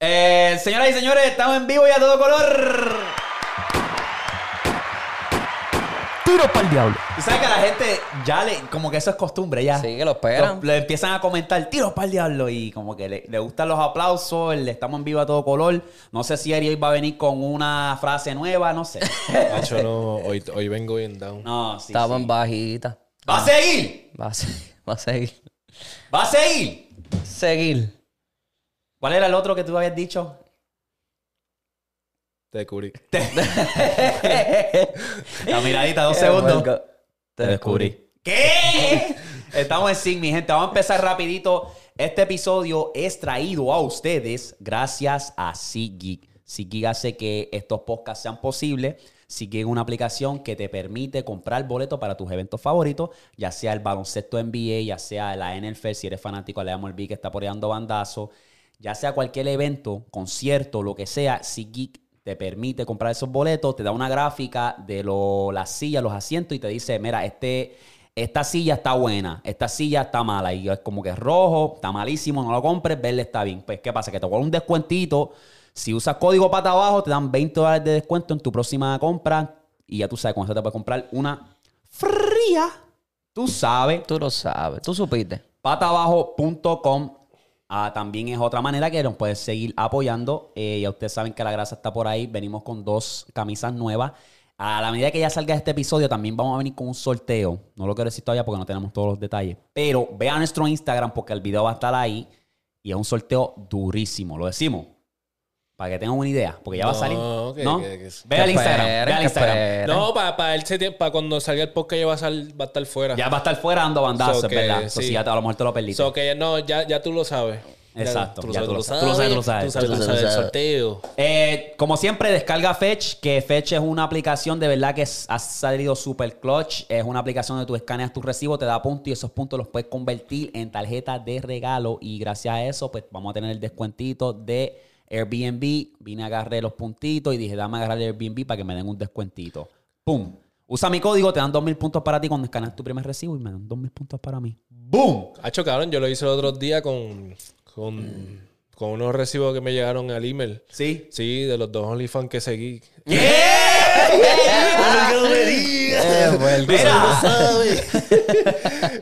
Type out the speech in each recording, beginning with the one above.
Eh, señoras y señores, estamos en vivo y a todo color. Tiro para el diablo. Tú sabes que a la gente ya le, como que eso es costumbre ya. Sí, que lo esperan. Lo- le empiezan a comentar tiros para el diablo y como que le, le gustan los aplausos, le estamos en vivo a todo color. No sé si Ariel va a venir con una frase nueva, no sé. Nacho, no, hoy, hoy vengo bien down. No, sí, Estaban sí. bajitas. Va a seguir, Va a, se- va a seguir. va a seguir. Seguir. ¿Cuál era el otro que tú habías dicho? Te descubrí. La miradita, Oh dos segundos. Te descubrí. ¿Qué? Estamos en SIG, mi gente. Vamos a empezar rapidito. Este episodio es traído a ustedes gracias a SIG. SIG hace que estos podcasts sean posibles. SIG es una aplicación que te permite comprar boletos para tus eventos favoritos, ya sea el baloncesto NBA, ya sea la NFL, si eres fanático le damos el B que está poreando bandazo, ya sea cualquier evento, concierto, lo que sea, SIG te permite comprar esos boletos, te da una gráfica de lo- las sillas, los asientos y te dice, mira, este, esta silla está buena, esta silla está mala y es como que es rojo, está malísimo, no lo compres, verle está bien. Pues, ¿qué pasa? Que te cobran un descuentito. Si usas código pata abajo, te dan 20 dólares de descuento en tu próxima compra y ya tú sabes, con eso te puedes comprar una fría. Tú sabes, Tú lo sabes. Tú supiste. pataabajo.com. Ah, también es otra manera que nos puedes seguir apoyando. Eh, ya ustedes saben que la grasa está por ahí. Venimos con dos camisas nuevas. A la medida que ya salga este episodio, también vamos a venir con un sorteo. No lo quiero decir todavía porque no tenemos todos los detalles. Pero vean nuestro Instagram porque el video va a estar ahí. Y es un sorteo durísimo. Lo decimos. Para que tengan una idea. Porque ya va a No, salir. que- ¿No? que- que- Ve al Que Instagram. esperen, Ve al que Instagram. esperen. No, para cuando salga el podcast ya va a, sal- va a estar fuera. Ya va a estar fuera dando bandazos, So es ¿verdad? que, So, sí. si ya te- a lo mejor te lo perdiste. So que ya no, ya, ya tú lo sabes. Ya Exacto, tú lo ya sabes, tú lo tú lo sabes, tú lo sabes, tú lo sabes. Tú sabes, tú sabes el sorteo. Eh, como siempre, descarga Fetch, que Fetch es una aplicación de verdad que s- ha salido super clutch. Es una aplicación donde tú escaneas tu recibo, te da puntos y esos puntos los puedes convertir en tarjetas de regalo. Y gracias a eso, pues vamos a tener el descuentito de Airbnb. Vine, agarré los puntitos y dije, dame agarrar el Airbnb para que me den un descuentito. ¡Pum! Usa mi código, te dan 2.000 puntos para ti cuando escaneas tu primer recibo y me dan 2.000 puntos para mí. ¡Boom! Hacho, cabrón, yo lo hice el otro día con, con, con unos recibos que me llegaron al email. Mm. ¿Sí? Sí, de los dos OnlyFans que seguí. Eh, pues, Mira, mira,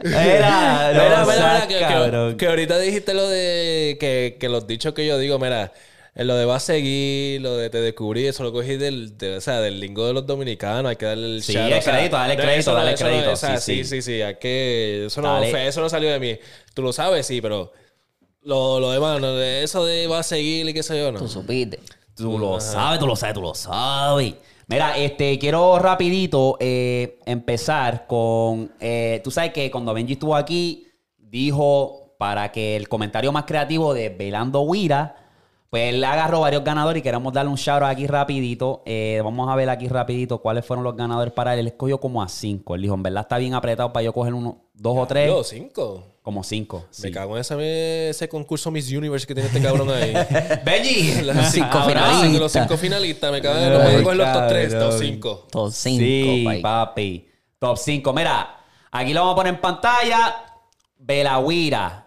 Mira, Ah, no mira, seas mira, que, que- cabrón. que ahorita dijiste lo de que, que los dichos que yo digo, mira, eh, lo de va a seguir, lo de te descubrí, eso lo cogí del, de- o sea, del lingo de los dominicanos, hay que darle el Sí, shout, dale o sea, crédito, dale no, crédito, eso no, dale eso no, crédito, o sea, sí, sí, sí. sí, sí, hay que eso no, Dale. fue- eso no salió de mí. Tú lo sabes, sí, pero lo, lo demás, no, de eso de va a seguir y qué sé yo, no. Tú supiste. Tú lo sabes, tú lo sabes, tú lo sabes. Mira, este, quiero rapidito eh, empezar con... eh, tú sabes que cuando Benji estuvo aquí, dijo para que el comentario más creativo de Velando Huira, pues él agarró varios ganadores y queremos darle un shout aquí rapidito. Eh, vamos a ver aquí rapidito cuáles fueron los ganadores para él. Él escogió como a cinco. Él dijo, en verdad está bien apretado para yo coger uno, dos o tres. Yo, cinco. Como cinco. sí. Me cago en ese, ese concurso Miss Universe que tiene este cabrón ahí. Benji, Los cinco Ahora, finalistas. Los finalistas. cinco finalistas, me cago en no me digo en los top tres, top cinco. Todos cinco. sí, país. papi. Top 5. Mira, aquí lo vamos a poner en pantalla. Belagüira.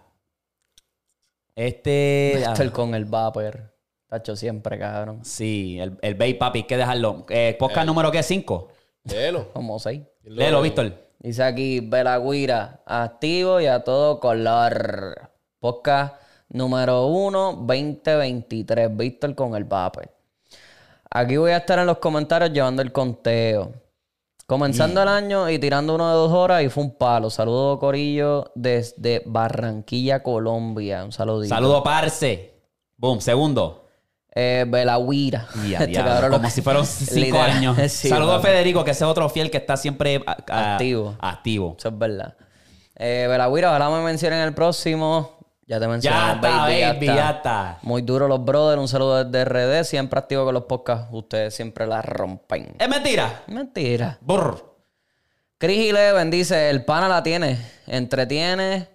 Este. ah, Estoy con el vapor. Tacho siempre, cabrón. Sí, el, el Bay Papi, hay que dejarlo. Eh, podcast número qué, 5. Léelo. Como seis. Léelo, Víctor. Dice aquí, Belagüira, activo y a todo color. Podcast número 1, 2023. Víctor con el vapor. Aquí voy a estar en los comentarios llevando el conteo. Mm. Comenzando el año y tirando uno de dos horas y fue un palo. Saludo Corillo desde Barranquilla, Colombia. Un saludito. Saludo, parce. Boom, segundo. Eh, Belagüira. Ya, Este ya, cabrón lo- como si fueron 5 Literal, años. sí, Saludo a papi. Federico, que ese es otro fiel que está siempre ah, ah, Activo. Activo. Eso es verdad. Eh, Belagüira, ojalá me mencionen el próximo. Ya te Ya mencionaron, está, baby, ya está. ya está. Muy duro los brothers, un saludo desde RD, siempre activo con los podcasts, ustedes siempre la rompen. Es mentira. Mentira. Burr. Chris Eleven dice, el pana la tiene, entretiene,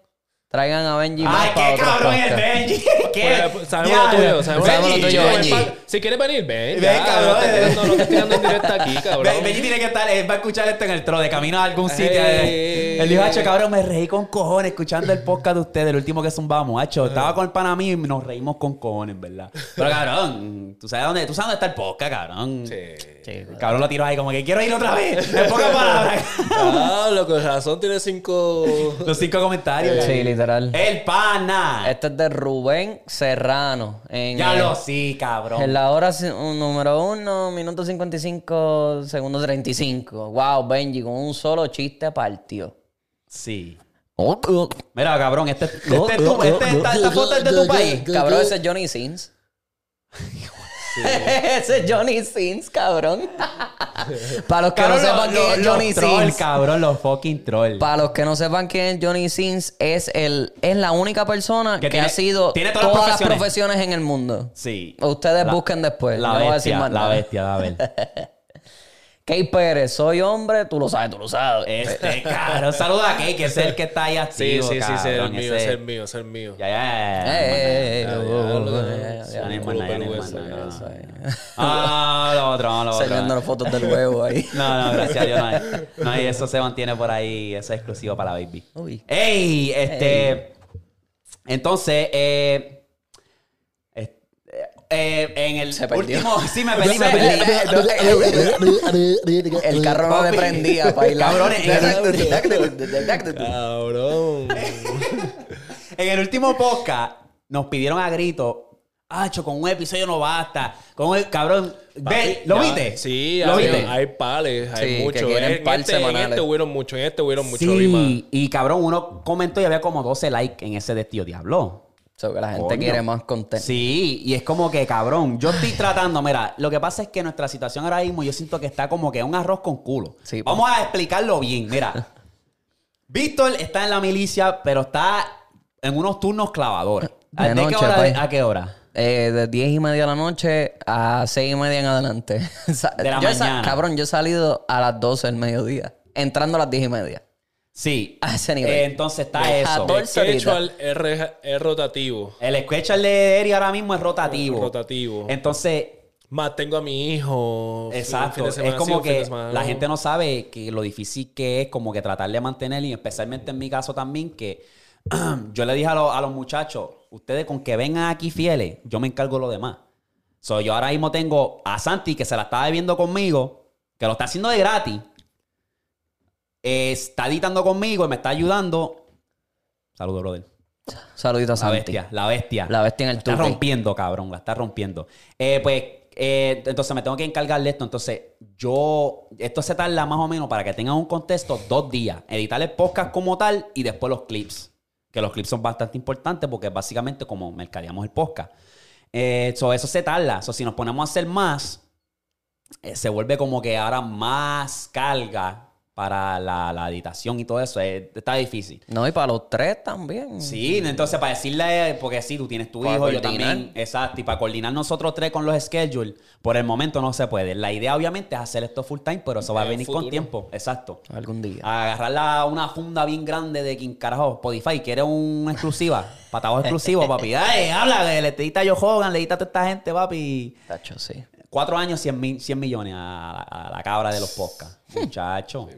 Traigan a Benji más Ay, para qué otros cabrón es podcasts. Benji. ¿Qué? Pues, sabemos lo Diablo. tuyo, sabemos, Sabemos lo tuyo, Ven, Benji. pa- Si quieres venir, ven. Ven, ya, cabrón. No te, no, no te estoy dando en directo aquí, cabrón. Be- Benji tiene que estar, él va a escuchar esto en el tro de camino a algún sitio. Ey. El dijo, hacho, cabrón, me reí con cojones escuchando el podcast de ustedes, el último que zumbamos, hacho. Estaba con el pana mío y nos reímos con cojones, ¿verdad? Pero cabrón, tú sabes dónde, tú sabes dónde está el podcast, cabrón. Sí. Sí, El cabrón lo tiró ahí como que quiero ir otra vez. En pocas palabras. Ah, lo con razón tiene cinco. Los cinco comentarios. Sí, literal. El pana. Este es de Rubén Serrano. En, Ya eh, lo sí, cabrón. En la hora c- un- número 1, minuto 55, segundo 35. Wow, Benji, con un solo chiste partió. Sí. Mira, cabrón, este, este, es tu- este- esta, esta foto es de tu país. Cabrón, ese es Johnny Sins. ese es Johnny Sins, cabrón. Para los que Cabrón, no sepan los- quién es los Johnny troll, Sins. cabrón, los fucking troll. Para los que no sepan quién es Johnny Sins, es, el, es la única persona Que que, tiene- ha sido tiene todas, todas las las profesiones. profesiones en el mundo. Sí. Ustedes La- busquen después. La no voy a decir bestia, más la nada. bestia, a ver. Key Pérez, soy hombre, tú lo sabes, tú lo sabes. Este, cabrón, saluda a Key, que es el que está ahí Sí, activo, sí, sí, ese es el cabrón, mío, ese- ese es el mío, ese es el mío. Ya, ya, ya, ya. Eh, eh, eh, Ya, ya, oh, lo- ya, Ya ya, no ya. hay más culo nada, ya no hay peludo más ese, nada, ya, no. Ah, lo otro, no, lo otro. Enseñándonos fotos del huevo ahí. No, no, gracias a Dios no hay. No hay, eso se mantiene por ahí, eso es exclusivo para la baby. Uy. ¡Ey! Este. Entonces, eh, eh, eh, en el Se perdió. último. Sí, me perdí, me perdí. El carro no le Papi. prendía para ir Cabrones, Cabrón. En el último podcast nos pidieron a grito. Acho, con un episodio no basta. Con el cabrón. Ve, ¿Lo Ya, viste? Sí, ¿Lo hay, viste? hay pales, hay Sí, muchos. que quieren En, par este, en semanales. este hubieron mucho, en este hubieron mucho. vi más. Sí, y cabrón, uno comentó y había como 12 likes en ese de tío Diablo. que la gente Coño. quiere más contenido. Sí, y es como que, cabrón, yo estoy tratando, mira, lo que pasa es que nuestra situación ahora mismo yo siento que está como que un arroz con culo. Sí, pues. Vamos a explicarlo bien, mira. Víctor está en la milicia, pero está en unos turnos clavadores. De ¿A de noche, qué hora? pues. ¿A qué hora? Eh, de 10 y media de la noche a 6 y media en adelante. O sea, De la yo he sa- mañana. Cabrón, yo he salido a las 12 del mediodía. Entrando a las 10 y media. Sí. A ese nivel. Eh, entonces está De eso. jato- El Quechua es, es rotativo. El schedule de Eri ahora mismo es rotativo. Rotativo. Entonces, Más tengo a mi hijo. Exacto, es como que la gente no sabe que lo difícil que es como que tratar de mantener y especialmente en mi caso también que yo le dije a, los- a los muchachos, ustedes con que vengan aquí fieles, yo me encargo de lo demás. So, yo ahora mismo tengo a Santi que se la está bebiendo conmigo, que lo está haciendo de gratis, eh, está editando conmigo y me está ayudando. Saludos, brother. Saluditos a La Santi. bestia, la bestia. La bestia en el Está turno. rompiendo, cabrón, la está rompiendo. Eh, pues, eh, entonces me tengo que encargar de esto. Entonces, yo, esto se tarda más o menos para que tengan un contexto dos días. Editar el podcast como tal y después los clips. Que los clips son bastante importantes porque es básicamente como mercadeamos el podcast. Eh, so, eso se tarda. So, si nos ponemos a hacer más, eh, se vuelve como que ahora más carga para la, la editación y todo eso. Eh, está difícil. No, y para los tres también. Sí, entonces para decirle, porque sí, tú tienes tu Para hijo, yo coordinar. también. Exacto, y para coordinar nosotros tres con los schedules, por el momento no se puede. La idea obviamente es hacer esto full time, pero eso va a En venir con futuro. tiempo. Exacto. Algún día. Agarrar la- una funda bien grande de quien carajo, Spotify, quiere una exclusiva, patados exclusivos, papi. Dale, habla, le edita yo Hogan, le edita a toda esta gente, papi. Tacho, sí. Cuatro años, 100, mil, 100 millones a, a la cabra de los podcasts, muchacho.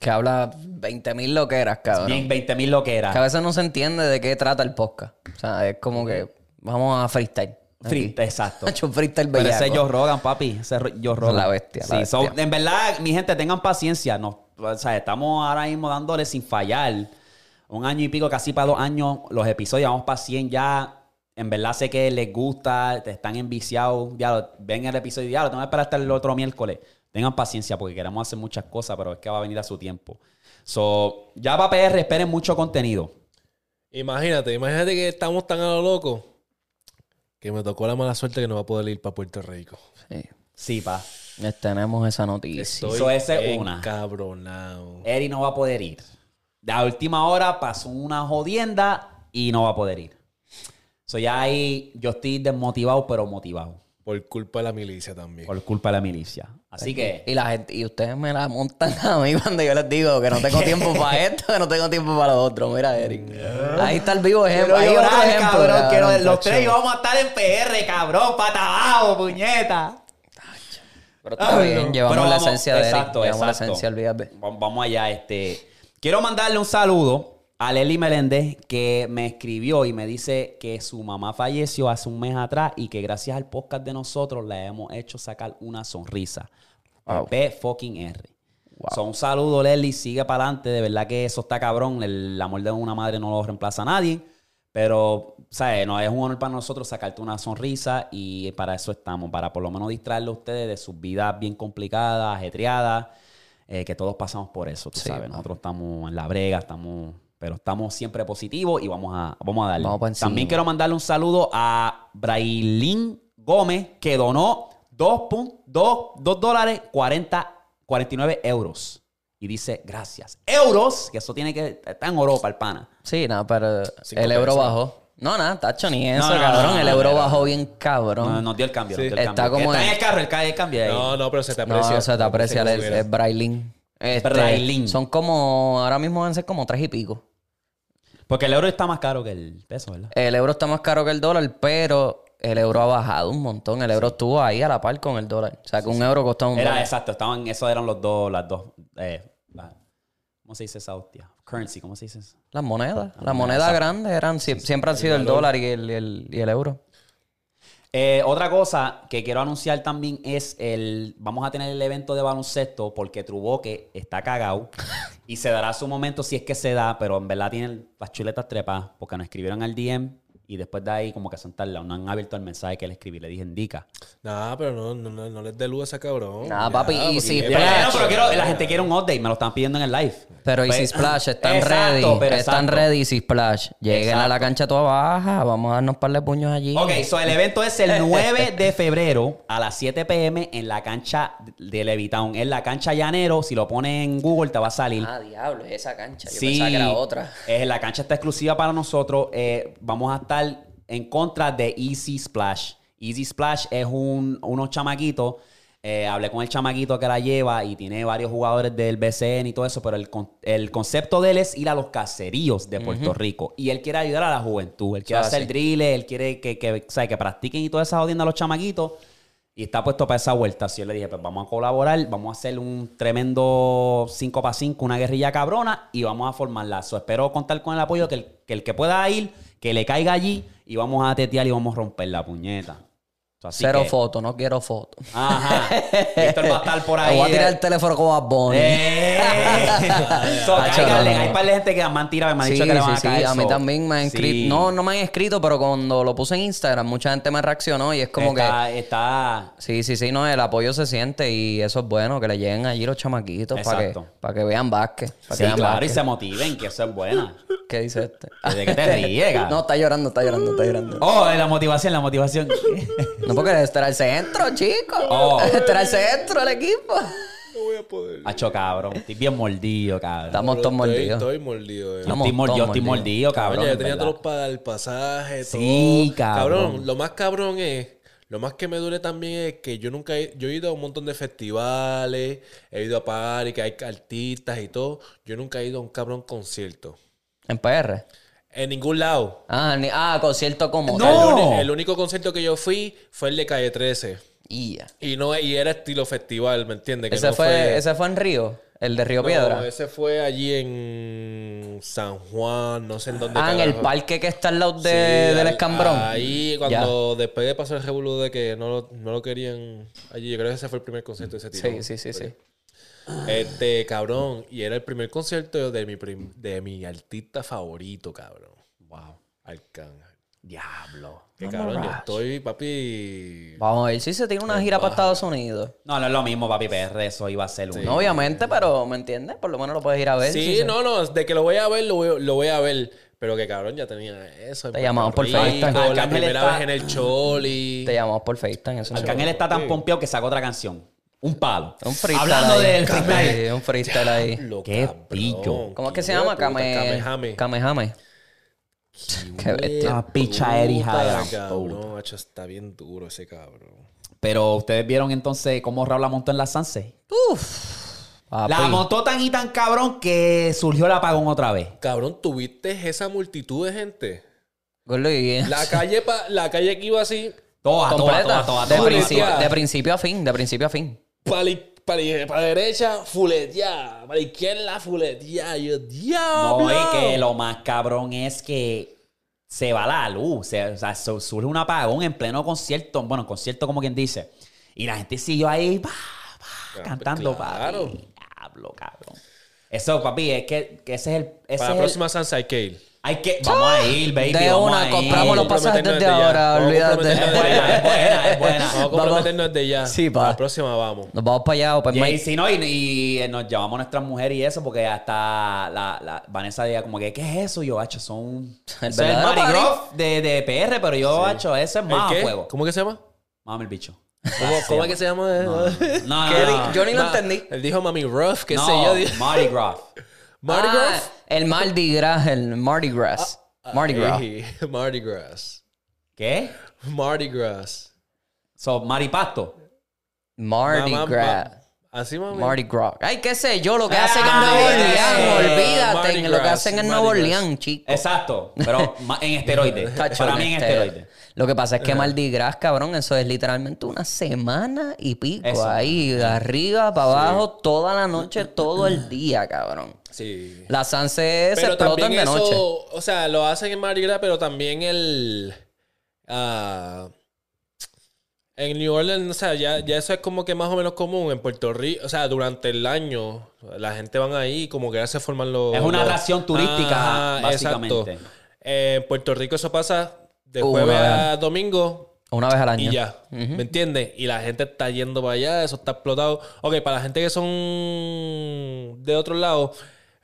Que habla 20 mil loqueras, cabrón. Bien, 20 mil lo que Que a era. veces no se entiende de qué trata el podcast. O sea, es como que vamos a freestyle. Free, exacto. Tacho, un freestyle Pero ese es bellaco. Joe Rogan, papi. Ese es Joe Rogan. La bestia, la Sí, so, bestia. en verdad, mi gente, tengan paciencia. No, o sea, estamos ahora mismo dándole sin fallar. Un año y pico, casi para dos años, los episodios. Vamos para 100 ya. En verdad sé que les gusta, te están enviciados. Ya, lo- ven el episodio y ya lo tengo que esperar hasta el otro miércoles. Tengan paciencia porque queremos hacer muchas cosas, pero es que va a venir a su tiempo. So, ya para PR, esperen mucho contenido. Imagínate, imagínate que estamos tan a lo loco que me tocó la mala suerte que no va a poder ir para Puerto Rico. Sí. Sí, pa. Les tenemos esa noticia. Eso, esa es una. Eh. Encabronado. Eri no va a poder ir. La última hora pasó una jodienda y no va a poder ir. So ya ahí yo estoy desmotivado, pero motivado. Por culpa de la milicia también. Por culpa de la milicia. Así que. Y la gente, y ustedes me la montan a mí cuando yo les digo que no tengo tiempo para esto, que no tengo tiempo para lo otro. Mira, Eric. Ahí está el vivo ejemplo. Ahí Quiero otro llorar, ejemplo. cabrón, cabrón, quiero- los chacho. tres vamos a estar en PR, cabrón, pata abajo, puñeta. Pero está Ay, bien, no. llevamos Pero la vamos- esencia de Eric. exacto, llevamos la exacto. esencia, olvídate. Va- Vamos allá, este. Quiero mandarle un saludo a Leli Meléndez que me escribió y me dice que su mamá falleció hace un mes atrás y que gracias al podcast de nosotros le hemos hecho sacar una sonrisa. Wow. P fucking R. So, un saludo, Leli. Sigue para adelante. De verdad que eso está cabrón. El, amor de una madre no lo reemplaza a nadie. Pero, ¿sabes? No, es un honor para nosotros sacarte una sonrisa y para eso estamos, para por lo menos distraerle a ustedes de sus vidas bien complicadas, ajetreadas, eh, que todos pasamos por eso, tú sabes. Nosotros estamos en la brega, estamos, pero estamos siempre positivos y vamos a, vamos a darle. Vamos pa' encima. También quiero mandarle un saludo a Brailín Gómez, que donó 2.2 dólares 40, 49 euros. Y dice, gracias. Euros, que eso tiene que estar en Europa, el pana. Sí, nada, pero Cinco el euro pesos. bajó. No, nada, tacho, ni eso, no, no, cabrón. no, el no, euro no, no. bajó bien cabrón. No, nos dio el cambio. Sí. nos dio el Está cambio. como está en en- el carro, el carro, el cambio ahí. No, no, pero se te No, aprecia. se te aprecia, Se el, considera. el Brailín. Este, Brailín. Son como, ahora mismo van a ser como tres y pico. Porque el euro está más caro que el peso, ¿verdad? El euro está más caro que el dólar, pero el euro ha bajado un montón. El euro estuvo ahí a la par con el dólar. O sea, que un euro costaba un Era dólar. exacto, estaban, esos eran los dos, las dos. eh, la- ¿Cómo se dice esa hostia? Currency, ¿cómo se dice eso? Las monedas. Las monedas grandes eran, sie- siempre han sido el dólar y el, y el- y el euro. Eh, otra cosa que quiero anunciar también es el. Vamos a tener el evento de baloncesto porque Truboque está cagado y se dará su momento si es que se da, pero en verdad tienen las chuletas trepadas porque nos escribieron al DM y después de ahí, como que son tardados. No han abierto el mensaje que le escribí, le dije indica. Nah, pero no, no, no, no les dé luz a ese cabrón. Nah, papi, Ya, y porque si- ya- Pero, Splash. no, pero quiero- la gente quiere un update, me lo están pidiendo en el live. Pero Pues- Easy Splash, están Exacto, pero ready. Están exacto. ready, Easy Splash. Lleguen a la Exacto. cancha toda baja. Vamos a darnos un par de puños allí. Ok, so el evento es el 9 de febrero a las 7 pm en la cancha de Levitown. En la cancha Llanero, si lo pones en Google te va a salir. Ah, diablo, es esa cancha. Yo Sí, pensaba que era otra. eh, la cancha está exclusiva para nosotros. Eh, vamos a estar en contra de Easy Splash. Easy Splash es un, unos chamaquitos. eh, hablé con el chamaquito que la lleva y tiene varios jugadores del BCN y todo eso, pero el, con- el concepto de él es ir a los caseríos de Puerto Rico. Y él quiere ayudar a la juventud. Él quiere Eso es hacer así. driles, él quiere que, que, o sea, que practiquen y toda esa jodienda a los chamaquitos. Y está puesto para esa vuelta. Así yo le dije, pues vamos a colaborar, vamos a hacer un tremendo 5 para 5, una guerrilla cabrona y vamos a formar lazo. Espero contar con el apoyo que el que, el que pueda ir, que le caiga allí y vamos a tetear y vamos a romper la puñeta. So, así Cero que- foto, no quiero foto. Ajá. Víctor va a estar por ahí. voy a tirar eh. el teléfono como a Bonnie. ¡Eh! So, Hacho, cáiganle. no, no, no. Hay par de gente que me han tirado y me han dicho que le van a caer. a mí so. también me han Sí. escrito. No, no me han escrito, pero cuando lo puse en Instagram, mucha gente me reaccionó y es como que. está, Está... Sí, sí, sí, no, el apoyo se siente y eso es bueno, que le lleguen allí los chamaquitos para que, Exacto. para que vean básquet. Para Sí, que vean claro, y básquet. se motiven, que eso es buena. ¿Qué dice este? Ah, ¿De qué te ríes, cara? No, está llorando, está llorando, está llorando. Oh, la motivación, la motivación. No, porque este era el centro, chico. Oh. Este era el centro, el equipo. No voy a poder. Hacho, cabrón. Estoy bien mordido, cabrón. Estamos todos Estoy- mordidos. Estoy mordido, eh. Yo Estamos estoy, mor- todos yo estoy mordidos. mordido, cabrón. Coño, yo en tenía verdad. todo para el pasaje, todo. Sí, cabrón. Lo más cabrón es, lo más que me duele también es que yo nunca he, yo he ido a un montón de festivales, he ido a party, que hay artistas y todo. Yo nunca he ido a un cabrón concierto. En PR. En ningún lado. Ah, ni- ah, concierto como No. El, tal. uni- el único concierto que yo fui fue el de Calle 13. Yeah. Y no y era estilo festival, ¿me entiendes? Que Ese, no fue, ese fue en Río, el de Río No, Piedra. ese fue allí en San Juan, no sé en dónde. Ah, en el carajo. parque que está al lado de, Sí, del al- escambrón. Ahí, cuando después de pasar el revolú de que no lo, no lo querían allí, yo creo que ese fue el primer concierto de ese tipo. Sí, sí, sí, sí. Este, cabrón, y era el primer concierto de mi, prim- de mi artista favorito, cabrón. Wow. Arcángel. Diablo. Que cabrón, yo estoy, papi. Vamos a ver si se tiene una gira para Estados Unidos. No, no es lo mismo, papi PR. Eso iba a ser un. No, obviamente, pero ¿me entiendes? Por lo menos lo puedes ir a ver. Sí, si se- no, no, de que lo voy a ver, lo voy, lo voy a ver. Pero que cabrón, ya tenía eso. en Te Puerto llamaban por Rico, FaceTime. La Arcángel primera está- vez en el Choli. Te llamamos por FaceTime. Eso no se Arcángel está tan pompeado que sacó otra canción. Un palo. puede. Un freestyle Hablando ahí. del freestyle. Sí, un freestyle ahí. Lo Qué cabrón, pillo. ¿Cómo es que se hijo de llama? puta, Kame... mm, Kamehame. Kamehame. Qué bestia. Una picha erija de la Puta, Cabrón, macho, está bien duro ese cabrón. Pero ustedes vieron entonces cómo Raúl la montó en la Sanse. Papi. La montó tan y tan cabrón que surgió el apagón otra vez. Cabrón, tuviste esa multitud de gente. Gordo, y- La calle, pa- la calle que iba así, Toda, toda, completa. toda, toda, de, toda, toda, principio, toda. toda. de principio a fin, de principio a fin. para la, derecha, fuleteada. Para la izquierda, fuleteada. Yo, diablo. No, y que lo más cabrón es que se va la luz. se- o sea, su- surge un apagón en pleno concierto. Bueno, concierto como quien dice. Y la gente siguió ahí pa, pa, pues, cantando, papi. claro. Diablo, cabrón. Eso, papi, es que, que ese es el... ese Para es la el- próxima Sansa hay que ir. hay que... Vamos a ir, baby. de vamos una, a ir. compramos los pasajes desde Comprometernos desde ahora, ya. Vamos a Es olvídate. comprometernos. buena, es buena, es buena. Vamos a Vamos. comprometernos desde ya. Sí, pa. Para la próxima vamos. Nos vamos para allá, Open Y, ahí mic. sí, no, y, y eh, nos llevamos a nuestras mujeres y eso, porque hasta la, la Vanessa decía como que, ¿qué es eso? Y Yo, hacho, son... eso El es el verdadero Mardi party. Gras de, de PR, pero yo, hacho, ese es más ¿El qué? juego. ¿Cómo que se llama? Mame el bicho. ¿Cómo, cómo es que se llama? Ah, No, no, Que no, di- yo ni lo Ma- entendí. Él dijo Mami Ruff, qué no, sé yo. di- Mardi Gras. Mardi Ah, Gras. Ah, El Mardi Gras, el Mardi Gras. Mardi Gras. Ey, Mardi Gras. ¿Qué? Mardi Gras. So, Maripasto. Mardi Ma- ma- Gras. ma- Así, mami. Mardi Gras. Ay, qué sé yo, lo que hacen en Ah, Nueva Orleans. sí. Olvídate Mardi en lo que Gras, hacen en Mardi Nueva Gras. Eh, Orleans, chico. Pasto. Pero ma- en esteroides. Tacho, Para mí en este, esteroides. Lo que pasa es que Mardi Gras, cabrón, eso es literalmente una semana y pico. Eso. Ahí, de arriba para abajo, toda la noche, todo el día, cabrón. Sí. La Sanse se Pero explotan también de eso, noche. o sea, lo hacen en Mardi Gras, pero también el... ah, en New Orleans, o sea, ya, ya eso es como que más o menos común. En Puerto Rico, o sea, durante el año, la gente van ahí y como que ya se forman los... Es una los- atracción turística, Ah, ajá, básicamente. exacto. Eh, en Puerto Rico eso pasa de Una jueves vez. a domingo Una vez al y año. ya. ¿Me entiendes? Y la gente está yendo para allá, eso está explotado. Ok, para la gente que son de otro lado,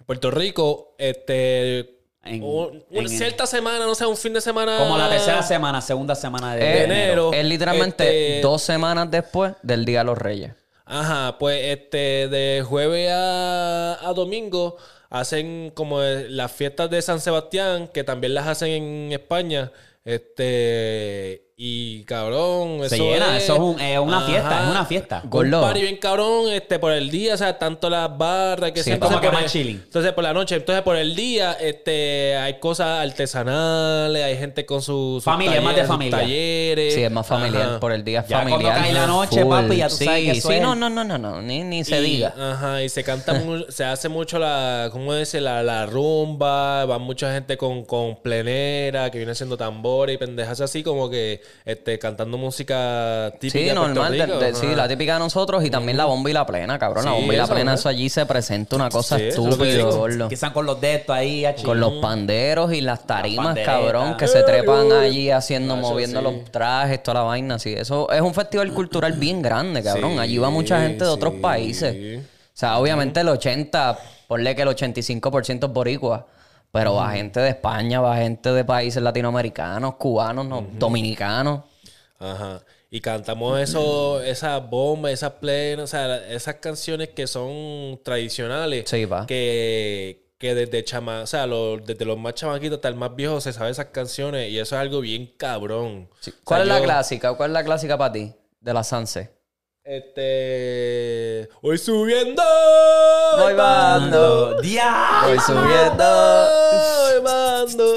Puerto Rico, este. En- un- en- una cierta semana, no sé, un fin de semana. Como la tercera semana, segunda semana de, Eh, de enero. enero. Es literalmente Este- dos semanas después del Día de los Reyes. Ajá, pues este, de jueves a, a domingo hacen como eh, las fiestas de San Sebastián, que también las hacen en España. Este. Y cabrón, Se llena, eso es, un- es una fiesta, Ajá. es una fiesta. Gordo. Un party bien cabrón este, por el día, o sea, tanto las barras que Sí, sea, como entonces que por más el- chilling. Entonces por la noche, entonces por el día este, hay cosas artesanales, hay gente con sus, sus Familia, es más de sus familia. talleres. Sí, es más familiar. Ajá. Por el día es Ya cuando familiar. cae la noche, full. papi, ya tú sí, sabes que eso Sí, es. no, no, no, no, no. Ni, ni se Y- diga. Ajá, y se canta, mu- se hace mucho la, ¿cómo dice? La, la rumba, va mucha gente con, con plenera, que viene haciendo tambores y pendejas así, como que este, cantando música típica. Sí, de Puerto normal. de- Rico, de- sí, ajá. la típica de nosotros y también la bomba y la plena, cabrón. la Sí, bomba y la eso, plena, ¿no? eso allí se presenta una cosa Sí, eso es lo que estúpida, digo. gordo. Que están con los dedos ahí, hacho. Con los panderos y las tarimas, panderetas. cabrón, que se trepan allí haciendo, Nacho, moviendo sí. los trajes, toda la vaina. Sí, eso es un festival cultural bien grande, cabrón. Sí, allí va mucha gente de otros sí. países. O sea, obviamente el 80, ponle que el 85% es boricua. Pero va gente de España, va gente de países latinoamericanos, cubanos, no, dominicanos. Ajá. Y cantamos eso, esas bombas, esas plenas, o sea, la- esas canciones que son tradicionales. Sí, va. Que, que desde chama, o sea, lo- desde los más chamaquitos hasta el más viejo se sabe esas canciones y eso es algo bien cabrón. O sea, ¿Cuál es la yo, clásica? ¿Cuál es la clásica para ti? De la Sanse. Este. Hoy subiendo. Voy bajando. ¡Diablo! Voy subiendo. Voy bajando.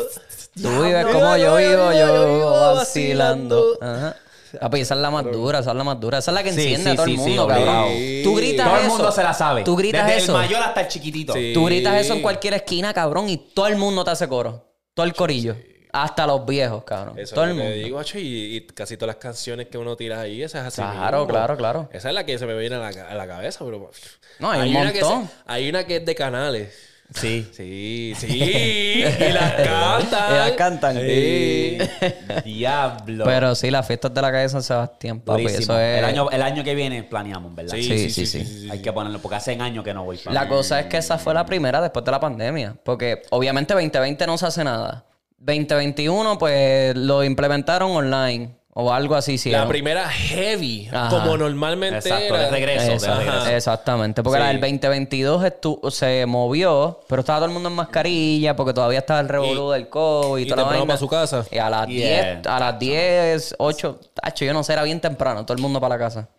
Tú vives Diablo. como yo vivo, yo vivo vacilando. vacilando. Ajá. Ah, pues esa es la más dura, esa es la más dura. Esa es la que Sí, enciende sí, a todo sí, el sí, mundo, cabrón. obligado. Tú gritas Todo el eso. mundo se la sabe. Tú gritas Desde eso. el mayor hasta el chiquitito. Sí. Tú gritas eso en cualquier esquina, cabrón, y todo el mundo te hace coro. Todo el corillo. Hasta los viejos, cabrón. Eso todo es el lo que mundo. digo, macho, y, y casi todas las canciones que uno tira ahí, esas así. Claro, mismo. claro, claro. Esa es la que se me viene a la, ca- a la cabeza, pero. No, hay un Una que se- montón. hay una que es de canales. Sí. Sí, sí. y las cantan. Y las cantan. Sí. Diablo. Pero sí, las fiestas de la calle de San Sebastián, papi. Durísimo. Eso es. el, año, el año que viene planeamos, ¿verdad? Sí, Sí, sí, sí, sí. sí. sí, sí, sí. Hay que ponerlo porque hace años que no voy para La cosa es que esa fue la primera después de la pandemia. Porque obviamente 2020 no se hace nada. 2021, pues lo implementaron online. O algo así, sí. La ¿no? primera heavy, Ajá. como normalmente Exacto, era. de regreso. de Exacto, regreso. Exactamente, porque Sí. la del 2022 estu- se movió, pero estaba todo el mundo en mascarilla porque todavía estaba el revolú del COVID y, y toda la temprano vaina. pa' su casa. Y a las Yeah, 10, a las 10, 8, tacho, yo no sé, era bien temprano, todo el mundo para la casa.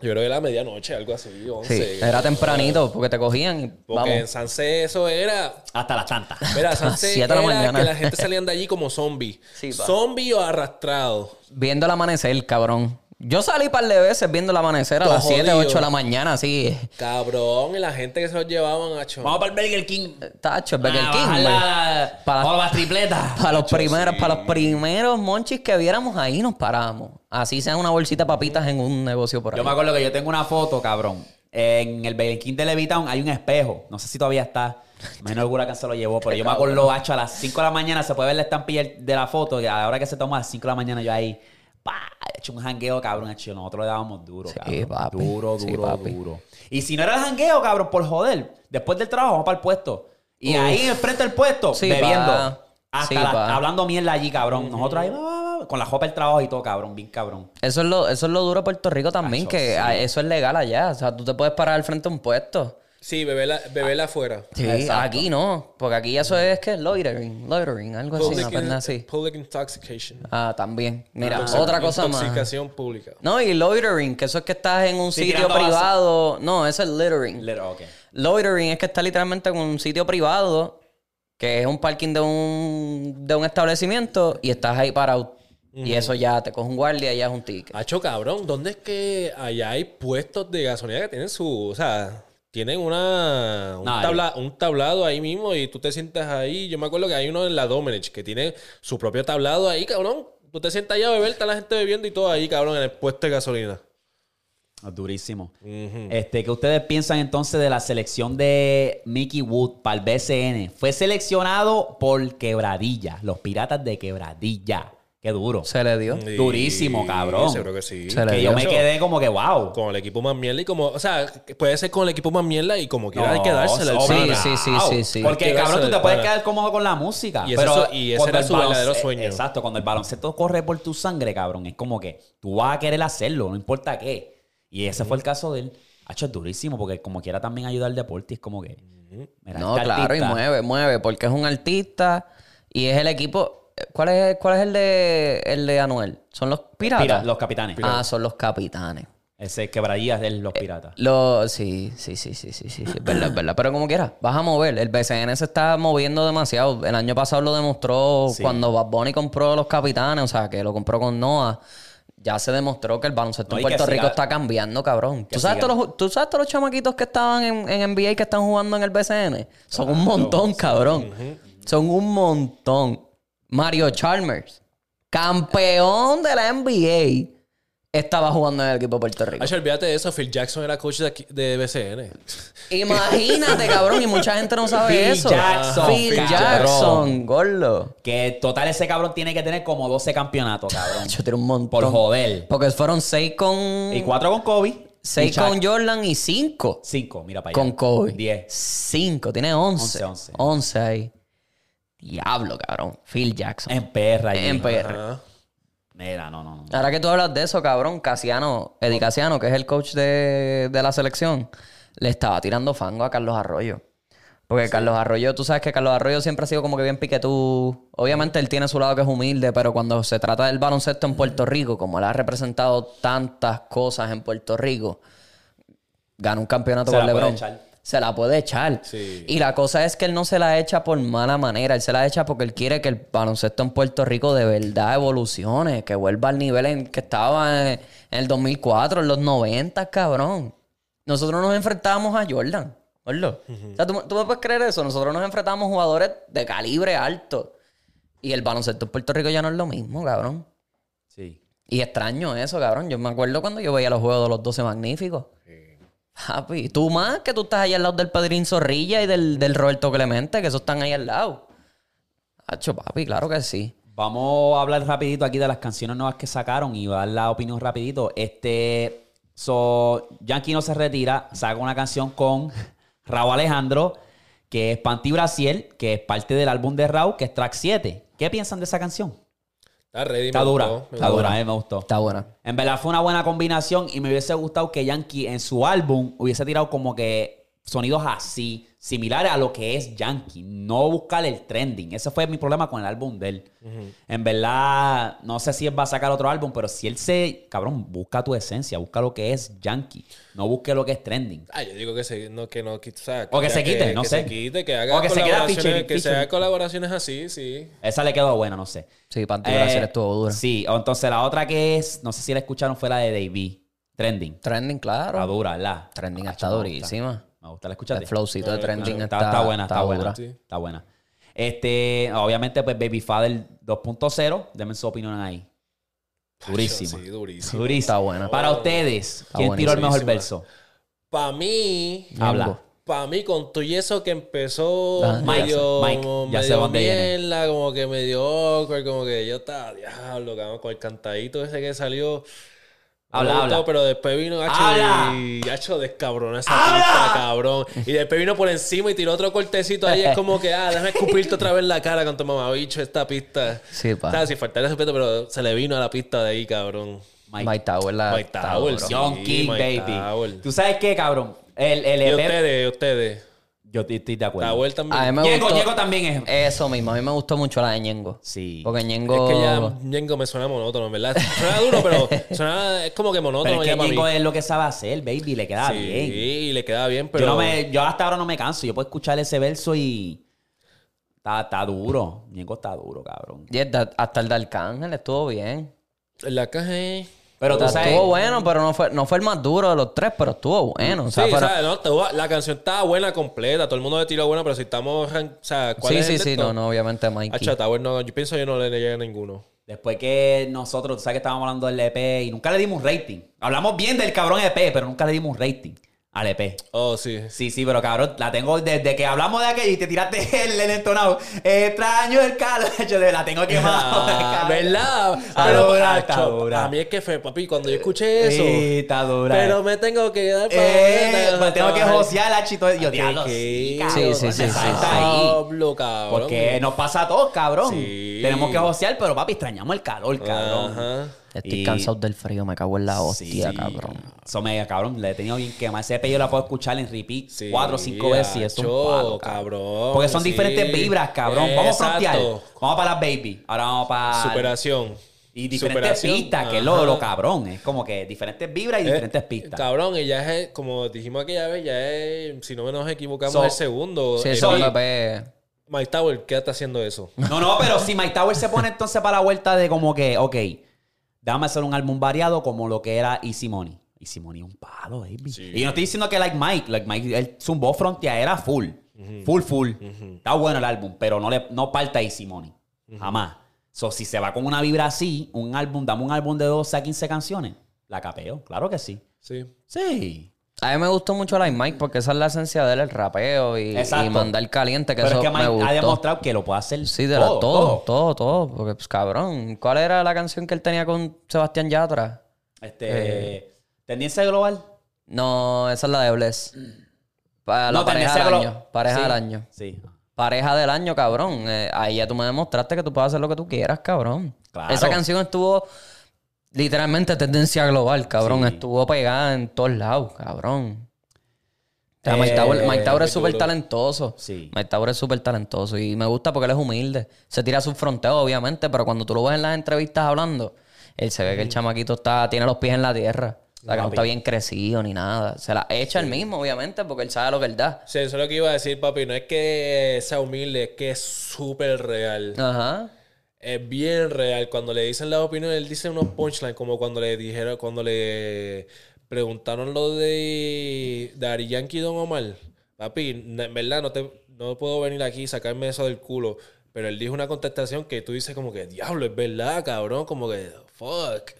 Yo creo que era la medianoche, algo así, 11. Sí, era tempranito porque te cogían y Porque en vamos. Sanse eso era. Hasta las tantas. Mira, Hasta las Sanse siete de la era mañana. que la gente salían de allí como zombies. Sí, pa. zombie o arrastrado. Viendo el amanecer, cabrón. Yo salí un par de veces viendo el amanecer a Todo las 7, jodido. 8 de la mañana, así. Cabrón, y la gente que se los llevaban a Vamos para el Burger King. Tacho, el Burger Ah, King, bajar güey. la- Para- Para las tripletas. Para los primeros, para los primeros monchis que viéramos ahí nos paramos. Así sean una bolsita de papitas en un negocio por ahí. Yo me acuerdo que yo tengo una foto, cabrón. En el Burger King de Levitown hay un espejo. No sé si todavía está. Imagino el huracán se lo llevó, pero yo me acuerdo, hacho, a las 5 de la mañana se puede ver la estampilla de la foto. Que a la hora que se toma a las 5 de la mañana, yo ahí, pa, he hecho un jangueo, cabrón. Hecho, nosotros le dábamos duro, cabrón. papi. Duro, duro, Sí, papi. duro. Y si no era el jangueo, cabrón, por joder, después del trabajo vamos para el puesto. Y ahí enfrente del puesto, Sí, bebiendo. pa. Hasta Sí, la- pa. hablando mierda allí, cabrón. Nosotros ahí, va, va, va, con la jopa del trabajo y todo, cabrón, bien cabrón. Eso es lo, eso es lo duro de Puerto Rico también, Tacho, que sí. ah, eso es legal allá. O sea, tú te puedes parar al frente de un puesto. Sí, beberla, beberla afuera. Sí, Exacto. aquí no. Porque aquí eso es que loitering, loitering, algo así, una in- pena así. public intoxication. Ah, también. pues, Mira, Intoxi- otra cosa más. Intoxicación pública. No, y loitering, que eso es que estás en un Sí, sitio tirando vasos. privado. No, eso es littering. Little, okay. Loitering es que está literalmente en un sitio privado, que es un parking de un, de un establecimiento, y estás ahí parado. Y eso ya te coge un guardia y ya es un ticket. Hacho, cabrón, ¿dónde es que allá hay puestos de gasolina que tienen su. O sea, tienen una. Un, Nah, tabla- un tablado ahí mismo y tú te sientas ahí. Yo me acuerdo que hay uno en la Domenech que tiene su propio tablado ahí, cabrón. Tú te sientas allá a beber, está la gente bebiendo y todo ahí, cabrón, en el puesto de gasolina. Ah, Durísimo. Mm. Ujú. Este, ¿qué ustedes piensan entonces de la selección de Mickey Wood para el BCN? Fue seleccionado por Quebradilla, los Piratas de Quebradilla. Qué duro. Se le dio. Sí, Durísimo, cabrón. Seguro que sí. Se le que yo me Hacho, quedé como que wow. Con el equipo más mierda y como. O sea, puede ser con el equipo más mierda y como quiera hay que dársela. al No, Sí, pana. sí, sí, sí, sí. Porque Hay que cabrón, tú dársela te al puedes pana. quedar cómodo con la música. Y ese pero es su- y ese cuando era el su balonce- verdadero sueño. Exacto, cuando el baloncesto corre por tu sangre, cabrón, es como que tú vas a querer hacerlo, no importa qué. Y ese fue el caso de él. Hacho, es durísimo porque como quiera también ayudar al deporte, es como que... mira, No, este claro, y artista- mueve, mueve, porque es un artista y es el equipo. ¿Cuál es, cuál es el de el de Anuel? ¿Son los piratas? Pira- los capitanes. Ah, son los capitanes. Ese quebradillas de Eh, los piratas. Los, sí, sí, sí, sí, sí, sí, sí, es verdad, es verdad. Pero como quiera, vas a mover. El BCN se está moviendo demasiado. El año pasado lo demostró Sí. cuando Bad Bunny compró los capitanes, o sea, que lo compró con Noah. Ya se demostró que el baloncesto No, y en que Puerto Rico siga- está cambiando, cabrón. ¿Tú sabes, siga. todos los, tú sabes todos los chamaquitos que estaban en, en NBA que están jugando en el BCN? Son un montón, cabrón. Son un montón. Mario Chalmers, campeón de la NBA, estaba jugando en el equipo de Puerto Rico. Hacho, olvídate de eso. Phil Jackson era coach de, aquí- de BCN. Imagínate, cabrón, y mucha gente no sabe Phil eso. Jackson, Phil cabrón. Jackson, gordo. Que total ese cabrón tiene que tener como 12 campeonatos, cabrón. Yo tiré un montón. por joder. Porque fueron seis con. Y cuatro con Kobe. seis y Shaq. con Jordan y cinco Cinco, mira para allá. con Kobe. 10. Cinco, tiene once. Once, once. Once ahí. Diablo, cabrón. Phil Jackson. En perra. allí. En PR. Ajá. Mira, no, no, no. Ahora que tú hablas de eso, cabrón, Casiano, Eddie Casiano, que es el coach de, de la selección, le estaba tirando fango a Carlos Arroyo. Porque Carlos Arroyo, tú sabes que Carlos Arroyo siempre ha sido como que bien piquetú. Obviamente él tiene su lado que es humilde, pero cuando se trata del baloncesto en Puerto Rico, como él ha representado tantas cosas en Puerto Rico, gana un campeonato Se con la puede LeBron. echar. Se la puede echar. Sí. Y la cosa es que él no se la echa por mala manera, él se la echa porque él quiere que el baloncesto en Puerto Rico de verdad evolucione, que vuelva al nivel en que estaba en en el 2004, en los 90, cabrón. Nosotros nos enfrentábamos a Jordan, gordo. O sea, ¿tú, tú me puedes creer eso, nosotros nos enfrentábamos a jugadores de calibre alto. Y el baloncesto en Puerto Rico ya no es lo mismo, cabrón. Sí. Y extraño eso, cabrón. Yo me acuerdo cuando yo veía los juegos de los 12 magníficos. Papi, tú más que tú estás ahí al lado del Pedrín Zorrilla y del, del Roberto Clemente, que esos están ahí al lado. Hacho, papi, claro que sí. Vamos a hablar rapidito aquí de las canciones nuevas que sacaron y voy a dar la opinión rapidito. Este, so, Yankee no se retira, saca una canción con Raúl Alejandro, que es Panty Brasiel, que es parte del álbum de Raúl, que es track 7. ¿Qué piensan de esa canción? Está ready. Está me dura. gustó, me Está gustó. dura, a mí me gustó. Está buena. En verdad fue una buena combinación y me hubiese gustado que Yankee en su álbum hubiese tirado como que sonidos así, similares a lo que es Yankee, no buscar el trending. Ese fue mi problema con el álbum de él. En verdad, no sé si él va a sacar otro álbum, pero si él se, cabrón, busca tu esencia, busca lo que es Yankee, no busque lo que es trending. Ah, yo digo que se, no, que no, que, o, sea, O que se quite, no que sé. se quite, que haga O que se quede colaboraciones, featuring, que se featuring. haga colaboraciones así, sí. Esa le quedó buena, no sé. Sí, Panty Eh, Brasil estuvo dura. Sí, o entonces la otra que es, no sé si la escucharon, fue la de Davey, trending. Trending, Está claro. dura, ¿verdad? Trending Ah, está me gusta. durísima. Me gusta, ¿la escuchaste? El flowcito de Trending Eh, Está, está, está buena, está, buena. dura. Sí. Está buena. Este, obviamente, pues Baby Father 2.0, denme su opinión ahí. Durísima. Sí, durísimo. Durísima. Está buena. Para ustedes, ¿quién tiró el buenísima. mejor verso? Para mí, Habla. para mí, con todo y eso que empezó Ah, Mike, medio, Mike, ya sé medio dónde viene. mierda, como que medio awkward, como que yo estaba, diablo, cabrón, con el cantadito ese que salió. No Habla, me gustó, habla. Pero después vino Hacho Habla. y Hacho descabrona esa Habla. pista, cabrón. Y después vino por encima y tiró otro cortecito ahí. Es como que, ah, déjame escupirte otra vez en la cara con tu mamabicho esta pista. Sí, pa. O sea, sin faltar el respeto, pero se le vino a la pista de ahí, cabrón. Mike, Mike Tower la Mike está Tower, duro. sí. John King, Mike baby. Tower. ¿Tú sabes qué, cabrón? El, el Y EP- ustedes, y ustedes. Yo t- estoy de La acuerdo. vuelta también. A mí me Ñengo, gustó- Ñengo también es. Eso mismo, a mí me gustó mucho la de Ñengo. Sí. Porque Ñengo... Es que ya Ñengo me suena monótono, en verdad. Suena duro, pero suena, es como que monótono pero es ya que para mí. Ñengo es lo que sabe hacer, baby, le queda sí, bien. y le queda bien, Yo, pero... no me- yo hasta ahora no me canso. Yo puedo escuchar ese verso y. Está, está duro. Ñengo está duro, cabrón. Y el de- hasta el de Arcángel estuvo bien. La caja es... Pero tú O sea, sabes. estuvo bueno, pero no fue, no fue el más duro de los tres, pero estuvo bueno. O sea, sí, pero- o sea, no, te- la canción estaba buena completa, todo el mundo le tiró buena, pero si estamos... ran- O sea, ¿cuál sí, es sí, el sí, no, no, obviamente Mikey. Hacha Tower, no, yo pienso yo no le llegué a ninguno. Después que nosotros, tú sabes que estábamos hablando del EP y nunca le dimos un rating. Hablamos bien del cabrón EP, pero nunca le dimos un rating al EP. Oh, sí. Sí, sí, pero cabrón, la tengo desde que hablamos de aquello y te tiraste el, el entonado. Extraño el calacho, de la tengo Ah, quemada. ¿Verdad? Está dura, está Hacho, dura. A mí es que fue, papi, cuando yo escuché eso... Sí, está dura. Pero me tengo que quedar para... eh, me tengo que josear la chito. Yo, diablo, qué? sí, cabrón, Sí, sí, sí, esa sí, está ahí. Pablo, cabrón. Porque nos pasa a todos, cabrón. Sí. Tenemos que josear, pero papi, extrañamos el calor, cabrón. Ajá. Estoy Y- cansado del frío, me cago en la Ah, hostia, Sí. cabrón. Eso me cabrón, le he tenido bien quemado. Ese EP yo la puedo escuchar en repeat Sí, cuatro o cinco veces y es un acho, palo, cabrón, Porque son sí. diferentes vibras, cabrón. Vamos a frontear. Exacto. Vamos para las baby. Ahora vamos para. Superación. Y diferentes Superación, pistas, que es ajá. lo, lo cabrón. Es como que diferentes vibras y Eh, diferentes pistas. Cabrón, y ya es, como dijimos aquella vez, ya es, si no nos equivocamos, So- el segundo. Sí, Eh, eso soy- es pe- Mike Tower, ¿qué está haciendo eso? No, no, pero si Mike Tower se pone entonces para la vuelta de como que, ok, dame hacer un álbum variado como lo que era Easy Money. Easy Money es un palo, baby. Sí. Y yo no estoy diciendo que like Mike, like Mike, él zumbó fronteadera full. Full, full. Está bueno el álbum, pero no, le, no falta Easy Money. Jamás. So, si se va con una vibra así, un álbum, dame un álbum de 12 a 15 canciones, la capeo. Claro que sí. Sí. Sí. A mí me gustó mucho la Mike porque esa es la esencia de él, el rapeo y, Exacto. y mandar caliente, que pero eso es que me Mike gustó. ha demostrado que lo puede hacer Sí, de la- todo, todo, todo, Porque, pues, cabrón, ¿cuál era la canción que él tenía con Sebastián Yatra? Este, Tendencia global. No, esa es la de Bless. Pa- la No, pareja tendencia del glo- año. Pareja Sí. del año. Sí. Pareja del año, cabrón. Eh, ahí ya tú me demostraste que tú puedes hacer lo que tú quieras, cabrón. Claro. Esa canción estuvo literalmente tendencia global, cabrón. Estuvo pegada en todos lados, cabrón. O sea, Mike Eh, Tower, Mike Tower es muy súper duro. talentoso. Sí. Mike Tower es súper talentoso y me gusta porque él es humilde. Se tira a sus fronteos, obviamente, pero cuando tú lo ves en las entrevistas hablando, él se ve que el chamaquito está, tiene los pies en la tierra. O sea, que no está bien crecido ni nada. Se la echa él mismo, obviamente, porque él sabe lo que él da. Sí, eso es lo que iba a decir, papi. No es que sea humilde, es que es súper real. Ajá. Es bien real. Cuando le dicen las opiniones, él dice unos punchlines, como cuando le dijeron, cuando le preguntaron lo de, de Ari Yankee y Don Omar. Papi, n- en verdad no te no puedo venir aquí y sacarme eso del culo. Pero él dijo una contestación que tú dices como que, diablo, es verdad, cabrón, como que, fuck.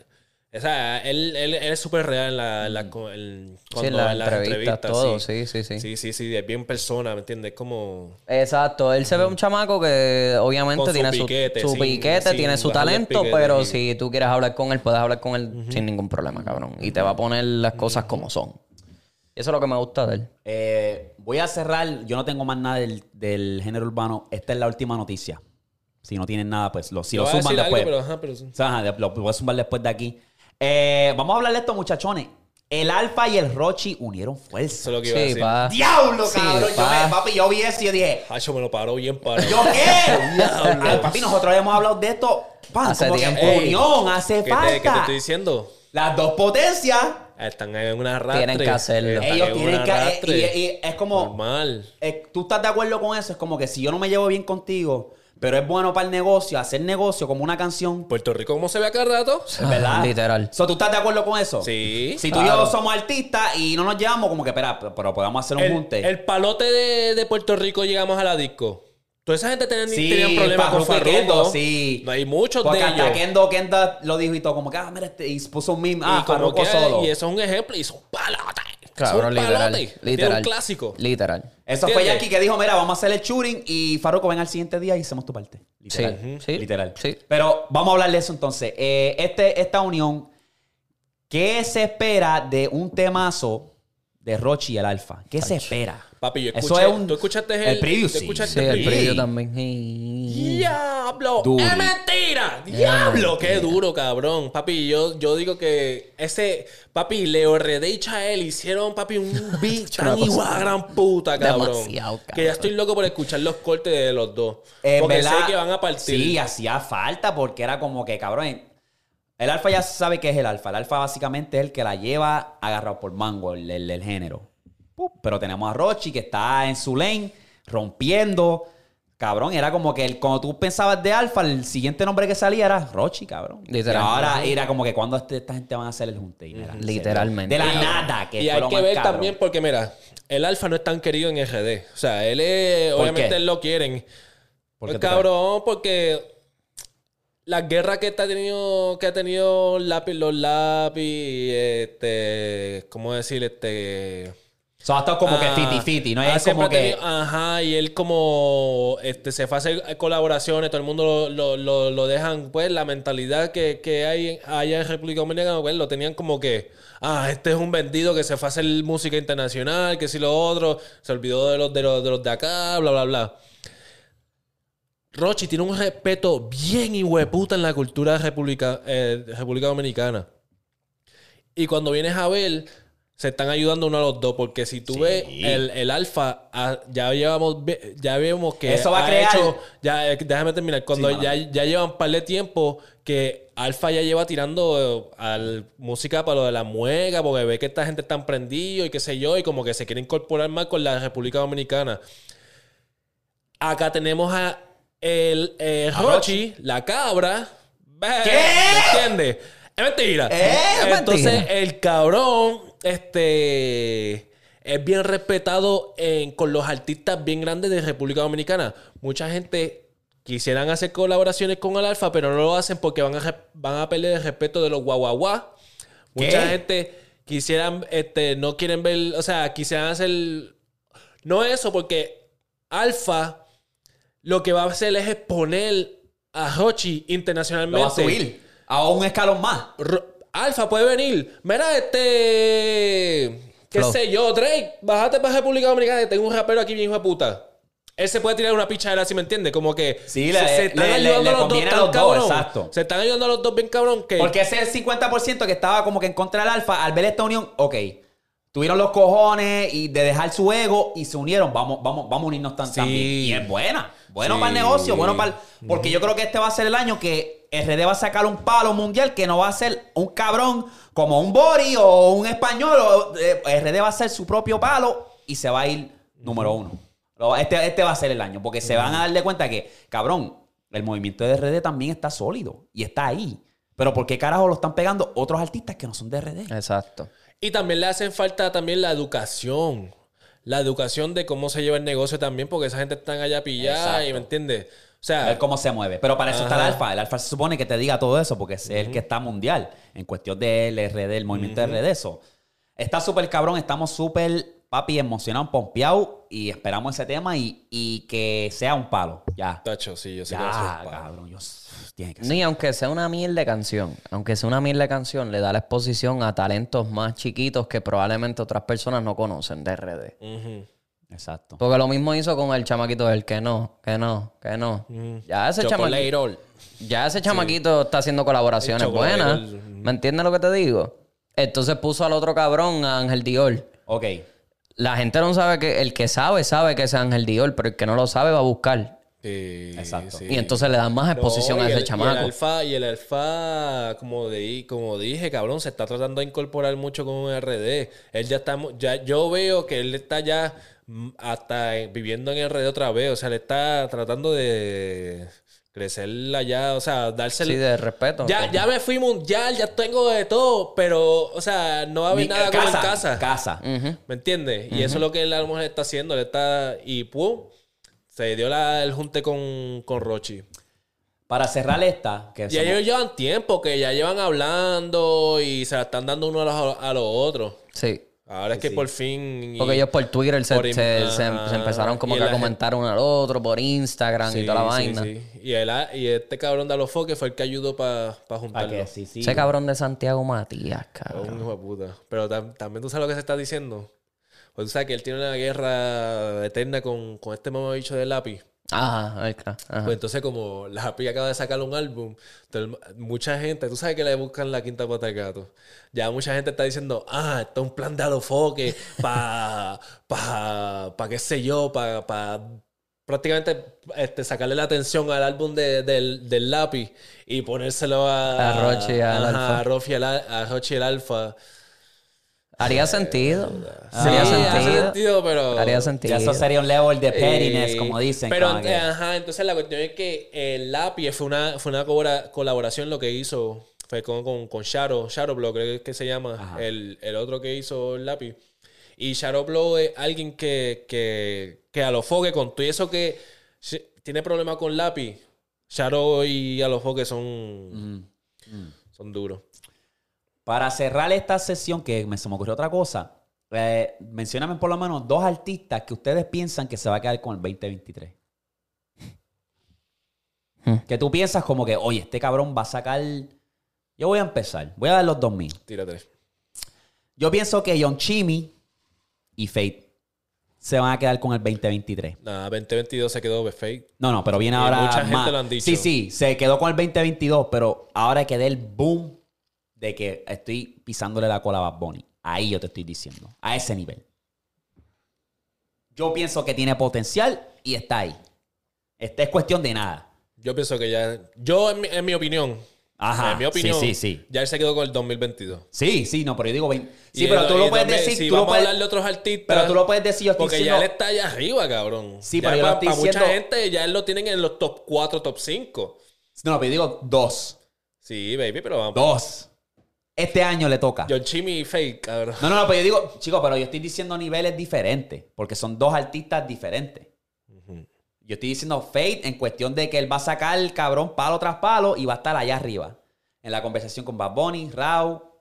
O sea, él, él- él es súper real en, la, en la- en- Sí, en cuando- las en las entrevistas, entrevistas, todo. sí, sí. sí. sí. Sí, sí, sí, es bien persona, ¿me entiendes? Como... Exacto, él se ve un chamaco que obviamente Con su tiene su, piquete, su sin- piquete, sin tiene su bajarle el talento, piquete, pero sí. si tú quieres hablar con él, puedes hablar con él sin ningún problema, cabrón. Y te va a poner las cosas como son. Y eso es lo que me gusta de él. Eh, voy a cerrar. Yo no tengo más nada del, del género urbano. Esta es la última noticia. Si no tienen nada, pues lo, si Yo lo voy a suman decir algo, después. pero, ajá, pero sí. O sea, ajá, lo, lo voy a sumar después de aquí. Eh, vamos a hablar de esto, muchachones. El Alfa y el Rochi unieron Eso fuerzas. es lo que iba a Sí, decir. pa. ¡Diablo, Sí, cabrón! yo, pa. me, papi, yo vi eso y yo dije, Hacho me lo paró bien para. ¿yo qué? Ay, papi, nosotros habíamos hablado de esto. pan, Hace como que tiempo. en unión, hace ¿Qué te, qué te falta. estoy diciendo? Las dos potencias, Están en una rastre. Tienen que hacerlo. Están ellos en tienen una que... eh, rastre. y- y es como... Normal. eh, tú estás de acuerdo con eso, es como que si yo no me llevo bien contigo, pero es bueno para el negocio, hacer negocio como una canción, Puerto Rico, ¿cómo se ve a cada rato? es verdad. Ah, Literal. So, ¿Tú estás de acuerdo con eso? Sí. Si tú y Claro. yo somos artistas y no nos llevamos, como que, espera, pero, pero podemos hacer un El, junte. el palote de, de Puerto Rico llegamos a la disco. Toda esa gente tenía, Sí, tenían problemas con Farruko y Kendo, Farruko. sí. No hay muchos Porque de hasta ellos. Kendo, Kendo lo dijo y todo, como que, ah, mira, este, y puso un meme, ah, y, como Farruko que- solo. y eso es un ejemplo. Y son palotes. Cabrón, son literal. palotes. Tiene Literal. un clásico. Literal. Eso fue ¿Entiendes? Jackie que dijo, mira, vamos a hacer el shooting y Farruko ven al siguiente día y hacemos tu parte. Literal. Sí, sí, Literal. sí. Pero vamos a hablar de eso entonces. Eh, este, esta unión, ¿qué se espera de un temazo de Rochi y el Alfa? ¿Qué se espera? Papi, yo Eso escuché. es un- ¿Tú escuchaste el, el preview, tú sí. escuchaste Sí, el Sí. preview también. ¡Diablo! Duro. ¡Es mentira! ¡Diablo! ¡Qué duro, cabrón! Papi, yo, yo digo que ese... Papi, Leo Rede y Chael hicieron, papi, un beat tan cosa. igual a gran puta, cabrón. Demasiado, Que ya cabrón. estoy loco por escuchar los cortes de los dos. En porque verdad, sé que van a partir. Sí, hacía falta porque era como que, cabrón. El alfa ya sabe qué es el alfa. El alfa básicamente es el que la lleva agarrado por mango, el, el- el género. Pup, Pero tenemos a Rochi que está en su lane, rompiendo. Cabrón, era como que el- cuando tú pensabas de alfa, el siguiente nombre que salía era Rochi, cabrón. Y Literal. ahora era como que cuando este- esta gente van a hacer el junte. Y mira, se dio. Literalmente. De la nada, que y fue hay lo que más ver cabrón. también, porque mira, el Alfa no es tan querido en RD. O sea, él es... ¿Por Obviamente qué? él lo ¿Por quieren. qué Pues, tú crees? cabrón, porque la guerra que, está tenido, que ha tenido lápiz, los lápiz, este, ¿cómo decir? Este, So, ha estado como ah, que fiti fiti, ¿no? ah, Es siempre como ha que. tenido- ajá, y él como este, se fue a hacer colaboraciones, todo el mundo lo, lo- lo- lo dejan, pues la mentalidad que, que hay en- allá en República Dominicana, pues lo tenían como que, ah, este es un vendido que se fue a hacer música internacional, que si lo otro, se olvidó de los de, los, de, los de acá, bla, bla, bla. Rochi tiene un respeto bien hijueputa en la cultura republica- eh, República Dominicana. Y cuando vienes a ver, se están ayudando uno a los dos. Porque si tú ves el, el alfa, ah, ya llevamos, ve- ya vemos que. Eso va a ha crear- ya, eh, déjame terminar. Cuando ya, ya llevan un par de tiempo que Alfa ya lleva tirando eh, al música para lo de la muega, porque ve que esta gente está prendida y qué sé yo, y como que se quiere incorporar más con la República Dominicana. Acá tenemos a el eh, Rochi, la cabra. ¿Qué? ¿Me entiendes? Es mentira. Eh, es Entonces, mentira. el cabrón, este. Es bien respetado en- con los artistas bien grandes de República Dominicana. Mucha gente quisieran hacer colaboraciones con el Alfa, pero no lo hacen porque van a, re- van a perder el respeto de los guaguaguá. Mucha ¿Qué? gente quisieran, este, no quieren ver, o sea, quisieran hacer. No eso, porque Alfa lo que va a hacer es exponer a Rochi Lo internacionalmente. va a subir a un escalón más. Ro- Alfa puede venir. Mira, este. ¿Qué Flow. sé yo, Drake? Bájate para República Dominicana. que Tengo un rapero aquí, bien hijo de puta. Él se puede tirar una pichadera, si me entiende. Como que. Sí, le- le- le- le conviene a tan los dos, cabrón. exacto. Se están ayudando a los dos bien cabrón. Que Porque ese es el 50% que estaba como que en contra del alfa. Al ver esta unión, ok. Tuvieron los cojones y de dejar su ego y se unieron. Vamos, vamos, vamos a unirnos tan, Sí. también. Y es buena. Bueno Sí. para el negocio, bueno para el- Porque yo creo que este va a ser el año que RD va a sacar un palo mundial que no va a ser un cabrón como un Bori o un español. o, eh, RD va a ser su propio palo y se va a ir número uno. Lo- Este, este va a ser el año. Porque se van a dar de cuenta que, cabrón, el movimiento de RD también está sólido y está ahí. Pero ¿por qué carajo lo están pegando otros artistas que no son de RD? Exacto. Y también le hacen falta también la educación. La educación de cómo se lleva el negocio también, porque esa gente están allá pillada y Exacto. me entiendes. O A sea, ver cómo se mueve. Pero para eso está Ajá. el alfa. El alfa se supone que te diga todo eso porque es el que está mundial en cuestión de LRD, el movimiento de RD. Eso. Está súper cabrón, estamos súper, papi, emocionados, pompeados y esperamos ese tema y, y que sea un palo. Ya. tacho, sí, yo sé que va a ser Ya, un palo. cabrón. Yo, tiene que ser. Ni aunque sea una mierda de canción, aunque sea una mierda de canción, le da la exposición a talentos más chiquitos que probablemente otras personas no conocen de RD. Ujú. Exacto. Porque lo mismo hizo con el chamaquito del que no, que no, que no. Mm. Ya ese chamaquito. Chocoleirol. Ya ese chamaquito está haciendo colaboraciones El chocolate buenas. Gold. ¿Me entiendes lo que te digo? Entonces puso al otro cabrón, a Ángel Dior. Ok. La gente no sabe que el que sabe sabe que es Ángel Dior, pero el que no lo sabe va a buscar. Sí, Exacto. sí. Y entonces le dan más exposición No, a y ese el- Y el chamaco. alfa, y el alfa como, de, como dije, cabrón, se está tratando de incorporar mucho con un RD. Él ya está, mu- ya, yo veo que él está ya mm, hasta eh, viviendo en RD otra vez. O sea, le está tratando de crecer allá, o sea, darse Sí, de respeto. Ya, ya me fui mundial, ya tengo de todo, pero, o sea, no va a haber Ni- nada como en casa. Casa. ¿Me entiendes? Y eso es lo que él a lo mejor está haciendo. Él está. Y pum, se dio la, el junte con, con Rochi. Para cerrar esta, que Ya somos- ellos llevan tiempo que ya llevan hablando y se la están dando uno a los, a los otros. Sí. Ahora es que por fin. y- Porque ellos por Twitter se, Por im- se- se- Ajá. se empezaron como Y que a la gente- comentar uno al otro, por Instagram Sí, y toda la sí, vaina. sí. Y, él ha- y este cabrón de Alofoque fue el que ayudó para para juntarlo. que sí, sí. Ese cabrón de Santiago Matías, Oh, cabrón. un hijo de puta. Pero tam- también tú sabes lo que se está diciendo. Pues tú sabes que él tiene una guerra eterna con, con este mamabicho de lápiz. Ajá, el cra- ajá. Oh. Pues entonces, como la API acaba de sacar un álbum, todo el- mucha gente, tú sabes que le buscan la quinta pata al gato. Ya mucha gente está diciendo, ah, esto es un plan de alofoque para, pa, pa, qué sé yo, para, pa, prácticamente este, sacarle la atención al álbum de- del, del lápiz y ponérselo a, A Rochi, al Alfa. a Rochi, al al- a Rochi el alfa. Haría sentido. eh, Sí, Haría hace sentido. sentido, pero... Haría sentido. Ya eso sería un level de pettiness, Eh, como dicen. Pero, como que- ajá, entonces la cuestión es que el lápiz fue una, fue una cobra- colaboración lo que hizo. Fue con, con, con Shadow, Shadow Blow, creo que es que se llama. Ajá. El, el otro que hizo el lápiz. Y Shadow Blow es alguien que, que, que Alofoque, con todo eso que si- tiene problemas con lápiz. Shadow y Alofoque son, Mm. son duros. Para cerrar esta sesión, que me, se me ocurrió otra cosa, eh, mencióname por lo menos dos artistas que ustedes piensan que se va a quedar con el 2023. Hmm. Que tú piensas como que, oye, este cabrón va a sacar... Yo voy a empezar. Voy a dar los 2000. Tírate. Yo pienso que John Chimmy y Fate se van a quedar con el 2023. Nada, 2022 se quedó fake. No, no, pero viene Y ahora. mucha gente más. lo han dicho. Sí, sí, se quedó con el 2022, pero ahora quedé el boom de que estoy pisándole la cola a Bad Bunny. Ahí yo te estoy diciendo, a ese nivel. Yo pienso que tiene potencial y está ahí. Esta es cuestión de nada. Yo pienso que ya. Yo, en mi, en mi opinión. Ajá, En mi opinión. sí, sí, sí. Ya él se quedó con el 2022. Sí, sí, no, pero yo digo, vein- sí, Y pero el- tú y lo el puedes 2000, decir, Si tú lo vamos a puedes- hablar de otros artistas. pero tú lo puedes decir, yo estoy Porque ya diciendo- él está allá arriba, cabrón. Sí, Ya pero yo lo pa- estoy pa' mucha diciendo- gente ya él lo tienen en los top 4, top 5. no, pero yo digo dos, Sí, baby, pero vamos. dos. Este año le toca. John Chimmy y Fake, cabrón. No, no, no, pero yo digo, chicos, pero yo estoy diciendo niveles diferentes, porque son dos artistas diferentes. Yo estoy diciendo Fate en cuestión de que él va a sacar el cabrón palo tras palo y va a estar allá arriba. En la conversación con Bad Bunny, Rao,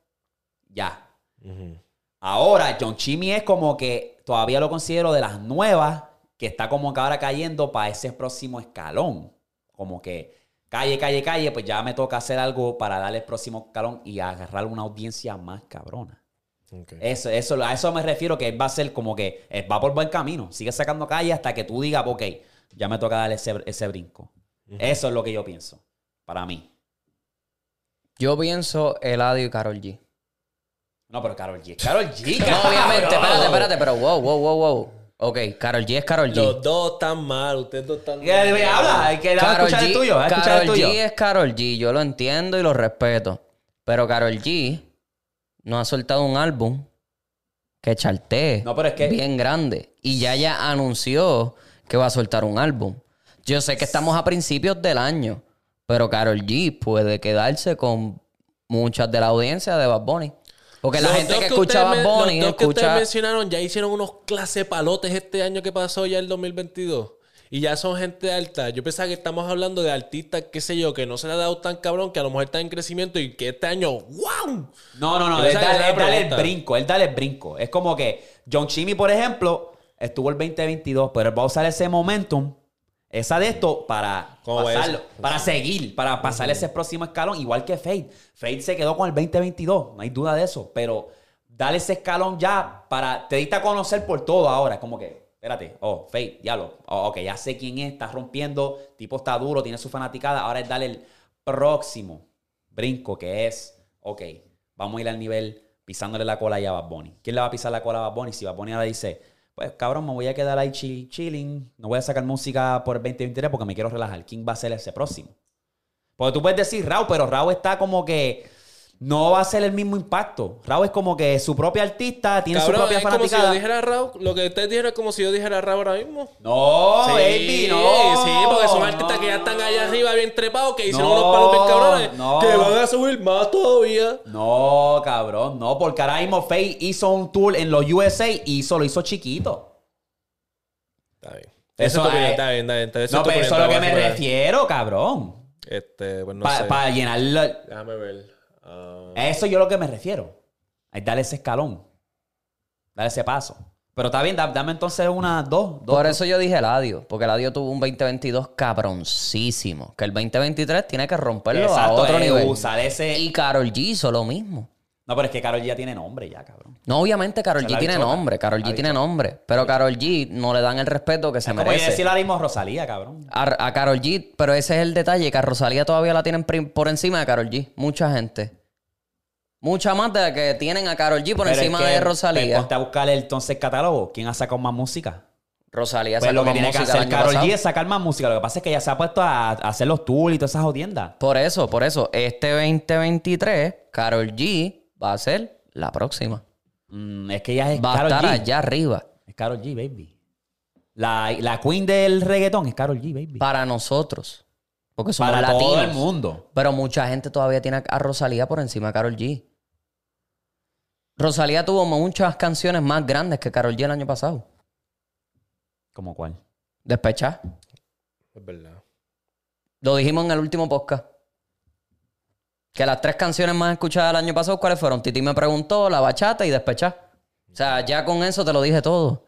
ya. Ahora, John Chimmy es como que todavía lo considero de las nuevas, que está como que ahora cayendo para ese próximo escalón. Como que calle, calle, calle, pues ya me toca hacer algo para darle el próximo escalón y agarrar una audiencia más cabrona. Ok. Eso, eso, a eso me refiero que él va a ser como que eh, va por buen camino. Sigue sacando calle hasta que tú digas, ok, ya me toca darle ese, ese brinco. Eso es lo que yo pienso. Para mí. Yo pienso Eladio y Carol G. No, pero Carol G. Carol G. No, cabrón. obviamente, espérate, espérate, pero wow, wow, wow, wow. Ok, Carol G es Carol G. Los dos están mal, ustedes dos están Que le- Habla, es que va a Karol escuchar el tuyo. va a escuchar el Karol tuyo. G es Carol G, yo lo entiendo y lo respeto. Pero Carol G no ha soltado un álbum que chartee No, pero es que- bien grande. Y ya ya anunció que va a soltar un álbum. Yo sé que estamos a principios del año, pero Carol G puede quedarse con muchas de la audiencia de Bad Bunny. Porque la Los gente dos que escucha ustedes Bad me- Bunny los dos que ustedes escucha... mencionaron ya hicieron unos clase palotes este año que pasó ya el 2022. Y ya son gente alta. Yo pensaba que estamos hablando de artistas, qué sé yo, que no se le ha dado tan cabrón, que a lo mejor están en crecimiento y que este año, ¡wow! No, no, no. Pero Él esa es la dale, él dale el pregunta. brinco. Él dale el brinco. Es como que John Chimmy, por ejemplo, estuvo el 2022, pero él va a usar ese momentum, esa de esto, para ¿Cómo va pasarlo, eso? para seguir, para pasar ese próximo escalón, igual que Fade. Fade se quedó con el 2022, no hay duda de eso, pero dale ese escalón ya para. Te diste a conocer por todo ahora, como que. Espérate, oh, Fate, diablo. Oh, ok, ya sé quién es, está rompiendo, tipo está duro, tiene su fanaticada. Ahora es darle el próximo brinco que es, ok, vamos a ir al nivel pisándole la cola ya a Bad Bunny. ¿Quién le va a pisar la cola a Bad Bunny? Si Bad Bunny ahora dice, pues cabrón, me voy a quedar ahí chi- chilling, no voy a sacar música por el 2023 porque me quiero relajar. ¿Quién va a ser ese próximo? Porque tú puedes decir Rao, pero Rao está como que no va a ser el mismo impacto. Rao es como que su propio artista, tiene su Cabrón, propia es como si yo fanaticada. dijera Raúl. Lo que ustedes dijeron es como si yo dijera Raúl ahora mismo. No, Oh, baby, no. Sí, porque son artistas que ya están allá arriba bien trepados, que hicieron unos palos bien cabrones. no. Que van a subir más todavía. No, cabrón, no, porque ahora mismo Faye hizo un tour en los USA y solo hizo chiquito. Está bien. Eso Eso, es tu opinión, es- está bien, está bien. está bien. no, es tu pero eso es a lo opinión, que está me bien. refiero, cabrón. Este, pues no sé. Para llenar... la- Déjame ver. Ah, A eso yo a lo que me refiero. Es darle ese escalón. Darle ese paso. Pero está bien, da- dame entonces una, dos, dos. Por eso yo dije Ladio, porque Ladio tuvo un 2022 cabroncísimo. Que el 2023 tiene que romperlo a Exacto, otro eh, nivel. usar ese. Y Carol G hizo lo mismo. No, pero es que Carol ya tiene nombre ya, cabrón. No, obviamente Carol Se G la tiene bichota. nombre. Carol La G tiene nombre. Pero Carol G no le dan el respeto que se Como yo merece. decir ahora mismo Rosalía, cabrón. A, a Carol G, pero ese es el detalle, que a Rosalía todavía la tienen prim- por encima de Carol G. Mucha gente. Mucha más de la que tienen a Carol G por Pero es encima que, de pues, Rosalía. ponte a buscar el, entonces el catálogo. ¿Quién ha sacado más música? Rosalía Pues sacó lo que más tiene que música el hacer año Carol pasado. G es sacar más música. Lo que pasa es que ya se ha puesto a, a hacer los tours y todas esas jodiendas. Por eso, por eso, este 2023, Carol G va a ser la próxima. Mm, es que ella es Va a Karol estar G. allá arriba. Es Carol G, baby. La, la queen del reggaetón es Carol G, baby. Para nosotros. Porque somos Para latinos. todo el mundo. Pero mucha gente todavía tiene a Rosalía por encima de Carol G. Rosalía tuvo muchas canciones más grandes que Carol G el año pasado. ¿Cómo cuál? Despechá. es verdad. Lo dijimos en el último podcast. Que las tres canciones más escuchadas el año pasado, ¿cuáles fueron? Titi me preguntó, La Bachata y Despechá. O sea, ya con eso te lo dije todo.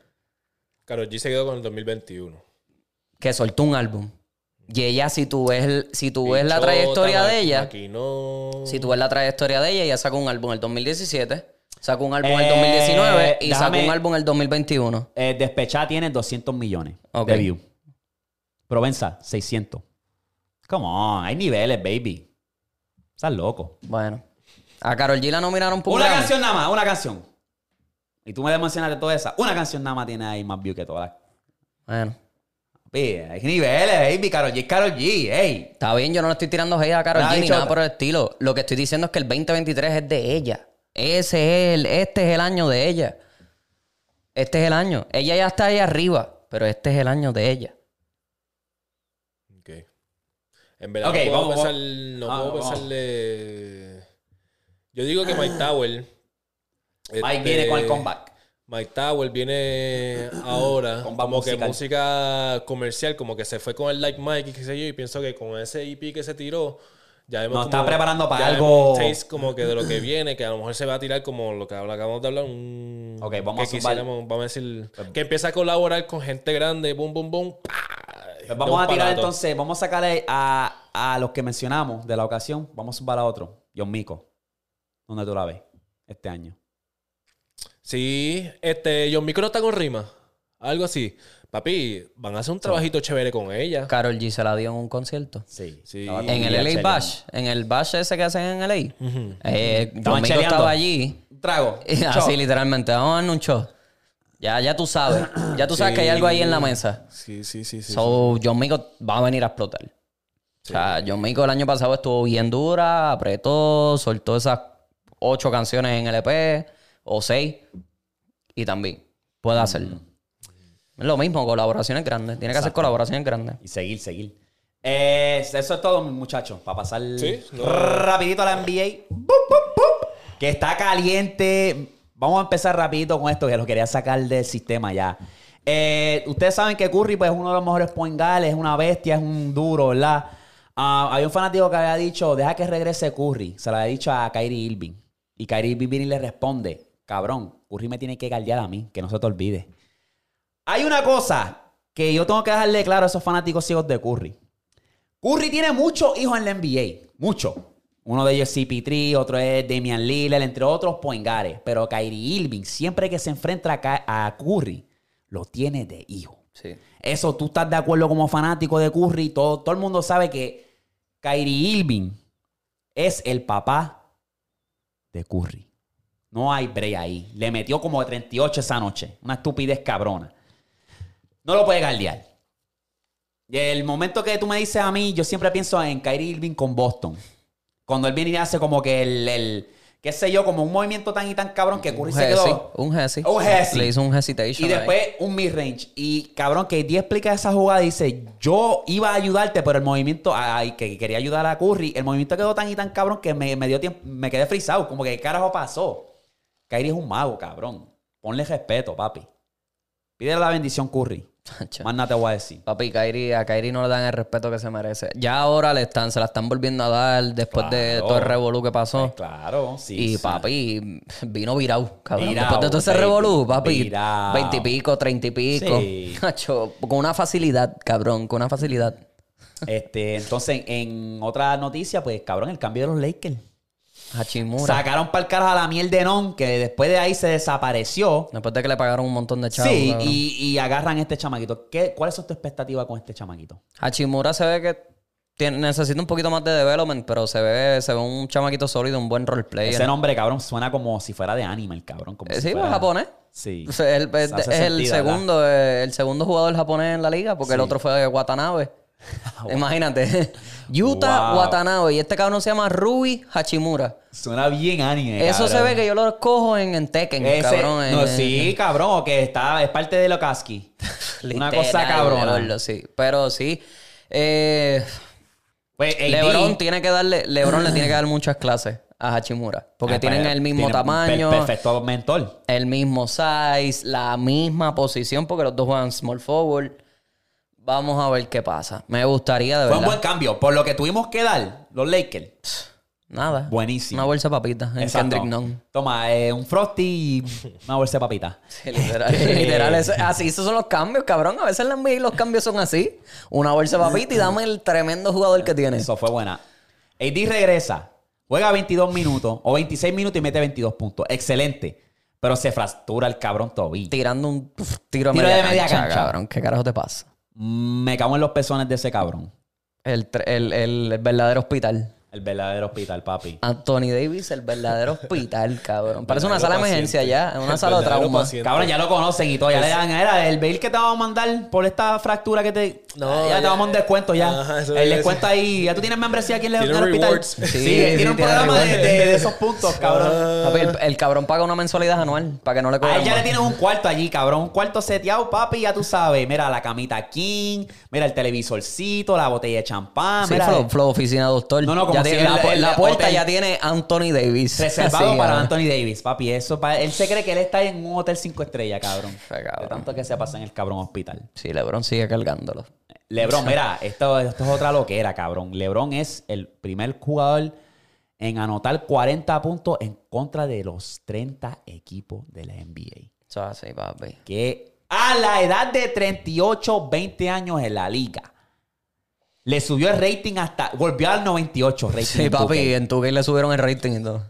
Karol G se quedó con el 2021. Que soltó un álbum. Y ella, si tú ves, el- si tú Pues ves la Bichota, trayectoria de ella, Aquí no. si tú ves la trayectoria de ella, ella sacó un álbum en el 2017, sacó un álbum en el Eh, 2019 y déjame- sacó un álbum en el 2021. Eh, Despechada tiene 200 millones Ok. de views. Provenza, 600. Come on, hay niveles, baby. Estás loco. Bueno. A Carol G la nominaron por un Una Grammy. canción nada más, una canción. Y tú me mencionaste toda esa. Una canción nada más tiene ahí más views que todas las. Bueno. Papi, Hay niveles, baby. Carol G es Carol G, ey. Está bien, yo no le estoy tirando hate a Carol Nada, G ni nada bichota. por el estilo. Lo que estoy diciendo es que el 2023 es de ella. Ese es el, este es el año de ella. Este es el año. Ella ya está ahí arriba, pero este es el año de ella. Ok. En verdad, Ok, no puedo, vamos, pensar, vamos. no Ah, puedo vamos. pensarle. Yo digo que Mike Tower. Mike este, viene con el comeback. Mike Tower viene ahora Con como que musical. música comercial, como que se fue con el Like Mike y qué sé yo, y pienso que con ese EP que se tiró, ya vemos Nos como- está preparando para ya algo- vemos un taste como que de lo que viene, que a lo mejor se va a tirar como lo que habla- acabamos de hablar, un... Ok, vamos que a zumbar. quisiéramos, vamos a decir, que empieza a colaborar con gente grande, boom, boom, boom, pa, Pues de vamos este un a tirar palato. entonces, vamos a sacar a, a los que mencionamos de la ocasión. Vamos a sumar a otro. John Mico. ¿Dónde tú la ves? Este año. Sí, este, John Micro está con rima, algo así. Papi, van a hacer un trabajito chévere con ella. Carol G se la dio en un concierto. Sí. Sí. Estaba con En el VHL. LA Bash. En el Bash ese que hacen en LA. Ujú. Eh, Estaban Domingo cheleando. estaba allí. Un trago. y Chao. Así literalmente. Vamos a darnos un show. Ya, ya tú sabes. Ya tú sabes que hay algo ahí en la mesa. Sí, sí, sí, sí. So, John Mico va a venir a explotar. O sea, John Mico el año pasado estuvo bien dura, apretó, soltó esas ocho canciones en LP o seis. Y también puede hacerlo. Es lo mismo, colaboraciones grandes. Tiene que hacer colaboraciones grandes. Y seguir, seguir. Eh, eso es todo, mis muchachos. Para pasar Sí, no. rapidito a la NBA. Bup, bup, bup, que está caliente. Vamos a empezar rapidito con esto, que lo quería sacar del sistema ya. Eh, ustedes saben que Curry pues, es uno de los mejores point guards, es una bestia, es un duro, ¿verdad? Ah, había un fanático que había dicho, deja que regrese Curry. Se lo había dicho a Kyrie Irving. Y Kyrie Irving viene y le responde, cabrón, Curry me tiene que galdear a mí, que no se te olvide. Hay una cosa que yo tengo que dejarle claro a esos fanáticos ciegos de Curry. Curry tiene muchos hijos en la NBA. Muchos. Uno de ellos es CP3, otro es Damian Lillard, entre otros Poingares. Pero Kyrie Irving, siempre que se enfrenta a, Ka- a Curry, lo tiene de hijo. Sí. Eso tú estás de acuerdo como fanático de Curry. Todo, todo el mundo sabe que Kyrie Irving es el papá de Curry. No hay break ahí. Le metió como 38 esa noche. Una estupidez cabrona. No lo puede galdear. Y el momento que tú me dices a mí, yo siempre pienso en Kyrie Irving con Boston. Cuando él viene y hace como que el, el- qué sé yo, como un movimiento tan y tan cabrón que Curry Un se hesi. quedó. Un hesi. Un hesi. Le hizo un hesitation. Y ahí. después un mid-range. Y cabrón, que KD explica esa jugada. Dice: Yo iba a ayudarte, pero el movimiento. Ay, que quería ayudar a Curry. El movimiento quedó tan y tan cabrón que me, me dio tiempo. Me quedé frisado. Como que, ¿qué carajo pasó? Kyrie es un mago, cabrón. Ponle respeto, papi. Pídele la bendición, Curry. Chacho. Más nada te voy a decir. Papi, Kairi, a Kairi no le dan el respeto que se merece. Ya ahora le están, se la están volviendo a dar después de Claro. todo el revolú que pasó. Pues claro, sí. y sí. papi, vino virado, cabrón. Virao, después de todo ese baby, revolú, papi. virao. Veintipico, treinta y pico. Sí. Chacho, con una facilidad, cabrón, con una facilidad. Este, entonces, en otra noticia, pues, cabrón, el cambio de los Lakers. Hachimura. Sacaron para el carajo a la miel de Non, que después de ahí se desapareció. Después de que le pagaron un montón de chavos. Sí, cabrón. y, y agarran este chamaquito. ¿Qué, ¿Cuál es tu expectativa con este chamaquito? Hachimura se ve que tiene- necesita un poquito más de development, pero se ve, se ve un chamaquito sólido, un buen roleplayer. Ese nombre, cabrón, suena como si fuera de anime el cabrón. Como Eh, si sí, fuera- pues, japonés. Sí. O sea, el- es, Pues, Hace es el sentido, ¿verdad? segundo, eh, el segundo jugador japonés en la liga, porque el otro fue Watanabe. Imagínate. Utah Wow. Watanabe. Y este cabrón se llama Rui Hachimura. Suena bien anime. Eso se cabrón. ve que yo lo cojo en, en Tekken, Ese- cabrón. eh, en- no, en- sí, cabrón, o que está, es parte de lo Kaski. Una literal, cosa cabrona. gordo, sí. Pero sí. eh, Pues, AD, Lebron tiene que darle, Lebron le tiene que dar muchas clases a Hachimura. Porque eh, tienen pues, el mismo tiene un tamaño. per- Perfecto mentor. el mismo size, la misma posición, porque los dos juegan small forward. Vamos a ver qué pasa. Me gustaría de Fue un verdad. buen cambio. Por lo que tuvimos que dar, los Lakers. Nada. Buenísimo. Una bolsa de papitas en Exacto. Kendrick Nunn. Toma, eh, un Frosty y una bolsa de papita. Sí, literal. literal, eso- así, esos son los cambios, cabrón. A veces en la NBA los cambios son así. Una bolsa de papita y dame el tremendo jugador que tienes. Eso fue buena. AD regresa, juega 22 minutos o 26 minutos y mete 22 puntos. Excelente. Pero se fractura el cabrón tobillo. Tirando un pf, tiro, a Tiro media, de media cancha, cancha. cabrón. ¿Qué carajo te pasa? Me cago en los pezones de ese cabrón. El, tre- el- el- el verdadero hospital. El verdadero hospital, papi. Anthony Davis, el verdadero hospital, cabrón. Parece una sala Verdadero de emergencia paciente. ya. Es El Una sala de verdadero trauma. paciente. Cabrón, ya lo conocen y todo. Ya le dan, era el bail que te vamos a mandar por esta fractura que te. No, ya, te ya- vamos a un descuento ya. Ajá, eso el iba a descuento ahí. Ya tú tienes membresía aquí en el, en Tiene el hospital. rewards. Sí, Sí, tiene sí, un tiene programa de, rewards. de- de esos puntos, cabrón. Papi, el, el cabrón paga una mensualidad anual para que no le A cobren. él ya le más. tienes un cuarto allí, cabrón. Un cuarto seteado, papi, ya tú sabes. Mira la camita King, mira el televisorcito, la botella de champán. Sí, mira, flow, flow, oficina doctor. No, no, como Ya si tiene el- la, pu- el- la el puerta hotel- ya tiene Anthony Davis. Reservado Así, para cabrón. Anthony Davis, papi. Eso pa- él se cree que él está en un hotel cinco estrellas, cabrón. Fe, cabrón. De tanto que se pasa en el cabrón hospital. Sí, LeBron sigue cargándolo. Lebron, mira, esto, esto es otra loquera, cabrón. Lebron es el primer jugador en anotar 40 puntos en contra de los 30 equipos de la NBA. Eso es así, papi. que a la edad de 38, 20 años en la liga, le subió el rating hasta. Volvió al 98 rating. Sí, en 2K. papi, en tu game le subieron el rating y todo.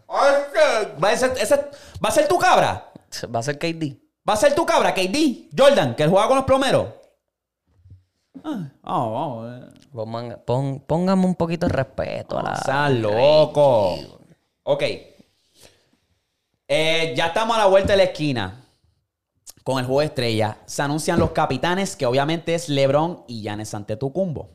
Va a, ser, ese- va a ser tu cabra. Va a ser KD. Va a ser tu cabra, KD. Jordan, que jugaba con los plomeros. Ah, oh, oh, eh. Pongan- pon- póngame un poquito de respeto a la. O sea, loco. Ok. Eh, ya estamos a la vuelta de la esquina con el juego de estrella. Se anuncian los capitanes, que obviamente es LeBron y Giannis Antetokounmpo.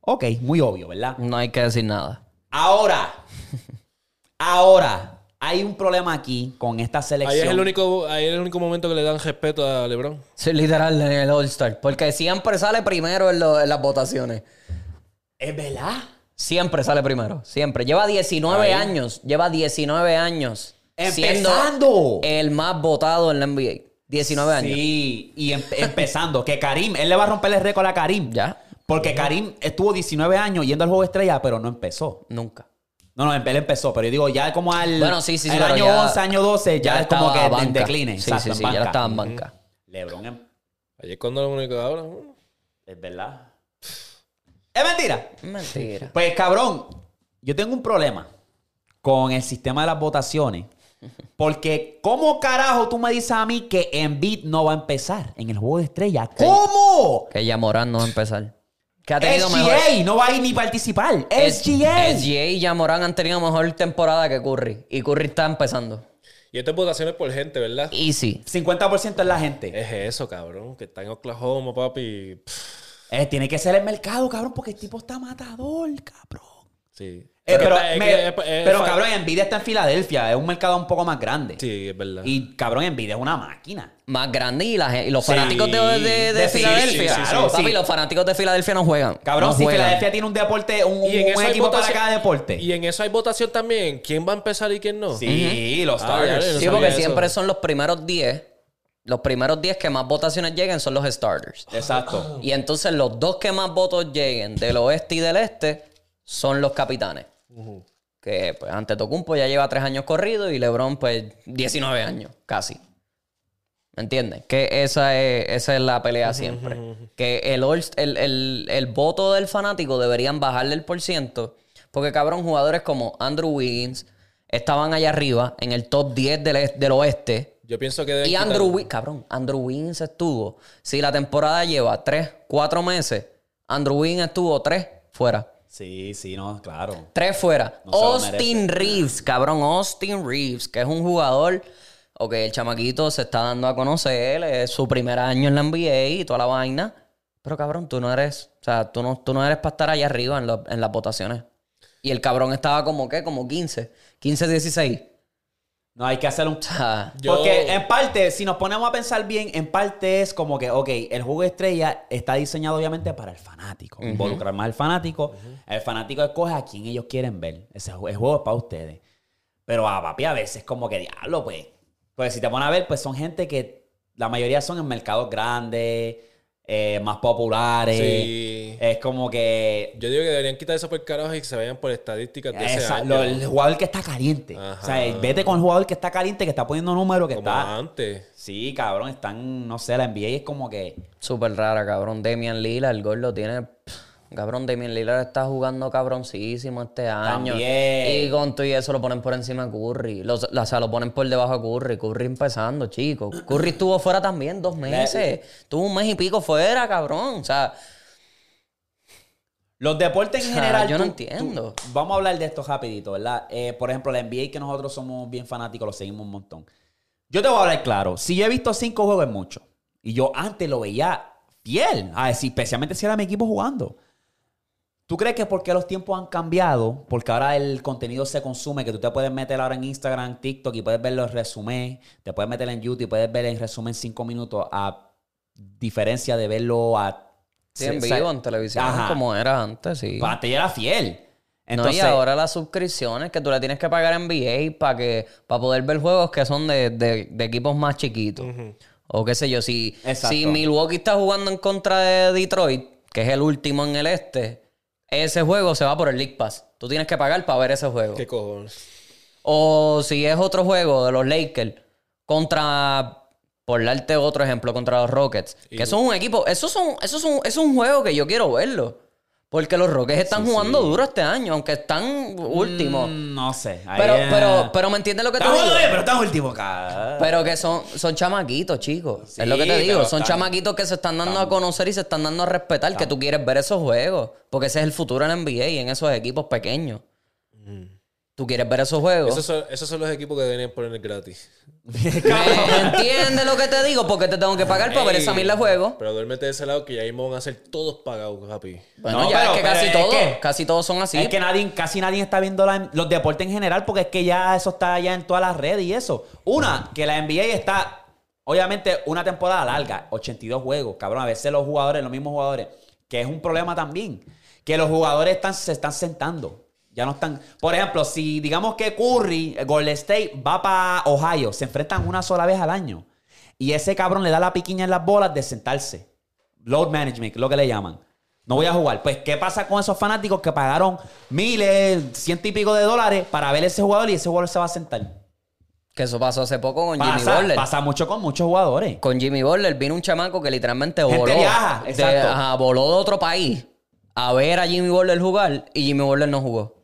Ok, muy obvio, ¿verdad? No hay que decir nada. Ahora, ahora, hay un problema aquí con esta Ahí selección. es, el único, ahí es el único momento que le dan respeto a LeBron. Sí, literal, en el All-Star. Porque siempre sale primero en, lo- en las votaciones. Es verdad. Siempre sale primero. Siempre. Lleva 19 años. Lleva 19 años. siendo Empezando. el más votado en la NBA. 19 años. Sí, y em- empezando, que Karim, él le va a romper el récord a Karim. Ya. Porque Karim estuvo 19 años yendo al juego de estrella, pero no empezó. Nunca. No, no, él empezó, pero yo digo, ya como al Bueno, sí, sí, sí, el pero año ya- 11, año 12, ya, es como estaba que en- en banca. decline. Sí, exacto, sí, en sí, banca. ya estaba en banca. LeBron em- Ayer cuando lo único ahora. ¿no? es verdad. Es mentira. Mentira. Pues cabrón, yo tengo un problema con el sistema de las votaciones Porque, ¿cómo carajo tú me dices a mí que Embiid no va a empezar en el juego de estrella? ¿Cómo? Que ya Morán no va a empezar. Que ha tenido mejor. SGA no va a ir ni participar. SGA. SGA y Yamorán han tenido mejor temporada que Curry. Y Curry está empezando. Y estas votaciones por gente, ¿verdad? Easy. 50% es la gente. Es eso, cabrón. Que está en Oklahoma, papi. Pff, Eh, tiene que ser el mercado, cabrón, porque el tipo está matador, cabrón. Sí. Eh, pero, está- es me- que- pues, es- es- pero, es- cabrón, Envidia está en Filadelfia. Es un mercado un poco más grande. Sí, es verdad. Y cabrón, Envidia es una máquina. Más grande y, la gen- y los Sí. fanáticos de, de- de De- sí, Filadelfia. sí, sí, claro, Papi, sí. los fanáticos de Filadelfia no juegan. Cabrón, No si juegan. Filadelfia tiene un deporte, un, Y en un eso hay equipo para votación- cada deporte. Y en eso hay votación también. ¿Quién va a empezar y quién no? Sí, los Ah, starters. ya, ya, Sí, No porque sabía eso. siempre son los primeros 10. Los primeros 10 que más votaciones lleguen son los starters. Exacto. Y entonces los dos que más votos lleguen del oeste y del este son los capitanes. Que pues Antetokounmpo ya lleva tres años corrido y LeBron pues 19 años, casi. ¿Me entiendes? Que esa es, esa es la pelea siempre. Que el, all- el, el- el voto del fanático deberían bajarle el por ciento. Porque, cabrón, jugadores como Andrew Wiggins estaban allá arriba en el top 10 del, est- del oeste. Yo pienso que deben Y quitar- Andrew Wiggins, cabrón, Andrew Wiggins estuvo. Si la temporada lleva 3, 4 meses, Andrew Wiggins estuvo 3 fuera. Sí, sí, no, claro. Tres fuera. No se lo Austin Reeves, cabrón. Austin Reeves, que es un jugador. Ok, el chamaquito se está dando a conocer. Es su primer año en la NBA y toda la vaina. Pero cabrón, tú no eres. O sea, tú no, tú no eres para estar allá arriba en, lo- en las votaciones. Y el cabrón estaba como, ¿qué? Como 15. 15, 16. No hay que hacer un. O sea, Yo- Porque en parte, si nos ponemos a pensar bien, en parte es como que, ok, el juego de estrella está diseñado obviamente para el fanático. Involucrar más al fanático. El fanático escoge a quien ellos quieren ver. Ese ju- el juego es para ustedes. Pero a papi a veces como que diablo, pues. Pues si te pones a ver, pues son gente que la mayoría son en mercados grandes, eh, más populares. Sí. Es como que Yo digo que deberían quitar eso por carajo y que se vayan por estadísticas de ese Esa- año. lo- el jugador que está caliente. Ajá. O sea, vete con el jugador que está caliente, que está poniendo números, que Como está. antes. Sí, cabrón, están, no sé, la NBA es como que. súper rara, cabrón. Damian Lillard, el gol lo tiene. pff, Cabrón, Damian Lillard está jugando cabroncísimo este año. También. Y con todo y eso lo ponen por encima de Curry. Lo, o sea, lo ponen por debajo de Curry. Curry empezando, chico. Curry estuvo fuera también dos meses. Tuvo un mes y pico fuera, cabrón. O sea, Los deportes en O sea, general. yo no entiendo. vamos a hablar de esto rapidito, ¿verdad? Eh, por ejemplo, la NBA que nosotros somos bien fanáticos, lo seguimos un montón. Yo te voy a hablar claro. Si yo he visto cinco juegos es mucho. Y yo antes lo veía fiel. A decir, especialmente si era mi equipo jugando. ¿Tú crees que porque los tiempos han cambiado, porque ahora el contenido se consume, que tú te puedes meter ahora en Instagram, TikTok y puedes ver los resumés, te puedes meter en YouTube y puedes ver el resumen cinco minutos, a diferencia de verlo a... sí, en se- vivo, en televisión, Ajá. como era antes, sí. Pues antes yo era fiel. Entonces, no, y ahora las suscripciones que tú le tienes que pagar en NBA para que para poder ver juegos que son de, de- de equipos más chiquitos. O qué sé yo, si, Exacto. si Milwaukee está jugando en contra de Detroit, que es el último en el este, ese juego se va por el League Pass. Tú tienes que pagar para ver ese juego. ¿Qué cojones? O si es otro juego de los Lakers contra, por darte otro ejemplo, contra los Rockets. Que son un equipo, eso son, eso son, es un juego que yo quiero verlo. Porque los Rockets están jugando duro este año, aunque están últimos. Mm, No sé. Ahí Pero, es- pero, pero me entiendes lo que te Estamos digo. bien, pero estamos últimos acá. Pero que son, son chamaquitos, chicos. Sí, es lo que te digo. pero Son están- chamaquitos que se están dando a conocer y se están dando a respetar. Que tú quieres ver esos juegos. Porque ese es el futuro en la NBA y en esos equipos pequeños. Mm. Tú quieres ver esos juegos. Esos son, esos son los equipos que deberían poner gratis. ¿Me entiendes lo que te digo? Porque te tengo que pagar para ver esa mierda de juego. Pero duérmete de ese lado que ya mismo van a ser todos pagados, papi. Bueno, No, ya pero- es que pero casi es todos, que- casi todos son así. Es que nadie, casi nadie está viendo la- los deportes en general porque es que ya eso está ya en todas las redes y eso. Una, que la NBA está, obviamente, una temporada larga, 82 juegos, cabrón. A veces los jugadores, los mismos jugadores, que es un problema también, que los jugadores están, se están sentando. Ya no están. Por ejemplo, si digamos que Curry, eh, Golden State, va para Ohio, se enfrentan una sola vez al año. Y ese cabrón le da la piquiña en las bolas de sentarse. Load management, lo que le llaman. No voy a jugar. Pues, ¿qué pasa con esos fanáticos que pagaron miles, ciento y pico de dólares para ver ese jugador y ese jugador se va a sentar? Que eso pasó hace poco con Jimmy Pasa, Butler. pasa mucho con muchos jugadores. Con Jimmy Butler vino un chamaco que literalmente Gente voló. viaja, de- exacto. ajá, voló de otro país a ver a Jimmy Butler jugar y Jimmy Butler no jugó.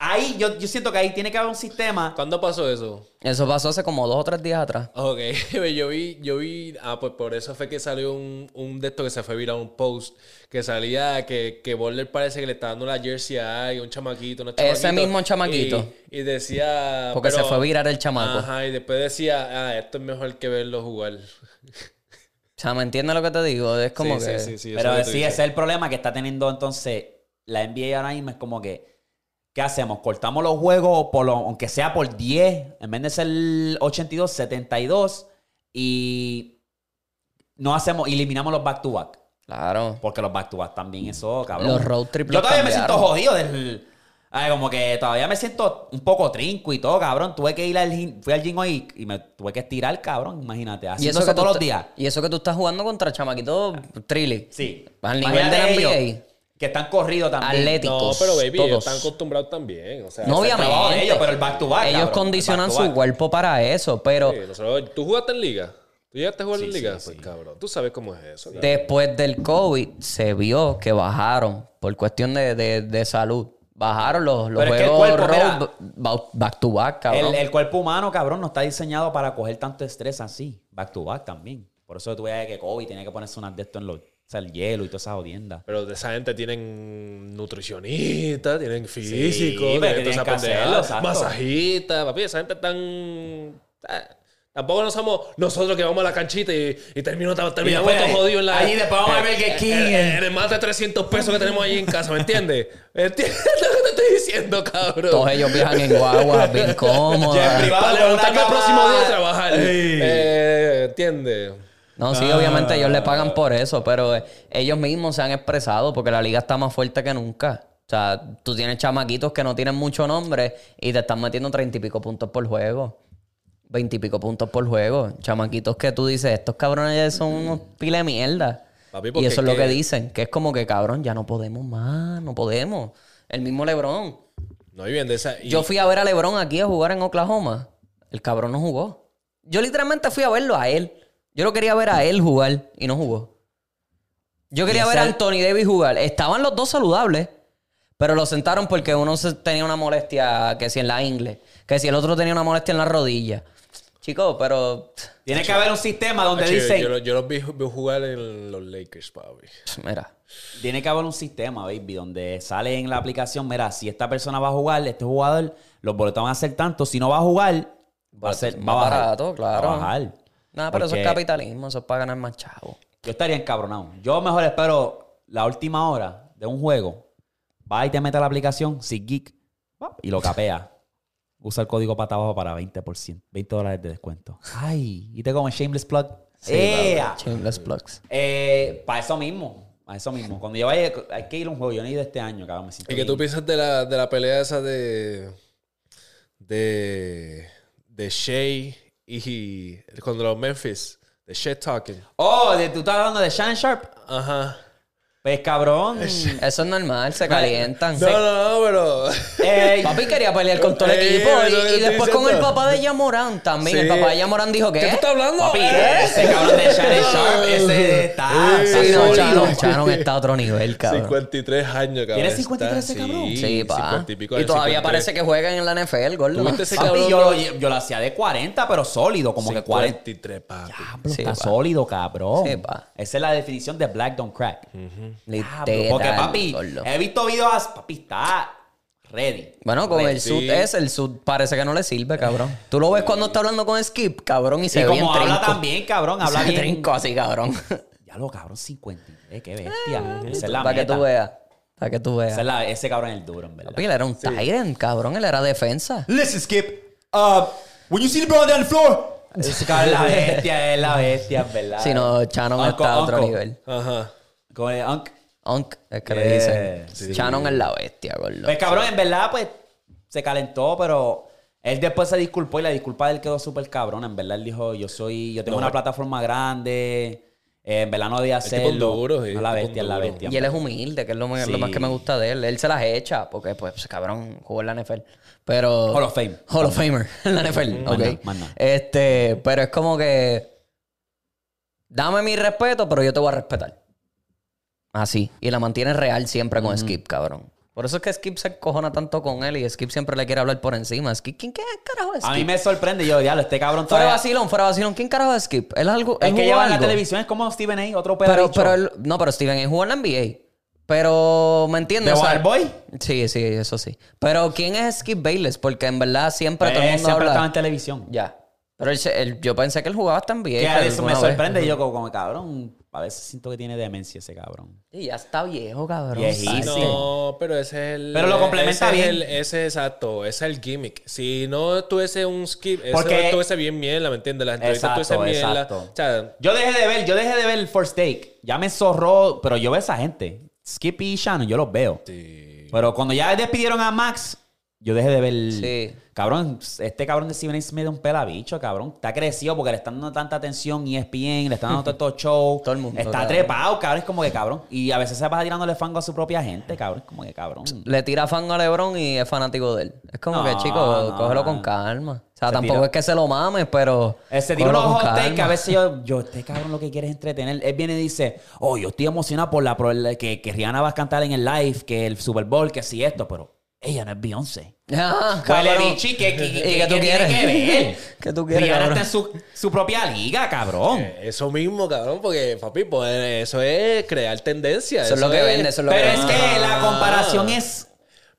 Ahí yo, yo siento que ahí tiene que haber un sistema. ¿Cuándo pasó eso? Eso pasó hace como dos o tres días atrás. Ok, yo vi, yo vi, ah, pues por eso fue que salió un, un de esto que se fue viral, un post, que salía que, que Boller parece que le está dando la jersey a alguien, un chamaquito, un Ese mismo chamaquito. Y, y Ah, decía... Porque se pero- fue viral el chamaco. Ajá, y después decía, ah, esto es mejor que verlo jugar. O sea, ¿me entiendes lo que te digo? Es como Sí, que... sí, sí, sí, eso Pero es lo que tú sí, dices. ese es el problema que está teniendo entonces la NBA ahora mismo. Es como que, ¿qué hacemos? ¿Cortamos los juegos, por lo- aunque sea por 10, en vez de ser 82, 72, y no hacemos, eliminamos los back-to-back? Claro. Porque los back-to-back también, eso, cabrón. Los road trip Yo los todavía me cambiaron. siento jodido del... Ay, como que todavía me siento un poco trinco y todo, cabrón. Tuve que ir al gym, fui al gym hoy y me tuve que estirar, cabrón, imagínate. Haciendo eso, que tú todos los estás- días. Y eso que tú estás jugando contra chamaquito Trilly. Sí. Al nivel de la Imagínate NBA. ellos, que están corridos también. Atléticos. No, pero baby, ellos todos. están acostumbrados también, o sea... No, ese- trabajo de obviamente. ellos, pero el back to back, Ellos cabrón, condicionan el back to su back. cuerpo para eso, pero Sí, nosotros- ¿Tú jugaste en liga? ¿Tú llegaste a jugar Sí, en liga? sí, pues sí. cabrón, tú sabes cómo es eso. cabrón. después del COVID se vio que bajaron por cuestión de, de- de salud. Bajaron los, los Pero es que el juegos cuerpo, road mira, ba- back to back, cabrón. El, el cuerpo humano, cabrón, no está diseñado para coger tanto estrés así. Back to back también. Por eso tú veas que Kobe tenía que ponerse unas de esto en los... O sea, el hielo y todas esas jodiendas. Pero de esa gente tienen nutricionistas, tienen físico, pero que tienen toda esa tienen que hacerlo, pendejada, exacto. masajistas, papi, esa gente tan... ah, Tampoco no somos nosotros que vamos a la canchita y, y termino, terminamos después estos ahí- jodidos en la... ahí después vamos a ver qué en- quién. en- en el más de 300 pesos que tenemos ahí en casa, ¿me entiendes? ¿Entiendes lo que te estoy diciendo, cabrón? Todos ellos viajan en guagua, bien Ya en cómodos. privado. Para con una levantarme el cama- próximo día a trabajar. Ey. Eh, ¿Entiendes? No, sí, obviamente ellos le pagan por eso, pero eh, ellos mismos se han expresado porque la liga está más fuerte que nunca. O sea, tú tienes chamaquitos que no tienen mucho nombre y te están metiendo treinta y pico puntos por juego. Veintipico puntos por juego. Chamaquitos que tú dices, estos cabrones ya son unos pila de mierda. Papi, y porque eso es lo que- que dicen, que es como que cabrón, ya no podemos más, no podemos. El mismo Lebron. No, y bien, de esa... y- Yo fui a ver a LeBron aquí a jugar en Oklahoma. El cabrón no jugó. Yo literalmente fui a verlo a él. Yo lo quería ver a él jugar y no jugó. Yo quería ver a Anthony Davis jugar. Estaban los dos saludables, pero lo sentaron porque uno se- tenía una molestia que si en la ingle, que si el otro tenía una molestia en la rodilla. Chicos, pero Tiene que haber un sistema donde Che, dicen... Yo, lo- yo los vi, vi jugar en los Lakers, papi. mira, Tiene que haber un sistema, baby, donde sale en la aplicación, mira, si esta persona va a jugar, este jugador, los boletos van a ser tantos. Si no va a jugar, va a ser va a más bajar. barato, claro. Va a bajar. nada, pero eso Porque es capitalismo, eso es para ganar más chavo. Yo estaría encabronado. Yo mejor espero la última hora de un juego. Va y te mete a la aplicación, si geek, pap, y lo capea. Usa el código pata abajo para 20%, 20 dólares de descuento. Ay, y te como shameless plug. ¡Ea! Shameless plugs. Eh, para eso mismo. Para eso mismo. Cuando yo vaya, hay que ir a un juego. Yo no he ido este año, cabrón. Me siento ¿Y qué tú bien. piensas de la, de la pelea esa de. de. de Shea y. contra los Memphis? De Shea Talking. Oh, de- tú estás hablando de Shan Sharp. Ajá. Pues cabrón. Eso es normal, se calientan. No, no, no, pero. Ey, Papi quería pelear con todo el Ey, equipo. eso y- es lo que y, estoy después con el diciendo. papá de Yamorán también. Sí. El papá de Yamorán dijo que. ¿Qué tú estás hablando? papi, ¿Eh? ese cabrón de Shan Sharp, ese está. Sí, Ah, Sí, no, Sólido. Chano, Chano está a otro nivel, cabrón. 53 años, cabrón. ¿Tiene 53 ese Está- cabrón? Sí, Sí, pa. 50 y pico, Y todavía 53. parece que juegan en la NFL, gordo. ¿Tuviste ese Papi, cabrón? yo, lo, yo lo hacía de 40, pero sólido, como que 40. 53, papi. Diablo, Sí, está pa. sólido, cabrón. Sí, pa. Esa es la definición de Black Don't Crack. Diablo, Literal, porque, papi, eh, gordo. he visto videos, papi, está ready. Bueno, con el Sí. sud es, el sud parece que no le sirve, cabrón. Tú lo ves cuando está hablando con Skip, cabrón, y se Y ve bien como habla trinco. también, cabrón, habla Se ve bien. trinco así, cabrón. Ya lo cabrón, 53, qué bestia. Esa es la Para Ah, que meta. tú veas. Para que tú Esa es veas. la- ese cabrón es el duro, en verdad. Papi, él era un Tyrant, cabrón. Él era defensa. Listen, Skip. Uh, when you see LeBron down the floor, Ese cabrón es la bestia, es la bestia, en verdad. Si no, Shannon Uncle, está a otro uncle. nivel. Ajá. Con el Unc. Onk, es que le Yeah, dicen. sí. Shannon es la bestia, gordo. Pues cabrón, en verdad, pues se calentó, pero él después se disculpó y la disculpa de él quedó súper cabrón. En verdad, él dijo: Yo soy, yo tengo una plataforma grande. eh, en verdad no debía tipo hacerlo. duro, sí, No, la tipo bestia, es la duro. bestia. Y él es humilde, que es lo, me- Sí. lo más que me gusta de él. Él se las echa, porque, pues, cabrón, jugó en la NFL. Pero... Hall of Fame. Mm, Hall of Famer en la NFL, Más ok. nada, más nada. Este, pero es como que... Dame mi respeto, pero yo te voy a respetar. Así. Y la mantiene real siempre con Skip, cabrón. Por eso es que Skip se encojona tanto con él y Skip siempre le quiere hablar por encima. Skip, ¿quién, qué carajo es A Skip? mí me sorprende. Yo, diablo, este cabrón Fuera todavía... vacilón, fuera vacilón. ¿Quién carajo es Skip? Él es algo. él El que jugó lleva en la algo. televisión es como Steven A. Otro pedo Pero, bicho. pero él- no, pero Steven A. jugó en la NBA. Pero, ¿me ¿De entiendes? O sea, Waterboy? Sí, sí, eso sí. Pero, ¿quién es Skip Bayless? Porque en verdad siempre Eh, todo el mundo siempre estaba habla. en televisión. Ya. Pero él se- él- yo pensé que él jugaba hasta en NBA. Que a pero veces me alguna vez. sorprende. Yo como, como, cabrón, a veces siento que tiene demencia ese cabrón. Y ya está viejo, cabrón. Viejísimo. ¿sabes? No, pero ese es el. Pero lo complementa ese bien. Es el- ese es exacto, ese es el gimmick. Si no tuviese un skip, eso Porque- tuviese bien mierda, ¿me entiendes? Las entrevistas Exacto, tuviesen mierda. exacto. O sea, Yo dejé de ver, yo dejé de ver el First Take. Ya me zorró, pero yo veo a esa gente. Skippy y Shannon, yo los veo. Pero cuando ya despidieron a Max, yo dejé de ver. Sí. Cabrón, este cabrón de Steven A. Smith es un pelabicho, cabrón. Está crecido porque le están dando tanta atención E y ESPN, le están dando todo show. Todo el mundo, Está cabrón. trepado, cabrón. Es como que cabrón. Y a veces se va tirándole fango a su propia gente, cabrón. Es como que cabrón. Le tira fan a Lebron y es fanático de él. Es como No, que, chico, no. cógelo con calma. O sea, Se tampoco tira- es que se lo mames, pero. Ese tipo cógelo unos con hot takes calma. que a veces yo, yo, este cabrón lo que quiere es entretener. Él viene y dice, oh, yo estoy emocionado por la por la- que, que Rihanna va a cantar en el live, que el Super Bowl, que si esto, pero ella no es Beyoncé. Ah, Huele cabrón. bichi, que, que, que, ¿Y qué tú que tiene quieres? que ver. ¿Qué tú quieres, Rihanna cabrón? está en su, su propia liga, cabrón. eh, eso mismo, cabrón, porque, papi, pues eso es crear tendencia. Ah, Eso es lo que vende, eso es lo Pero es vende. que la comparación es.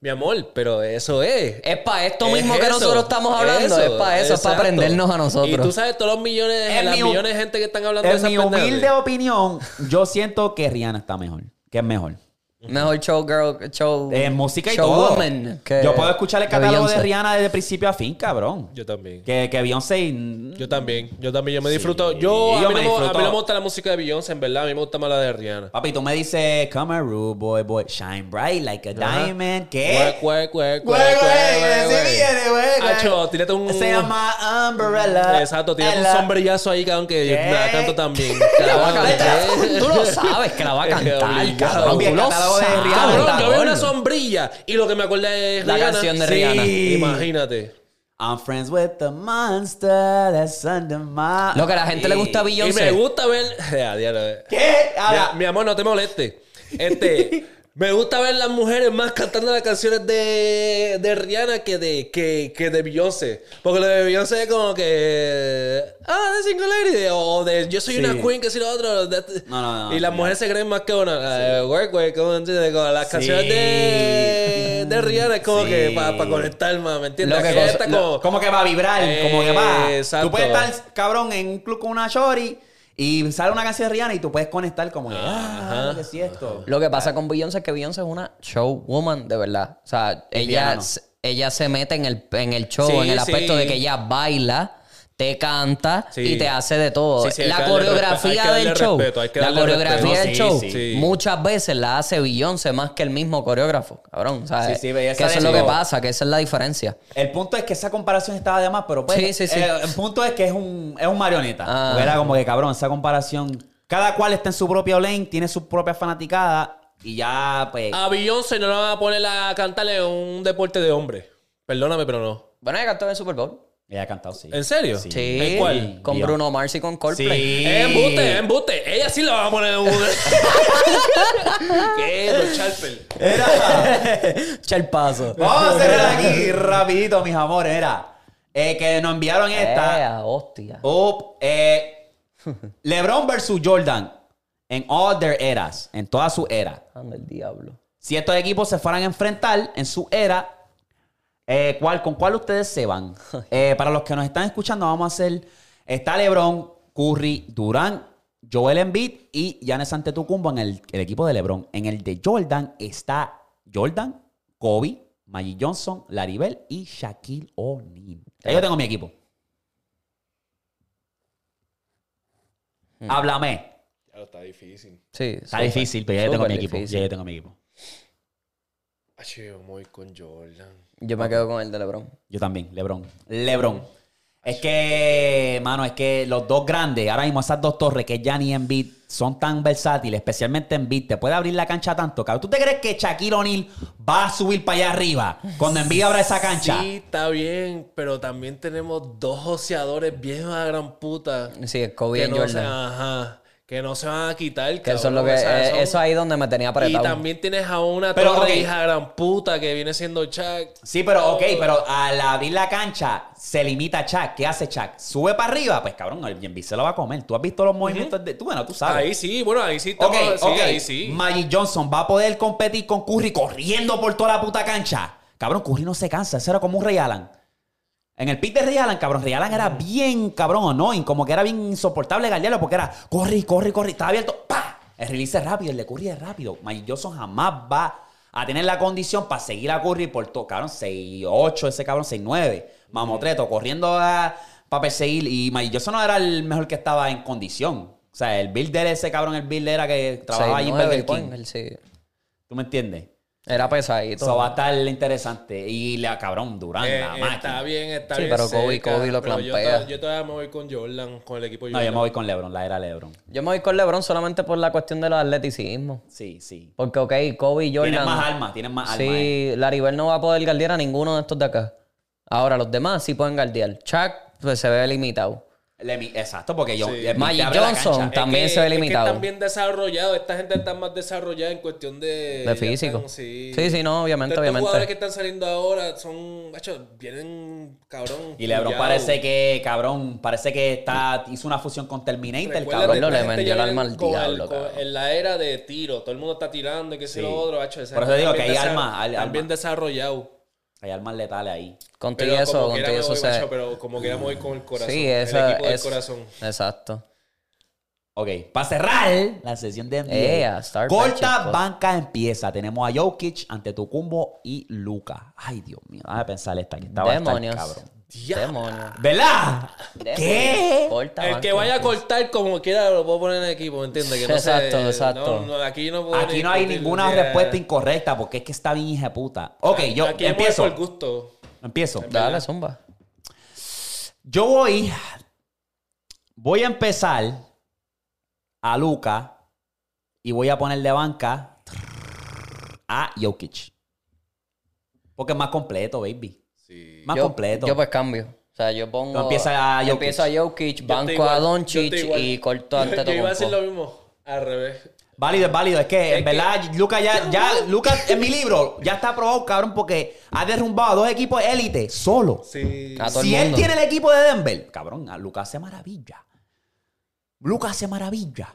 Mi amor, pero eso es. Es para esto Es mismo que eso, nosotros estamos hablando. es para eso, es para exacto. aprendernos a Y tú nosotros. sabes todos los millones, En las mi hu- millones de gente que están hablando de En esas mi pendejas. humilde opinión, yo siento que Rihanna está mejor. Que es mejor. Mejor showgirl, show. En música y todo. showwoman que- Yo puedo escuchar el que catálogo de Beyoncé. Rihanna desde principio a fin, cabrón. Yo también. Que, que Beyoncé. mm, y- Yo también, yo también, yo me disfruto. Yo, a, yo mí me no, me- a mí disfruto. no me gusta la música de Beyoncé, en verdad, a mí me gusta más la de Rihanna. Papi, tú me dices, come a rude boy, boy, shine bright like a Ajá. diamond. Güey, ¿Qué? güey, güey, Güey, güey, güey, güey, sí güey. viene, güey, güey. Hacho, tírate un- Se llama umbrella. Exacto, tienes un Ella. sombrillazo ahí, cabrón, que ¿Qué? me la canto también. La va a Cabrón, cantar. ¿qué? Tú lo sabes que la va a cantar, Obligado. cabrón. Papi, el Tú lo catálogo de sabes. Rihanna Cabrón, está yo veo bueno. una sombrilla y lo que me acuerda es La Rihanna. canción de Sí, Rihanna. Imagínate. I'm friends with the monster that's under my. Lo que a la gente le gusta a Billy. Y me Beyoncé. gusta ver. Ya, diablo, eh. ¿Qué? Ya, Ahora, mi amor, no te molestes. Este, me gusta ver las mujeres más cantando las canciones de, de Rihanna que de, que, que de Beyoncé. Porque lo de Beyoncé es como que. Ah, de Single Lady. O de Yo soy Sí. una queen, que si lo otro. de- No, no, no, y las no. mujeres se creen más que una. Eh, work, work, como, entiendes? Como las Sí. canciones de, de Rihanna es como Sí. que para conectar más, ¿me entiendes? Lo que Aquí cons- está lo- como- como, que va a vibrar, como que va. Exacto. Tú puedes estar, cabrón, en un club con una shorty y sale una canción de Rihanna y tú puedes conectar como que. Ah, ¿qué es esto? Lo que pasa con Beyoncé es que Beyoncé es una showwoman, de verdad. O sea, ella, Rihanna no. se- ella se mete en el, en el show, Sí, en el aspecto sí. de que ella baila, te canta Sí. y te hace de todo. Sí, sí, hay la que darle respeto, hay coreografía que del darle show, respeto, hay que la darle coreografía respeto. Sí, del show, sí. muchas veces la hace Beyoncé más que el mismo coreógrafo, cabrón. ¿sabes? Sí, sí, que belleza eso de es lo que show. pasa, que esa es la diferencia. El punto es que esa comparación estaba de más, pero pues. Sí, sí, sí. eh, el punto es que es un, es un marioneta. Ah. Porque Era como que, cabrón, esa comparación. Cada cual está en su propio lane, tiene su propia fanaticada y ya, pues. A Beyoncé no la van a poner a cantarle un deporte de hombre. Perdóname, pero no. Bueno, ella cantó en el Super Bowl. Ella ha cantado, sí. ¿En serio? Sí. Sí. ¿En cuál? Con Beyoncé. Bruno Mars y con Coldplay. Sí. Es embuste, es embuste. Ella sí la va a poner en Google. ¿Qué? Don Charper. Echa el paso. Vamos a cerrar aquí rapidito, mis amores. Era que nos enviaron esta. Eh. Ea, hostia. Up, eh, LeBron versus Jordan en all their eras, en toda su era. Anda el diablo. Si estos equipos se fueran a enfrentar en su era, eh, ¿cuál- ¿con cuál ustedes se van? Eh, para los que nos están escuchando, vamos a hacer... Está LeBron, Curry, Durán, Joel Embiid y Giannis Antetokounmpo en el, el equipo de LeBron. En el de Jordan está Jordan, Kobe, Magic Johnson, Laribel y Shaquille O'Neal. Ya Yo tengo mi equipo. Háblame. Claro, está difícil. Sí. Está difícil, pero ya yo tengo mi equipo. difícil. Ya yo tengo mi equipo. Ay, yo me voy con Jordan. Yo me quedo con el de LeBron. Yo también, LeBron. LeBron. Es que, mano, es que los dos grandes, ahora mismo esas dos torres, que Gianni y Embiid, son tan versátiles, especialmente Embiid, te puede abrir la cancha tanto, cabrón. ¿Tú te crees que Shaquille O'Neal va a subir para allá arriba cuando Embiid abra esa cancha? Sí, está bien, pero también tenemos dos oceadores viejos a gran puta. Sí, Kobe que y no Jordan. se- ajá. que no se van a quitar, Que eso es lo que. cabrón. O sea, eh, son- eso ahí donde me tenía Y apretado. también tienes a una Pero, torre ok. hija de gran puta que viene siendo Chuck. Sí, pero ok, pero al abrir la cancha se limita a Chuck. ¿Qué hace Chuck? ¿Sube para arriba? Pues cabrón, el Jimby se lo va a comer. ¿Tú has visto los movimientos de.? Tú, bueno, tú sabes. Ahí sí, bueno, ahí sí Ok, estamos. sí, ok. ahí sí. Magic Johnson va a poder competir con Curry corriendo por toda la puta cancha. Cabrón, Curry no se cansa. Eso era como un Ray Allen. En el pit de Ray Allen, cabrón, Ray Allen era bien, cabrón, annoying. Como que era bien insoportable gallarlo porque era corre, corre, corre. Estaba abierto. ¡Pa! El release es rápido, el de Curry es rápido. Magic Johnson jamás va a tener la condición para seguir a Curry por todo. Cabrón, 6-8, ese cabrón, 6-9. Mamotreto, corriendo para perseguir. Y Magic Johnson no era el mejor que estaba en condición. O sea, el builder ese cabrón, el builder era que trabajaba allí en 6'9", Burger King. coño, él sí. ¿Tú me entiendes? Era pesadito. Eso va a estar interesante. Y la cabrón, Durán, Eh, la está máquina. bien, está Sí, bien. pero Kobe- Kobe lo pero yo clampea. to- Yo, todavía me voy con Jordan, con el equipo No, Jordan. yo me voy con Lebron, la era Lebron. Yo me voy con LeBron solamente por la cuestión de los atleticismos. Sí, sí. Porque, ok, Kobe y Jordan. Tienen más alma, tienen más alma. eh. Sí, Laribel no va a poder guardiar a ninguno de estos de acá. Ahora, los demás sí pueden guardiar. Chuck pues, se ve limitado. Le- mi- exacto, porque yo. Sí. el- Magic te abre la Johnson. cancha. También se ve limitado. están bien desarrollados. Esta gente está más desarrollada en cuestión de. De físico. ya están- sí. Sí, sí, no, obviamente, Estos obviamente. jugadores que están saliendo ahora son. Macho, vienen cabrón. eh, Y Lebron pullado. parece que, cabrón, parece que está, hizo una fusión con Terminator, el Recuerda, cabrón. Lo esta le gente vendió ya el viene alma al con diablo, con- cabrón. En la era de tiro, todo el mundo está tirando, que se Sí. lo otro. Macho, esa Por eso gente digo está que bien hay desa- alma, hay están alma. bien desarrollados. Hay armas letales ahí. Contigo Pero eso, como quiera contigo me eso voy, se. macho, pero como queramos ir con el corazón. sí, el eso equipo del es- corazón. Exacto. Ok, para cerrar la sesión de NBA. Ea, Star Patches, Corta pues. banca empieza. Tenemos a Jokic ante Tucumbo y Luca. Ay, Dios mío. Déjame pensar esta que estaba Demonios. cabrón. Demonios. ¿Verdad? ¿Qué? Corta El banca. que vaya a cortar como quiera lo puedo poner en el equipo, ¿entiendes? Que no sé- Exacto, exacto. no, no, aquí no puedo Aquí ni no hay discutir, ninguna yeah. respuesta incorrecta porque es que está bien hija de puta. Ok, yo aquí hemos empiezo. ido por gusto. Empiezo. Dale, zumba. Yo voy. Voy a empezar a Luca y voy a poner de banca a Jokic. Porque es más completo, baby. Más Yo- completo. Yo pues cambio. O sea, yo pongo. Tú empiezas a Jokic. yo empiezo a Jokic, Yo estoy banco igual, a yo estoy Doncic igual. y corto Yo- ante Yo iba a Antetokounmpo. decir lo mismo, al revés. Válido, es válido. Es que, en que- verdad, Luca ya, ya, Luca en mi libro ya está aprobado, cabrón, porque ha derrumbado a dos equipos élite solo. Sí. A todo el Si él mundo. tiene el equipo de Denver, cabrón, a Lucas hace maravilla. Lucas hace maravilla.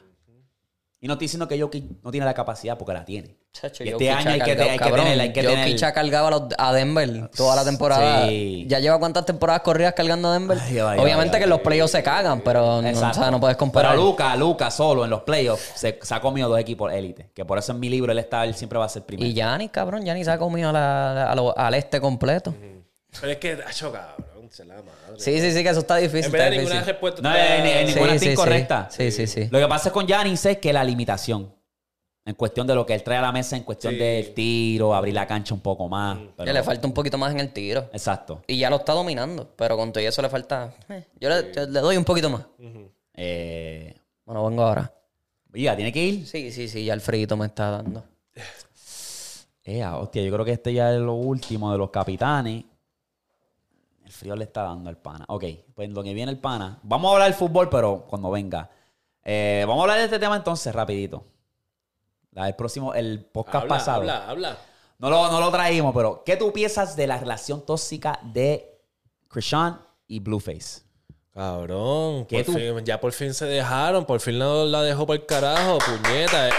Y no estoy diciendo que Jokic no tiene la capacidad porque la tiene. Chacho, Y este Jokic año ha hay que- cargado, hay que cabrón. tener- hay que Jokic tener- ha cargado a, los- a Denver toda la temporada. Sí. Ya lleva cuántas temporadas corridas cargando a Denver. Ay, ay, Obviamente ay, que ay. los playoffs se cagan, pero no, o sea, no puedes comparar. Pero Lucas, Lucas solo en los playoffs se, se ha comido dos equipos élite. Que por eso en mi libro él está, él siempre va a ser primero. y Giannis, cabrón, Giannis se ha comido a la- a lo- al este completo. Pero es que, acho, cabrón, se la madre. Sí, sí, sí, que eso está difícil. en está verdad, ninguna difícil. respuesta No, está- en- en- Sí, ninguna está sí, sí. incorrecta. Sí, sí, sí. Lo que pasa es con Giannis es que la limitación. En cuestión de lo que él trae a la mesa, en cuestión Sí. del tiro, abrir la cancha un poco más. pero- Ya le falta un poquito más en el tiro. Exacto. Y ya lo está dominando, pero con todo y eso le falta. eh, yo le, yo le doy un poquito más. Eh, Bueno, vengo ahora. ya, tiene que ir. Sí, sí, sí, ya el frito me está dando. Eh, ah, hostia, yo creo que este ya es lo último de los capitanes. El frío le está dando al pana. Ok, pues en lo que viene el pana. Vamos a hablar del fútbol, pero cuando venga. Eh, vamos a hablar de este tema entonces, rapidito. La- El próximo, el podcast Habla, pasado. habla, habla. No, lo, no lo traímos, pero ¿qué tú piensas de la relación tóxica de Krishan y Blueface? Cabrón, ¿Qué por tú? fin- ya por fin se dejaron, por fin la, la dejó por el carajo, puñeta. eh.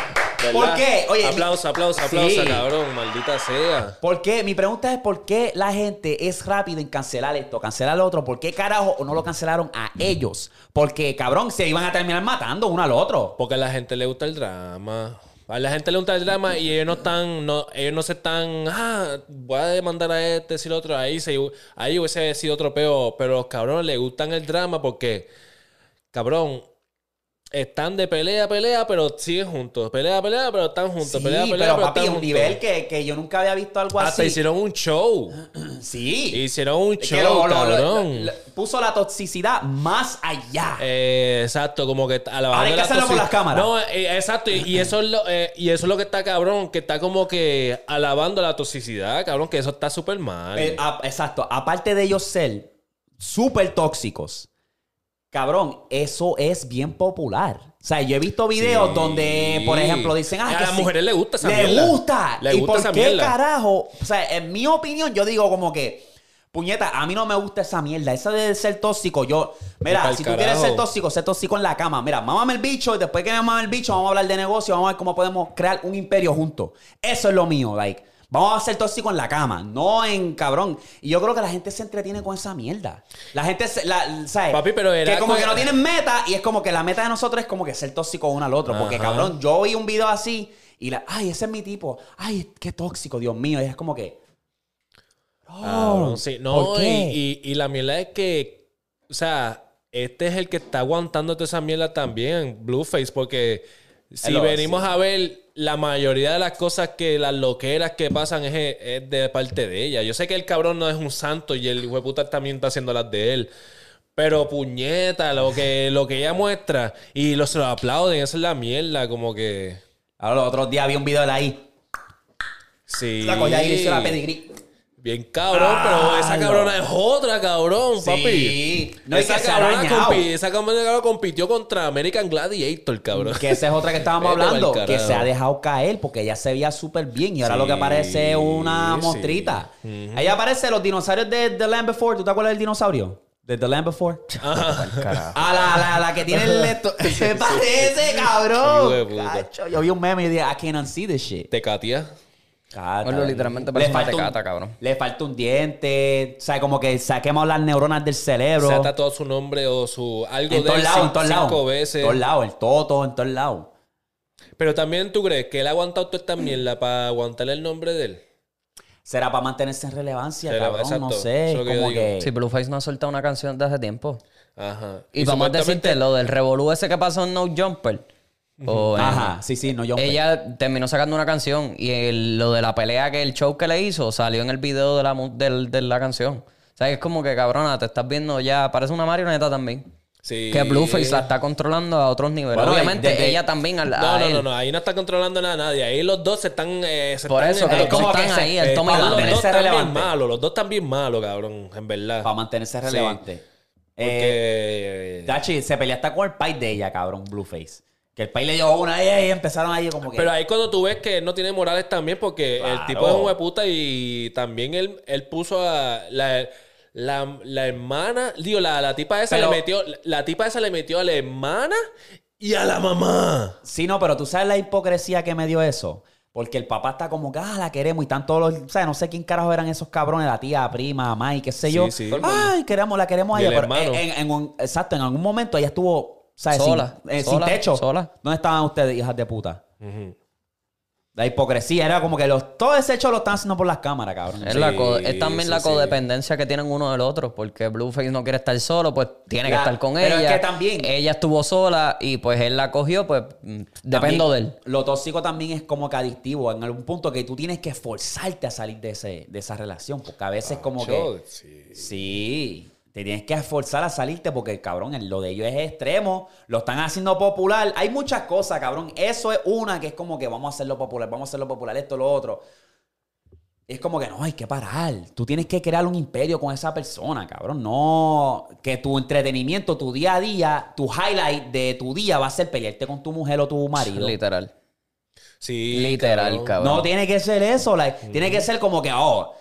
¿Por ¿Verdad? qué? Oye, aplauso, aplauso, Sí. aplauso, cabrón, maldita sea. ¿Por qué? Mi pregunta es ¿por qué la gente es rápida en cancelar esto, cancelar lo otro? ¿Por qué carajo no lo cancelaron a ellos? Porque, cabrón, se iban a terminar matando uno al otro. Porque a la gente le gusta el drama. A la gente le gusta el drama y ellos no están, no, ellos no se están, ah, voy a demandar a este, decir otro, ahí, se, ahí hubiese sido otro peo, pero los cabrones le gustan el drama porque, cabrón, están de pelea a pelea, pero siguen juntos, pelea a pelea, pero están juntos, Sí, pelea a pelea, pero pero papi, están un juntos. nivel que, que yo nunca había visto algo Hasta así. hicieron un show. Sí. Hicieron un Es show, que lo- lo- lo- cabrón. lo- puso la toxicidad más allá. Eh, exacto, como que a la Ahora hay que la hacerlo con toxic- las cámaras. No, eh, exacto, y, y eso es lo, eh, y eso es lo que está cabrón, que está como que alabando la toxicidad, cabrón, que eso está súper mal. Eh, a- exacto. Aparte de ellos ser súper tóxicos, Cabrón, eso es bien popular. O sea, yo he visto videos Sí. donde, por ejemplo, dicen... Ah, A que las sí". mujeres les gusta esa Le mierda. gusta. Les ¿Y gusta por esa qué mierda. carajo? O sea, en mi opinión, yo digo como que... Puñeta, a mí no me gusta esa mierda. Esa de ser tóxico, yo... Mira, Pa'l si tú quieres carajo. ser tóxico, sé tóxico en la cama. Mira, mámame el bicho y después que me mame el bicho, vamos a hablar de negocio, vamos a ver cómo podemos crear un imperio juntos. Eso es lo mío, like... Vamos a ser tóxicos en la cama, no en cabrón. Y yo creo que la gente se entretiene con esa mierda. La gente, se, la, ¿sabes? Papi, pero era que como con- que no tienen meta y es como que la meta de nosotros es como que ser tóxicos uno al otro. Porque, Ajá. cabrón, yo vi un video así y la, ay, ese es mi tipo. Ay, qué tóxico, Dios mío. Y es como que, Cabrón, sí. No, Oh, ¿por qué? Y, y- y la mierda es que, o sea, este es el que está aguantando toda esa mierda también, Blueface, porque si Hello, venimos sí. a ver, la mayoría de las cosas que, las loqueras que pasan es, es de parte de ella. Yo sé que el cabrón no es un santo y el hueputa también está haciendo las de él. Pero puñeta, lo que, lo que ella muestra y los se lo aplauden, esa es la mierda, como que. ahora los otros días vi un video de la I. Sí. La cogí ahí y hice la pedigrí. Bien cabrón, pero Ah, esa cabrona es otra, cabrón, papi. No, y esa, que se ha cabrona dañado. compi- esa cabrona cabrón, compitió contra American Gladiator, cabrón. Que esa es otra que estábamos Vete pa'l hablando, que carajo. se ha dejado caer porque ella se veía súper bien y ahora Sí, lo que parece es una sí. mostrita. Ahí aparece los dinosaurios de The Land Before. ¿Tú te acuerdas del dinosaurio? De The Land Before. A la, la, la que tiene el esto. Se parece, Hijo de cabrón. puta. Cacho, yo vi un meme y dije, I can't unsee this shit. Te catia. Cata, Bueno, literalmente le parece una falta un- tecata, cabrón. Le falta un diente. O sea, como que saquemos las neuronas del Se cerebro. ha tatuado su nombre o su algo en de todos él lados, cin- en todos cinco lados. En veces. todos lados, el toto, en todos lados. Pero también tú crees que él ha aguantado toda esta mierda para aguantar el nombre de él. Será para mantenerse en relevancia, Será- cabrón. No exacto, sé. eso es lo que yo como digo. que. Si Blueface no ha soltado una canción desde hace tiempo. Ajá. Y, vamos a supuestamente- decirte lo del revolú ese que pasó en No Jumper. O en- Ajá, sí, sí, no, yo. Ella terminó sacando una canción y el- lo de la pelea, que el show que le hizo, salió en el video de la, mu- del- de la canción. O sea, que es como que, cabrona, te estás viendo ya, parece una marioneta también. Sí. Que Blueface la está controlando a otros niveles. Bueno, Obviamente, de- de- ella también al- a, No, no, él. no, no, ahí no está controlando nada a nadie. Ahí los dos se están. eh, se Por están, eso, que eh, los dos como que están se- ahí, el eh, toma y Pablo, dame. Los dos Permanecer están bien relevante. malos, los dos están bien malos, cabrón, en verdad. Para mantenerse relevante. Eh, Porque. Dachi, se pelea hasta con el pai de ella, cabrón, Blueface. Que el pai le dio una y ahí empezaron ahí como que. Pero ahí cuando tú ves que él no tiene morales también, porque Claro. el tipo es un hueputa y también él, él puso a la, la, la hermana, digo, la, la tipa esa Pero- le metió, la tipa esa le metió a la hermana y a la mamá. Sí, no, pero tú sabes la hipocresía que me dio eso. Porque el papá está como que, ah, la queremos y están todos los. O sea, no sé quién carajo eran esos cabrones, la tía, prima, mamá y qué sé yo. sí. Ay, queremos, la queremos a Y ella. el Pero hermano. en, en un- exacto, en algún momento ella estuvo, ¿sabes? Sola, Sin, eh, sin sola, techo. sola. ¿Dónde estaban ustedes, hijas de puta? La hipocresía era como que los, todo ese hecho lo están haciendo por las cámaras, cabrón. Es, la co- Sí, es también sí, la sí. codependencia que tienen uno del otro, porque Blueface no quiere estar solo, pues tiene La- que estar con pero es ella. que también- Ella estuvo sola y pues él la cogió, pues mm, dependo de También, él. Lo tóxico también es como que adictivo en algún punto que tú tienes que esforzarte a salir de, ese, de esa relación. Porque a veces como que... Yo, sí. Sí, te tienes que esforzar a salirte porque, cabrón, el- lo de ellos es extremo. Lo están haciendo popular. Hay muchas cosas, cabrón. Eso es una que es como que vamos a hacerlo popular, vamos a hacerlo popular, esto, lo otro. Es como que no, hay que parar. Tú tienes que crear un imperio con esa persona, cabrón. No, que tu entretenimiento, tu día a día, tu highlight de tu día va a ser pelearte con tu mujer o tu marido. Literal. Sí, Literal, cabrón. No tiene que ser eso. like, Tiene que ser como que, oh,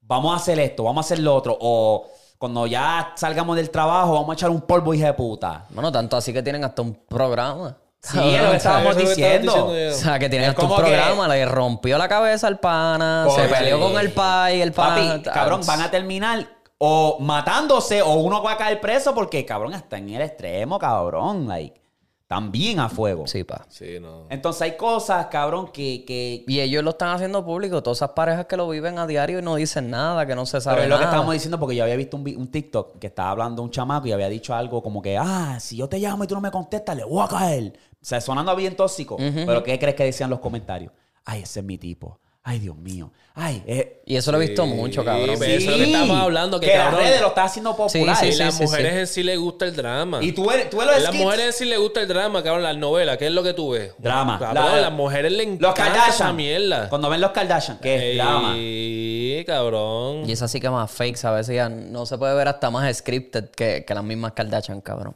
vamos a hacer esto, vamos a hacer lo otro. O cuando ya salgamos del trabajo, vamos a echar un polvo, hija de puta. Bueno, tanto así que tienen hasta un programa. Sí, es lo que estábamos eso es lo que estaba diciendo. diciendo O yo. sea, que tienen Es hasta un como que- programa, le rompió la cabeza al pana, Coño, se peleó sí. con el pai, el pana... ah, Papi, cabrón, van a terminar o matándose o uno va a caer preso porque, cabrón, hasta en el extremo, cabrón. Like, también a fuego. Sí, pa. Sí, no. Entonces hay cosas, cabrón, que, que Y ellos lo están haciendo público, todas esas parejas que lo viven a diario y no dicen nada, que no se sabe Pero es lo que nada. estábamos diciendo porque yo había visto un, vi- un TikTok que estaba hablando un chamaco y había dicho algo como que, ah, si yo te llamo y tú no me contestas, le voy a caer. O sea, sonando bien tóxico. Pero ¿qué crees que decían los comentarios? Ay, ese es mi tipo. Ay, Dios mío. Ay, eh. Y eso lo he visto mucho, cabrón. pero- eso es lo que estábamos hablando, que las cabrón. redes lo está haciendo popular. Sí, Y sí, las sí, mujeres sí. en sí les gusta el drama. Y tú, eres- tú eres las skits. mujeres en sí les gusta el drama, cabrón. Las novelas, ¿qué es lo que tú ves? Drama. Cabrón, La- las mujeres les Los encanta esa Kardashian. mierda. Cuando ven los Kardashian, que es Ey, drama. cabrón. Y es así que más fakes a veces ya no se puede ver hasta más scripted que, que las mismas Kardashian, cabrón.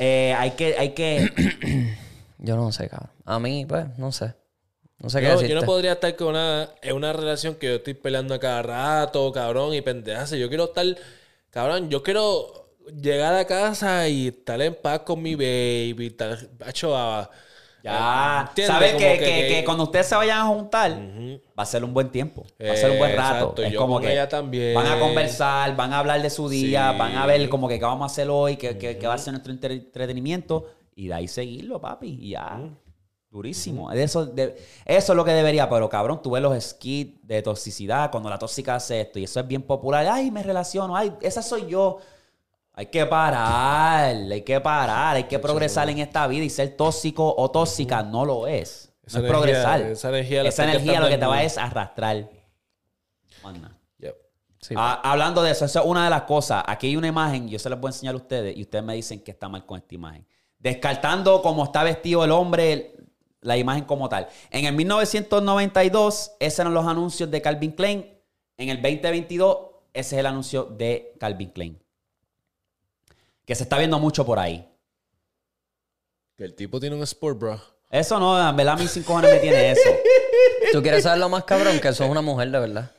Eh, hay que, hay que. Yo no sé, cabrón. A mí, pues, no sé. No sé qué Yo, decirte. yo no podría estar con una, en una relación que yo estoy peleando a cada rato, cabrón, y pendejas. Yo quiero estar, cabrón, yo quiero llegar a casa y estar en paz con mi baby, estar hecho a... Ya. ¿Entiendes? Sabes Como que, que- que- que que- cuando ustedes se vayan a juntar, Ujú. va a ser un buen tiempo. Va a ser un buen Eh, rato. exacto, Es yo como con que ella también. van a conversar, van a hablar de su día, Sí. van a ver como que qué vamos a hacer hoy, qué, qué- qué va a ser nuestro entre- entretenimiento. Y de ahí seguirlo, papi. Y ya. Durísimo. De Eso, de- eso es lo que debería. Pero cabrón, tú ves los skits de toxicidad cuando la tóxica hace esto. Y eso es bien popular. Ay, me relaciono. Ay, esa soy yo. Hay que parar, hay que parar, hay que progresar en esta vida y ser tóxico o tóxica no lo es. Esa no es energía- progresar. esa energía la Esa está energía lo que te captando va el es arrastrar. Manda. Yep. Sí, Ah, hablando de eso, eso es una de las cosas. Aquí hay una imagen, yo se las voy a enseñar a ustedes y ustedes me dicen que está mal con esta imagen. Descartando cómo está vestido el hombre, la imagen como tal. En el 1992, esos eran los anuncios de Calvin Klein. En el 2022, ese es el anuncio de Calvin Klein. Que se está viendo mucho por ahí. Que el tipo tiene un sport bra. Eso no, en verdad, mis cinco cojones me tiene eso. ¿Tú quieres saber lo más cabrón? Que eso es una mujer, de verdad.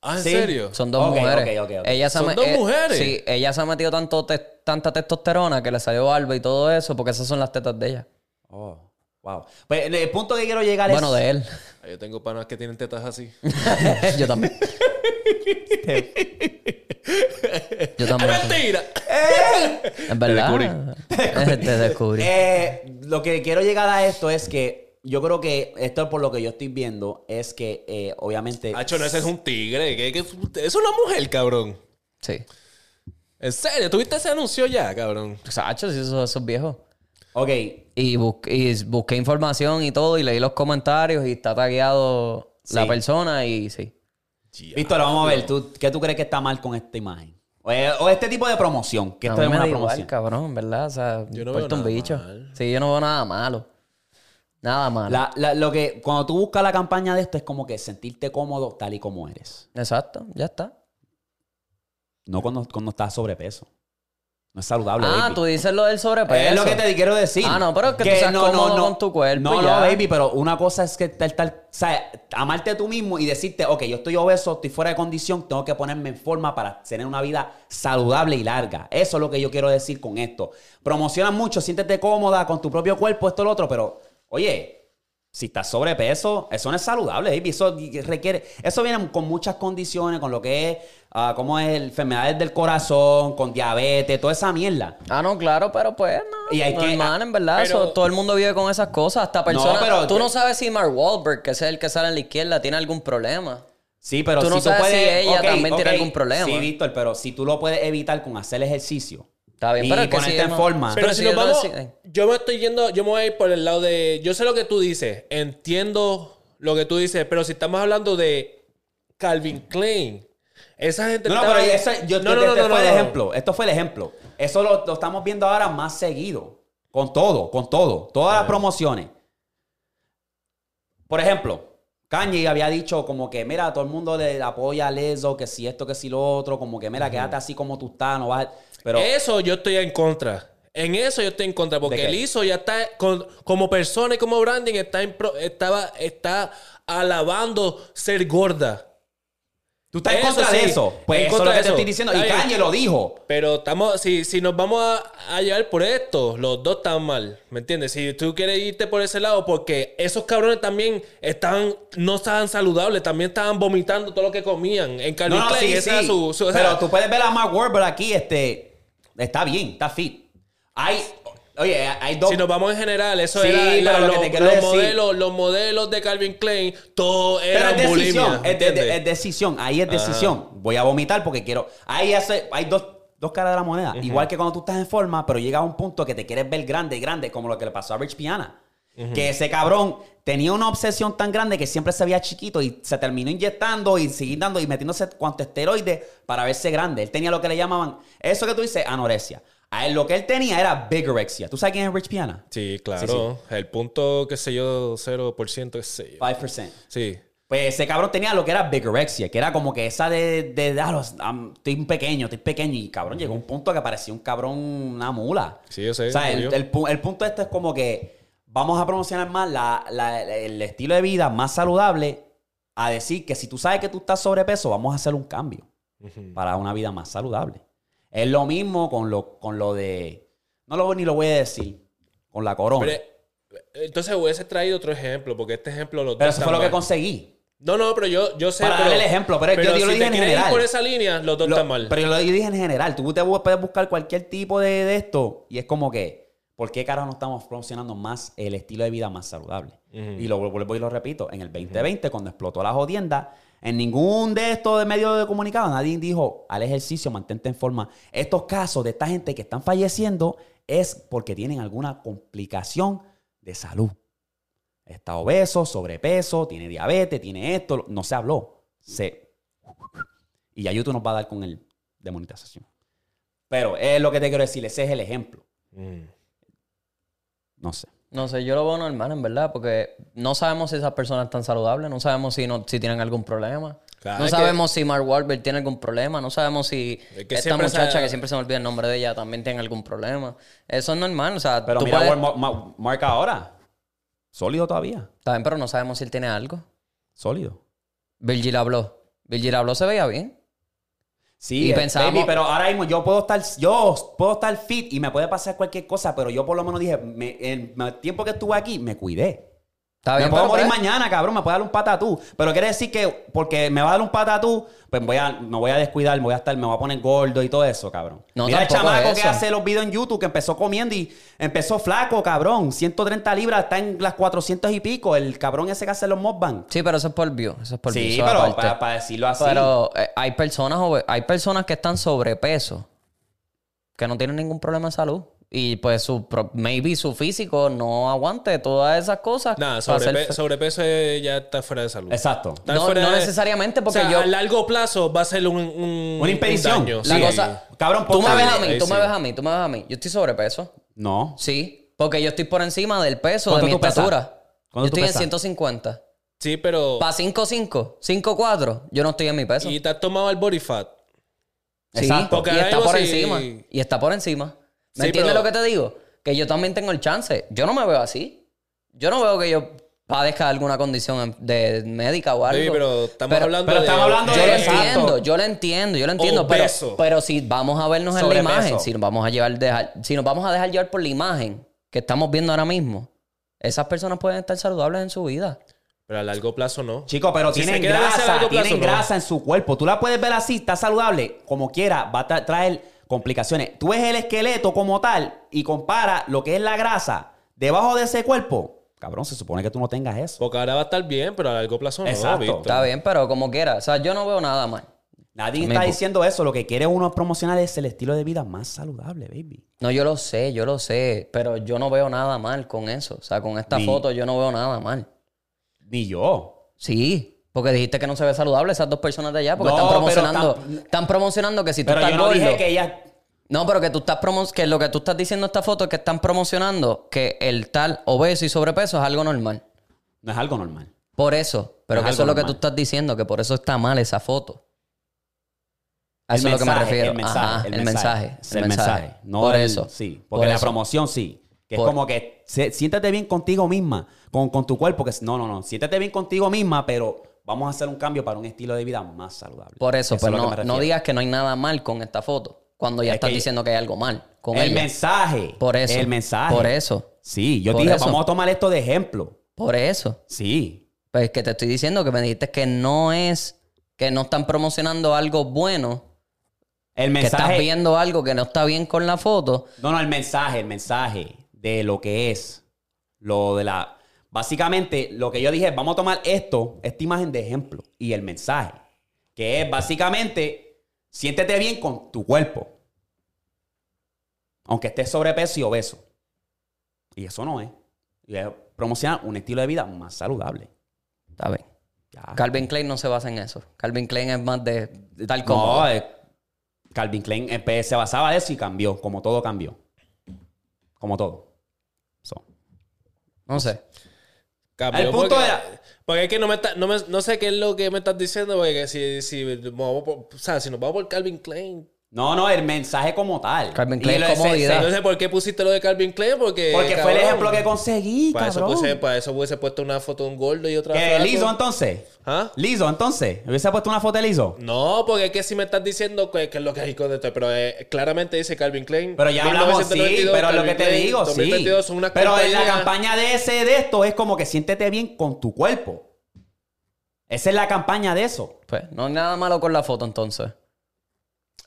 Ah, ¿en Sí. serio? Son dos Ok, mujeres. ok, ok, ok. Ella se ¿Son ha me- dos eh, mujeres? Sí, ella se ha metido tanto te- tanta testosterona que le salió barba y todo eso, porque esas son las tetas de ella. Oh, wow. Pues el punto que quiero llegar Bueno, es. de él. Ah, Yo tengo panas que tienen tetas así. Yo también. Yo también. ¡Mentira! Es verdad. Te descubrí. Eh, lo que quiero llegar a esto es que yo creo que esto por lo que yo estoy viendo es que eh, obviamente Hacho, no, ese es un tigre. ¿Qué, qué- es una mujer, cabrón. Sí. ¿En serio? ¿Tuviste ese anuncio ya, cabrón? Sacho, sí, esos, esos viejos. Ok, Y, bus- y busqué información y todo, y leí los comentarios, y está tagueado la Sí. persona, y sí. Víctor, vamos a ver, ¿tú, ¿qué tú crees que está mal con esta imagen? O, eh, o este tipo de promoción, que A esto mí es me una da igual, promoción. cabrón, ¿verdad? O sea, Yo no importa veo un nada bicho. mal. Sí, yo no veo nada malo. Nada malo. La- la- lo que, cuando tú buscas la campaña de esto es como que sentirte cómodo tal y como eres. Exacto, ya está. No cuando, cuando estás sobrepeso. No es saludable. ah, baby. tú dices lo del sobrepeso. Es lo que te quiero decir. pues, Ah, no, pero es que tú seas cómodo con tu cuerpo No, y no, ya. baby, pero una cosa es que tal, tal, ¿sabes? Amarte tú mismo y decirte, ok, yo estoy obeso, estoy fuera de condición, tengo que ponerme en forma para tener una vida saludable y larga. Eso es lo que yo quiero decir con esto. Promociona mucho, siéntete cómoda con tu propio cuerpo, esto, lo otro, pero, oye. Si estás sobrepeso, eso no es saludable, baby. Eso requiere. Eso viene con muchas condiciones, con lo que es, ah, como es enfermedades del corazón, con diabetes, toda esa mierda. Ah, no, claro, pero pues no. Y hay que- normal, en verdad. pero- eso- todo el mundo vive con esas cosas. Hasta personas. pero- tú no sabes si Mark Wahlberg, que ese es el que sale en la izquierda, tiene algún problema. Sí, pero Tú no si tú sabes puedes. si ella ok, también tiene ok. algún problema. Sí, Víctor, pero si tú lo puedes evitar con hacer ejercicio. Está bien, y pero es que ponerte sí, en no. forma. Pero, Pero si si nos yo no vamos, decía- yo me estoy yendo, yo me voy a ir por el lado de, yo sé lo que tú dices, entiendo lo que tú dices, pero si estamos hablando de Calvin Klein, esa gente no, no, estaba- pero ese- yo, no, te- no, te- no, te no, fue no, el no. ejemplo. Esto fue el ejemplo. Eso lo, lo estamos viendo ahora más seguido. Con todo, con todo. Todas las promociones. Por ejemplo, Kanye había dicho como que, mira, todo el mundo le apoya a Leso, que si esto, que si lo otro, como que, mira, quédate así como tú estás, no vas. a-". Pero Eso yo estoy en contra. En eso yo estoy en contra, ¿De porque qué? él hizo ya está, con- como persona y como branding, está, en pro- estaba, está alabando ser gorda. tú estás en eso contra de sí, eso. Pues en eso es contra lo que de te eso. estoy diciendo. Y Está bien. Kanye lo dijo. Pero estamos, si, si nos vamos a, a llevar por esto, los dos están mal. ¿Me entiendes? Si tú quieres irte por ese lado, porque esos cabrones también estaban, no estaban saludables, también estaban vomitando todo lo que comían. En Calvin No, no, Klein, sí, ese sí. era su. su- o sea, pero tú puedes ver a Mark Wahlberg aquí, este, está bien, está fit. Hay, oye, hay dos. Si nos vamos en general, eso Sí, era pero la- lo que los, te quiero los decir- modelos, los modelos de Calvin Klein, todo pero era es decisión, bulimia. ¿me es, de- entiendes? es decisión, ahí es decisión. Voy a vomitar porque quiero. Ahí hace, hay dos, dos caras de la moneda. Igual que cuando tú estás en forma, pero llega a un punto que te quieres ver grande, grande, como lo que le pasó a Rich Piana. Que ese cabrón tenía una obsesión tan grande que siempre se veía chiquito y se terminó inyectando y seguir dando y metiéndose cuanto esteroides para verse grande. Él tenía lo que le llamaban, eso que tú dices, anorexia. A él lo que él tenía era bigorexia. ¿Tú sabes quién es Rich Piana? Sí, claro. El punto, qué sé yo, 0%, qué sé yo. 5%. Sí. Pues ese cabrón tenía lo que era bigorexia, que era como que esa de, de, de, ah, los- am, estoy pequeño, estoy pequeño. Y cabrón, llegó un punto que parecía un cabrón, una mula. Sí, yo sé, O sea, murió. el, el pu- el punto de esto es como que vamos a promocionar más la- la- el estilo de vida más saludable a decir que si tú sabes que tú estás sobrepeso, vamos a hacer un cambio para una vida más saludable. Es lo mismo con lo, con lo de... No lo, ni lo voy a decir, con la corona. Pero, Pero, eh, entonces hubiese traído otro ejemplo, porque este ejemplo los dos eso están fue lo que mal. conseguí. No, no, pero yo, yo sé. Para pero, darle el ejemplo, pero es que yo- yo lo dije si te en quieres ir general. por esa línea, los dos Lo- están mal. Pero yo lo dije en general. Tú te bu- puedes buscar cualquier tipo de, de esto y es como que, ¿por qué carajo no estamos promocionando más el estilo de vida más saludable? Y lo vuelvo y lo repito. En el 2020, cuando explotó la jodienda, en ningún de estos de medios de comunicado nadie dijo al ejercicio, mantente en forma. Estos casos de esta gente que están falleciendo es porque tienen alguna complicación de salud. Está obeso, sobrepeso, tiene diabetes, tiene esto. lo- No se habló. Se y ya YouTube nos va a dar con el de monetización. Pero es lo que te quiero decir, ese es el ejemplo. Mm. No sé. No sé, yo lo veo normal, en verdad, porque no sabemos si esas personas están saludables, no sabemos si, no, si tienen algún problema. Claro, no es que- sabemos si Mark Wahlberg tiene algún problema, no sabemos si Es que esta siempre muchacha se- que siempre se me olvida el nombre de ella también tiene algún problema. Eso es normal, o sea, Pero tú mira, puedes- Walmart- Ma- Mark ahora. Sólido todavía. También, pero no sabemos si él tiene algo. Sólido. Virgil habló. Virgil habló, se veía bien. Sí, Y eh, pensábamos- baby, pero ahora mismo yo puedo estar, yo puedo estar fit y me puede pasar cualquier cosa, pero yo por lo menos dije, me- en el tiempo que estuve aquí, me cuidé. Está bien, me puedo pero morir pues, mañana, cabrón, me puede dar un patatú. Pero quiere decir que porque me va a dar un patatú, pues voy a, me voy a descuidar, me voy a estar, me voy a poner gordo y todo eso, cabrón. No, Mira el tampoco chamaco eso. que hace los videos en YouTube, que empezó comiendo y empezó flaco, cabrón. 130 libras, está en las 400 y pico. El cabrón ese que hace los mukbang. Sí, pero eso es por view. Eso es por view. Sí, eso es pero aparte. para, para decirlo así. Pero eh, hay personas obe- hay personas que están sobrepeso que no tienen ningún problema de salud y pues su pro- maybe su físico no aguante todas esas cosas. Nada, para ser sobrepe- fe- sobrepeso eh, ya está fuera de salud. Exacto. Está No- fuera no de- necesariamente, porque o sea, yo- A largo plazo va a ser un. un Una impedición. un daño, La sí. cosa- Cabrón, Tú me ponte- ves a mí, ahí tú me sí. ves a mí, tú me ves a mí. Yo estoy sobrepeso. No. Sí, porque yo estoy por encima del peso de ¿Cuánto mi tú pesas? estatura. Yo ¿Cuánto tú estoy en pesas? 150. Sí, pero. Para 5'5, 5'4, yo no estoy en mi peso. Y te has tomado el body fat. Sí, Exacto. Porque y ahora está mismo por sí- encima. Y está por encima. ¿Me Sí, entiendes pero- lo que te digo? Que yo también tengo el chance. Yo no me veo así. Yo no veo que yo padezca alguna condición de médica o algo. Baby, pero estamos hablando pero de. estamos hablando Yo lo de- entiendo, yo lo entiendo, yo lo entiendo. Pero, Obeso. pero si vamos a vernos en la Sobrepeso. imagen, si nos vamos a llevar dejar, si nos vamos a dejar llevar por la imagen que estamos viendo ahora mismo, esas personas pueden estar saludables en su vida. Pero a largo plazo no. Chicos, pero Si tienen se queda así a grasa, largo plazo, tienen no. grasa en su cuerpo. Tú la puedes ver así, está saludable, como quiera, va a tra- traer complicaciones. Tú ves el esqueleto como tal y compara lo que es la grasa debajo de ese cuerpo. Cabrón, se supone que tú no tengas eso. Porque ahora va a estar bien, pero a largo plazo no. Exacto. Víctor. Está bien, pero como quiera. O sea, yo no veo nada mal. Nadie Amigo. está diciendo eso. Lo que quiere uno promocionar es el estilo de vida más saludable, baby. No, yo lo sé, yo lo sé, pero yo no veo nada mal con eso. O sea, con esta Ni- foto yo no veo nada mal. Ni yo. Sí, porque dijiste que no se ve saludable esas dos personas de allá, porque No, están pero promocionando, tam- están promocionando que si tú Pero estás yo no gordo- dije que ella. No, pero que tú estás promo- que lo que tú estás diciendo en esta foto es que están promocionando que el tal obeso y sobrepeso es algo normal. No es algo normal. Por eso, pero Es que eso es algo lo que tú normal. estás diciendo, que por eso está mal esa foto. A El eso es lo que me mensaje, refiero. El mensaje. Ajá, el, el mensaje. mensaje, Es el el mensaje. mensaje. No Por el- eso. Sí, Por porque la eso. promoción sí. Que Por- es como que se- siéntate bien contigo misma, con, con tu cuerpo. que es- No, no, no. Siéntate bien contigo misma, pero vamos a hacer un cambio para un estilo de vida más saludable. Por eso, es pero lo que no, me no refiero. digas que no hay nada mal con esta foto, cuando ya Es estás que- diciendo que hay algo mal con El ella. mensaje. Por eso. El mensaje. Por eso. Sí, yo Por te dije, eso. vamos a tomar esto de ejemplo. Por eso. Sí. Pues que te estoy diciendo que me dijiste que no es, que no están promocionando algo bueno, El que estás mensaje. viendo algo que no está bien con la foto. No, no, el mensaje, el mensaje de lo que es. Lo de la. Básicamente, lo que yo dije es: vamos a tomar esto, esta imagen de ejemplo y el mensaje. Que es básicamente: siéntete bien con tu cuerpo. Aunque estés sobrepeso y obeso. Y eso no es. Y es promocionar un estilo de vida más saludable. Está bien. Ya. Calvin Klein no se basa en eso. Calvin Klein es más de tal como. No, eh, Calvin Klein eh, se basaba en eso y cambió, como todo cambió. Como todo. So. No sé. Cambió El punto porque, era- porque es que no me, está- no me- no sé qué es lo que me estás diciendo, porque si, si, nos vamos por- o sea, si nos vamos por Calvin Klein. No, no, el mensaje como tal. Calvin Y Klein, lo- ese- comodidad. ese- No sé por qué pusiste lo de Calvin Klein, porque. Porque fue el cabrón, ejemplo que conseguí, Para eso, cabrón. puse, para eso hubiese puesto una foto de un gordo y otra ¿Qué, flaco. liso entonces? ¿Ah? ¿Liso entonces? ¿Me hubiese puesto una foto de liso? No, porque es que si me estás diciendo que, que es lo que hay con esto, pero eh, claramente dice Calvin Klein. Pero ya hablamos, sí, 1992, pero lo Calvin que te Klein, digo, 2022 sí. son una Pero en la compañía- campaña de ese de esto es como que siéntete bien con tu cuerpo. Esa es la campaña de eso. Pues, no hay nada malo con la foto entonces.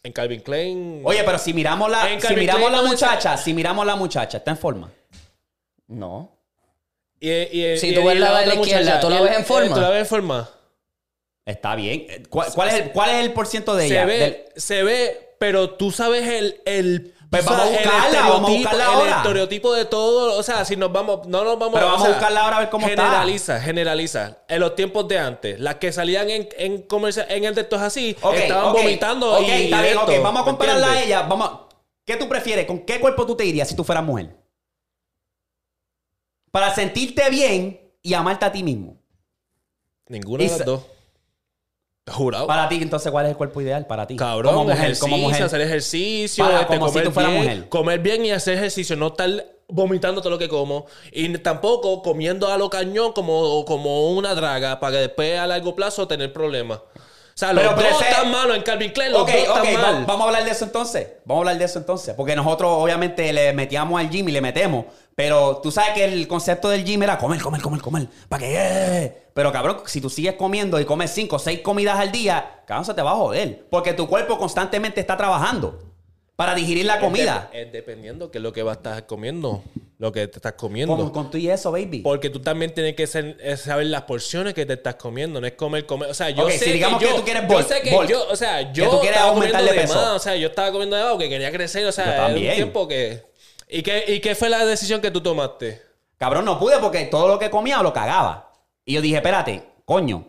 En Calvin Klein. Oye, pero si miramos la, En si Calvin miramos Klein la no dice- muchacha, si miramos la muchacha, está en forma. No. Y, y- Si y- tú y ves la de otra la izquierda, muchacha, ¿tú la y- ves en eh, forma? ¿Tú la ves en forma? Está bien. Eh, ¿Cuál, cuál es, el, ¿Cuál es el porciento de ella? Se ve, Del- se ve, pero tú sabes el. el Pues tú sabes vamos a el buscarla, estereotipo- vamos a buscarla El ahora. estereotipo de todo, o sea, si nos vamos, no nos vamos Pero o vamos a sea, buscarla ahora a ver cómo está. generaliza, Generaliza, En los tiempos de antes, las que salían en, en comercial, en el de estos así, Ok, estaban ok, vomitando. ok, y está bien, esto, ok. Vamos a ¿me compararla a entiendes? ella. Vamos a- ¿Qué tú prefieres? ¿Con qué cuerpo tú te irías si tú fueras mujer? Para sentirte bien y amarte a ti mismo. Ninguna de Isa- las dos. Jurado. Para ti, entonces, ¿cuál es el cuerpo ideal para ti? Cabrón, como mujer, ejercicio, como mujer. hacer ejercicio, Para, este, como si comer, tú fueras bien, mujer. comer bien y hacer ejercicio, no estar vomitando todo lo que como y n- tampoco comiendo a lo cañón como, o como una draga para que después a largo plazo tener problemas. O sea, los Pero, pero dos ese- están malos en Calvin Klein, los Ok, dos ok, están va- mal. vamos a hablar de eso entonces. Vamos a hablar de eso entonces. Porque nosotros, obviamente, le metíamos al gym y le metemos. Pero tú sabes que el concepto del gym era comer, comer, comer, comer. Para que. eh. Pero cabrón, si tú sigues comiendo y comes cinco o 6 comidas al día, cabrón, se te va a joder. Porque tu cuerpo constantemente está trabajando para digerir Este, la comida. Es, dep- es dependiendo que es lo que vas a estar comiendo, lo que te estás comiendo. Con, con tú y eso, baby. Porque tú también tienes que ser- eh, saber las porciones que te estás comiendo, no es comer, comer. O sea, yo Ok, sé si digamos yo, que tú quieres yo bulk, sé que bulk, yo, o sea, yo que tú quieres estaba aumentar comiendo de de peso. más, o sea, yo estaba comiendo de más porque quería crecer, o Yo sea, era también. un tiempo que... ¿Y qué, ¿Y qué fue la decisión que tú tomaste? Cabrón, no pude porque todo lo que comía lo cagaba. Y yo dije, espérate, coño,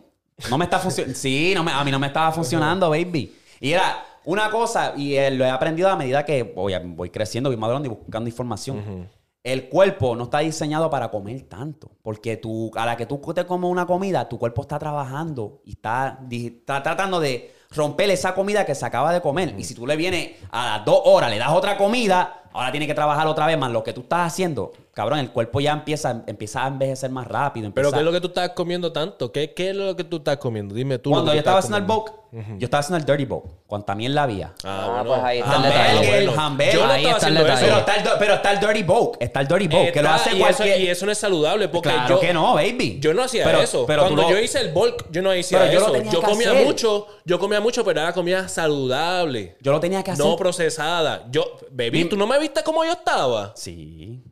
no me está funcionando. Sí, no me- a mí no me estaba funcionando, baby. Y era una cosa, y eh, lo he aprendido a medida que voy, voy creciendo, voy madurando y buscando información. El cuerpo no está diseñado para comer tanto, porque tú, a la que tú te comes una comida, tu cuerpo está trabajando y está, di- está tratando de romper esa comida que se acaba de comer. Y si tú le vienes a las dos horas, le das otra comida, ahora tiene que trabajar otra vez más lo que tú estás haciendo. Cabrón, el cuerpo ya empieza, empieza a envejecer más rápido. ¿Pero empieza- qué es lo que tú estabas comiendo tanto? ¿Qué, qué es lo que tú estás comiendo? Dime tú. lo Cuando que yo tú estaba estabas haciendo el comiendo. bulk, yo estaba haciendo el dirty bulk, cuanta mierda la había. Ah, Ah, bueno. pues ahí está el Ah, detalle. bueno, Hamburger, bueno. hamburger. Yo no Ahí estaba está el haciendo detalle. eso. Pero está, el, pero está el dirty bulk, está el dirty bulk, que lo Ah, Está- hace y, eso, cualquier... y eso no es saludable porque claro yo, que no, baby. Yo no hacía Pero- eso. pero tú Cuando lo- yo hice el bulk, yo no hacía Pero yo lo eso. tenía Yo que comía hacer. mucho, yo comía mucho, pero era comida saludable. Yo lo tenía que hacer. No procesada. Yo, baby, Mi- ¿tú no me viste como yo estaba? Sí.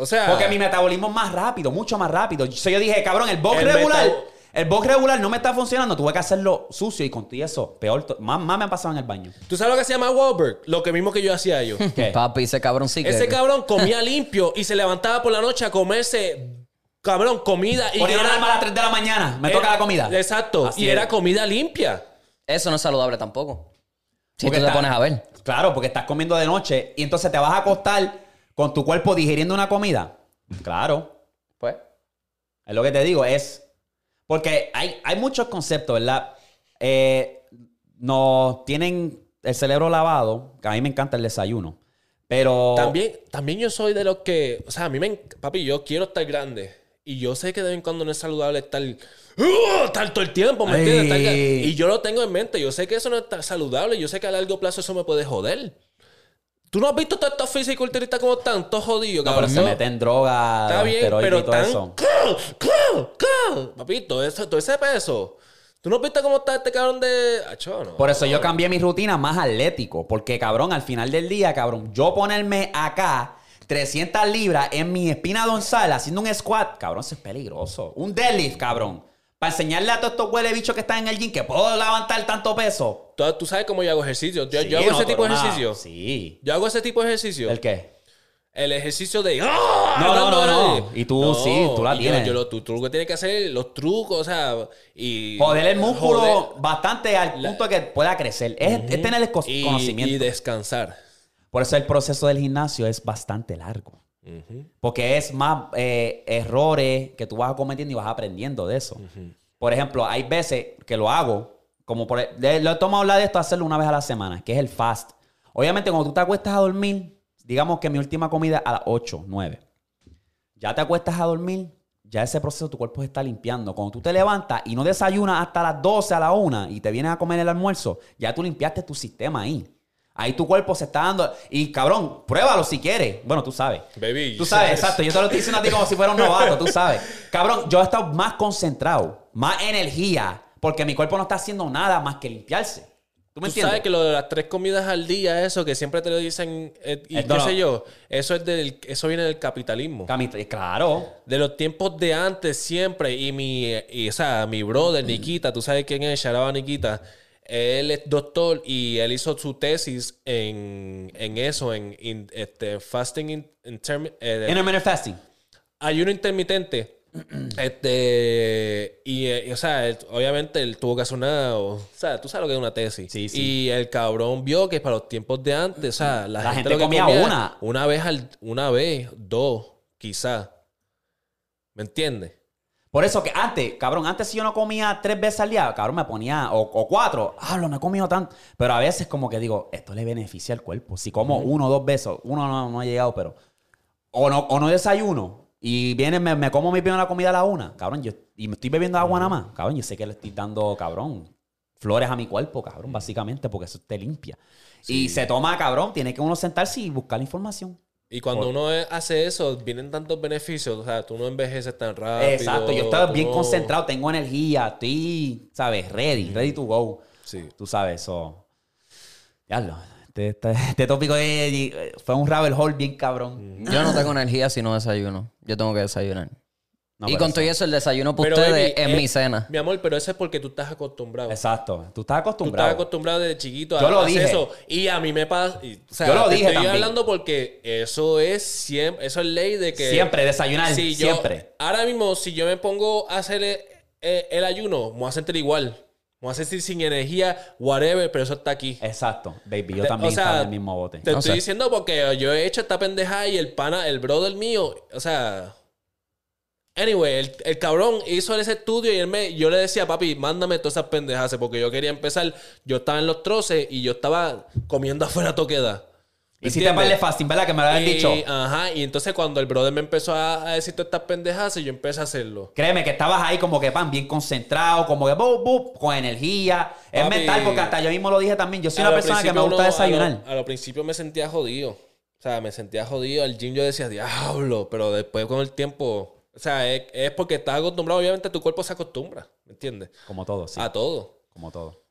O sea, Porque mi metabolismo es más rápido, mucho más rápido. So, yo dije, cabrón, el box El regular, metabo- el box regular no me está funcionando. Tuve que hacerlo sucio y con todo y eso, peor, to- más, más me ha pasado en el baño. ¿tú sabes lo que hacía Mark Wahlberg? Lo que mismo que yo hacía yo. ¿Qué? Papi, ese cabrón sí que... Ese cabrón comía limpio y se levantaba por la noche a comerse, cabrón, comida. Y Ponía una era- alarma a las 3 de la mañana, me eh, toca la comida. Exacto. Así y es. era comida limpia. Eso no es saludable tampoco. Si Porque tú te está- pones a ver. Claro, porque estás comiendo de noche y entonces te vas a acostar con tu cuerpo digiriendo una comida. Claro. Pues, Es lo que te digo, es. Porque hay, hay muchos conceptos, ¿verdad? Eh, nos tienen el cerebro lavado, que a mí me encanta el desayuno. Pero. También, también yo soy de los que, o sea, a mí me, enc- papi, yo quiero estar grande. Y yo sé que de vez en cuando no es saludable estar, ¡Ugh! estar todo el tiempo, ¿me entiendes? Estar gra- Ay. y yo lo tengo en mente. Yo sé que eso no está saludable. Yo sé que a largo plazo eso me puede joder. ¿Tú no has visto todos estos fisiculturistas como están? Todos jodidos, No, Ah, pero cabrón. se meten droga, Está bien, esteroides pero y todo tan- eso. Papi, todo, eso, todo ese peso. ¿Tú no has visto cómo está este cabrón de... Acho, no. Por eso yo cambié mi rutina más atlético. Porque, cabrón, al final del día, cabrón, yo ponerme acá 300 libras en mi espina dorsal haciendo un squat, cabrón, eso es peligroso. Un deadlift, cabrón. Para enseñarle a todos estos huele bichos que están en el gym que puedo levantar tanto peso. ¿Tú, tú sabes cómo yo hago ejercicio. Yo, Sí, yo hago no, ese tipo pero de nada. ejercicio. Sí. Yo hago ese tipo de ejercicio. ¿El qué? El ejercicio de. ¡Ah! No, no, Dándole. no, no. Y tú, sí, tú la y yo- tienes. Yo, lo- tú, tú lo que tienes que hacer, los trucos, o sea. Y, Joder el músculo joder. bastante al La- punto de que pueda crecer. Es, es tener el cos- Y, conocimiento. y descansar. Por eso el proceso del gimnasio es bastante largo. Porque es más eh, errores que tú vas cometiendo y vas aprendiendo de eso. Por ejemplo, hay veces que lo hago, como por, e, de- lo he tomado hablar de esto, hacerlo una vez a la semana, que es el fast. Obviamente, cuando tú te acuestas a dormir, digamos que mi última comida a las 8, 9. Ya te acuestas a dormir, ya ese proceso tu cuerpo se está limpiando. Cuando tú te levantas y no desayunas hasta las 12, a la 1 y te vienes a comer el almuerzo, ya tú limpiaste tu sistema ahí. Ahí tu cuerpo se está dando. Y cabrón, pruébalo si quieres. Bueno, tú sabes. Baby, Tú sabes, ¿sabes? exacto. Yo te lo estoy diciendo a ti como si fuera un novato, tú sabes. Cabrón, yo he estado más concentrado, más energía, porque mi cuerpo no está haciendo nada más que limpiarse. ¿Tú me Tú entiendes? sabes que lo de las tres comidas al día, eso que siempre te lo dicen, eh, y Es qué dolor. sé yo, eso es del, eso viene del capitalismo. Cami- Claro. De los tiempos de antes siempre, y mi, y, o sea, mi brother, Nikita, tú sabes quién es, Sharaba Nikita, él es doctor y él hizo su tesis en, en eso, en, in- este, fasting in- intermi- eh, Intermittent fasting. ayuno intermitente. este y, eh, y, o sea él- obviamente él tuvo que hacer una o, o sea tú sabes lo que es una tesis Sí, sí. y el cabrón vio que para los tiempos de antes o sea la, La gente lo que comía una. una vez al una vez dos quizás ¿me entiendes? Por eso que antes, cabrón, antes si yo no comía tres veces al día, cabrón, me ponía, o, o cuatro, hablo, no he comido tanto. Pero a veces como que digo, esto le beneficia al cuerpo. Si como uno o dos veces, uno no, no ha llegado, pero... O no, o no desayuno y viene, me, me como mi primera comida a la una, cabrón, yo, y me estoy bebiendo agua nada más, cabrón, yo sé que le estoy dando, cabrón, flores a mi cuerpo, cabrón, básicamente, porque eso te limpia. Y se toma, cabrón, tiene que uno sentarse y buscar la información. y cuando uno eh, hace eso vienen tantos beneficios o sea tú no envejeces tan rápido Exacto, yo estaba tú bien no- concentrado, tengo energía, estoy, ¿sabes? Ready, ready to go. sí Tú sabes, eso. Diablo, este, este- este tópico de- fue un rabbit hole bien cabrón. Yo no tengo energía si no desayuno. Yo tengo que desayunar. No, y pero con eso- todo eso, el desayuno para Pero, ustedes baby, es eh, mi cena. mi amor pero eso es porque tú estás acostumbrado Exacto, tú estás Tú estás acostumbrado. acostumbrado desde chiquito a Yo lo hacer dije. eso. Y a mí me pasa. y, o sea, Yo lo te dije Estoy también. hablando porque eso es siempre. Eso es ley de que. Siempre, desayunar, si yo- siempre. ahora mismo, si yo me pongo a hacer el, eh, el ayuno, me voy a sentir igual. Me voy a sentir sin energía, whatever, pero eso está aquí. Exacto, baby, yo Te- también o sea, estaba en el mismo bote. Te No estoy sé. diciendo porque yo he hecho esta pendejada y el pana, el brother mío, o sea. Anyway, el, el cabrón hizo ese estudio y él me, yo le decía, papi, mándame todas esas pendejadas porque yo quería empezar. Yo estaba en los troces y yo estaba comiendo afuera toqueda. Y si te parle ¿Entiendes? fasting, ¿verdad? Que me lo habían Y- dicho. Ajá, y entonces cuando el brother me empezó a, a decir todas estas pendejadas, yo empecé a hacerlo. Créeme que estabas ahí como que pan, bien concentrado, como que bu, bu, con energía. Es Papi. mental, porque hasta yo mismo lo dije también. Yo soy A una lo persona que me principio gusta uno- desayunar. A lo, a lo principio me sentía jodido. O sea, me sentía jodido. Al gym yo decía, diablo, pero después con el tiempo. O sea, es, es porque estás acostumbrado. Obviamente tu cuerpo se acostumbra, ¿me entiendes? Como todo, sí. A todo. Como todo.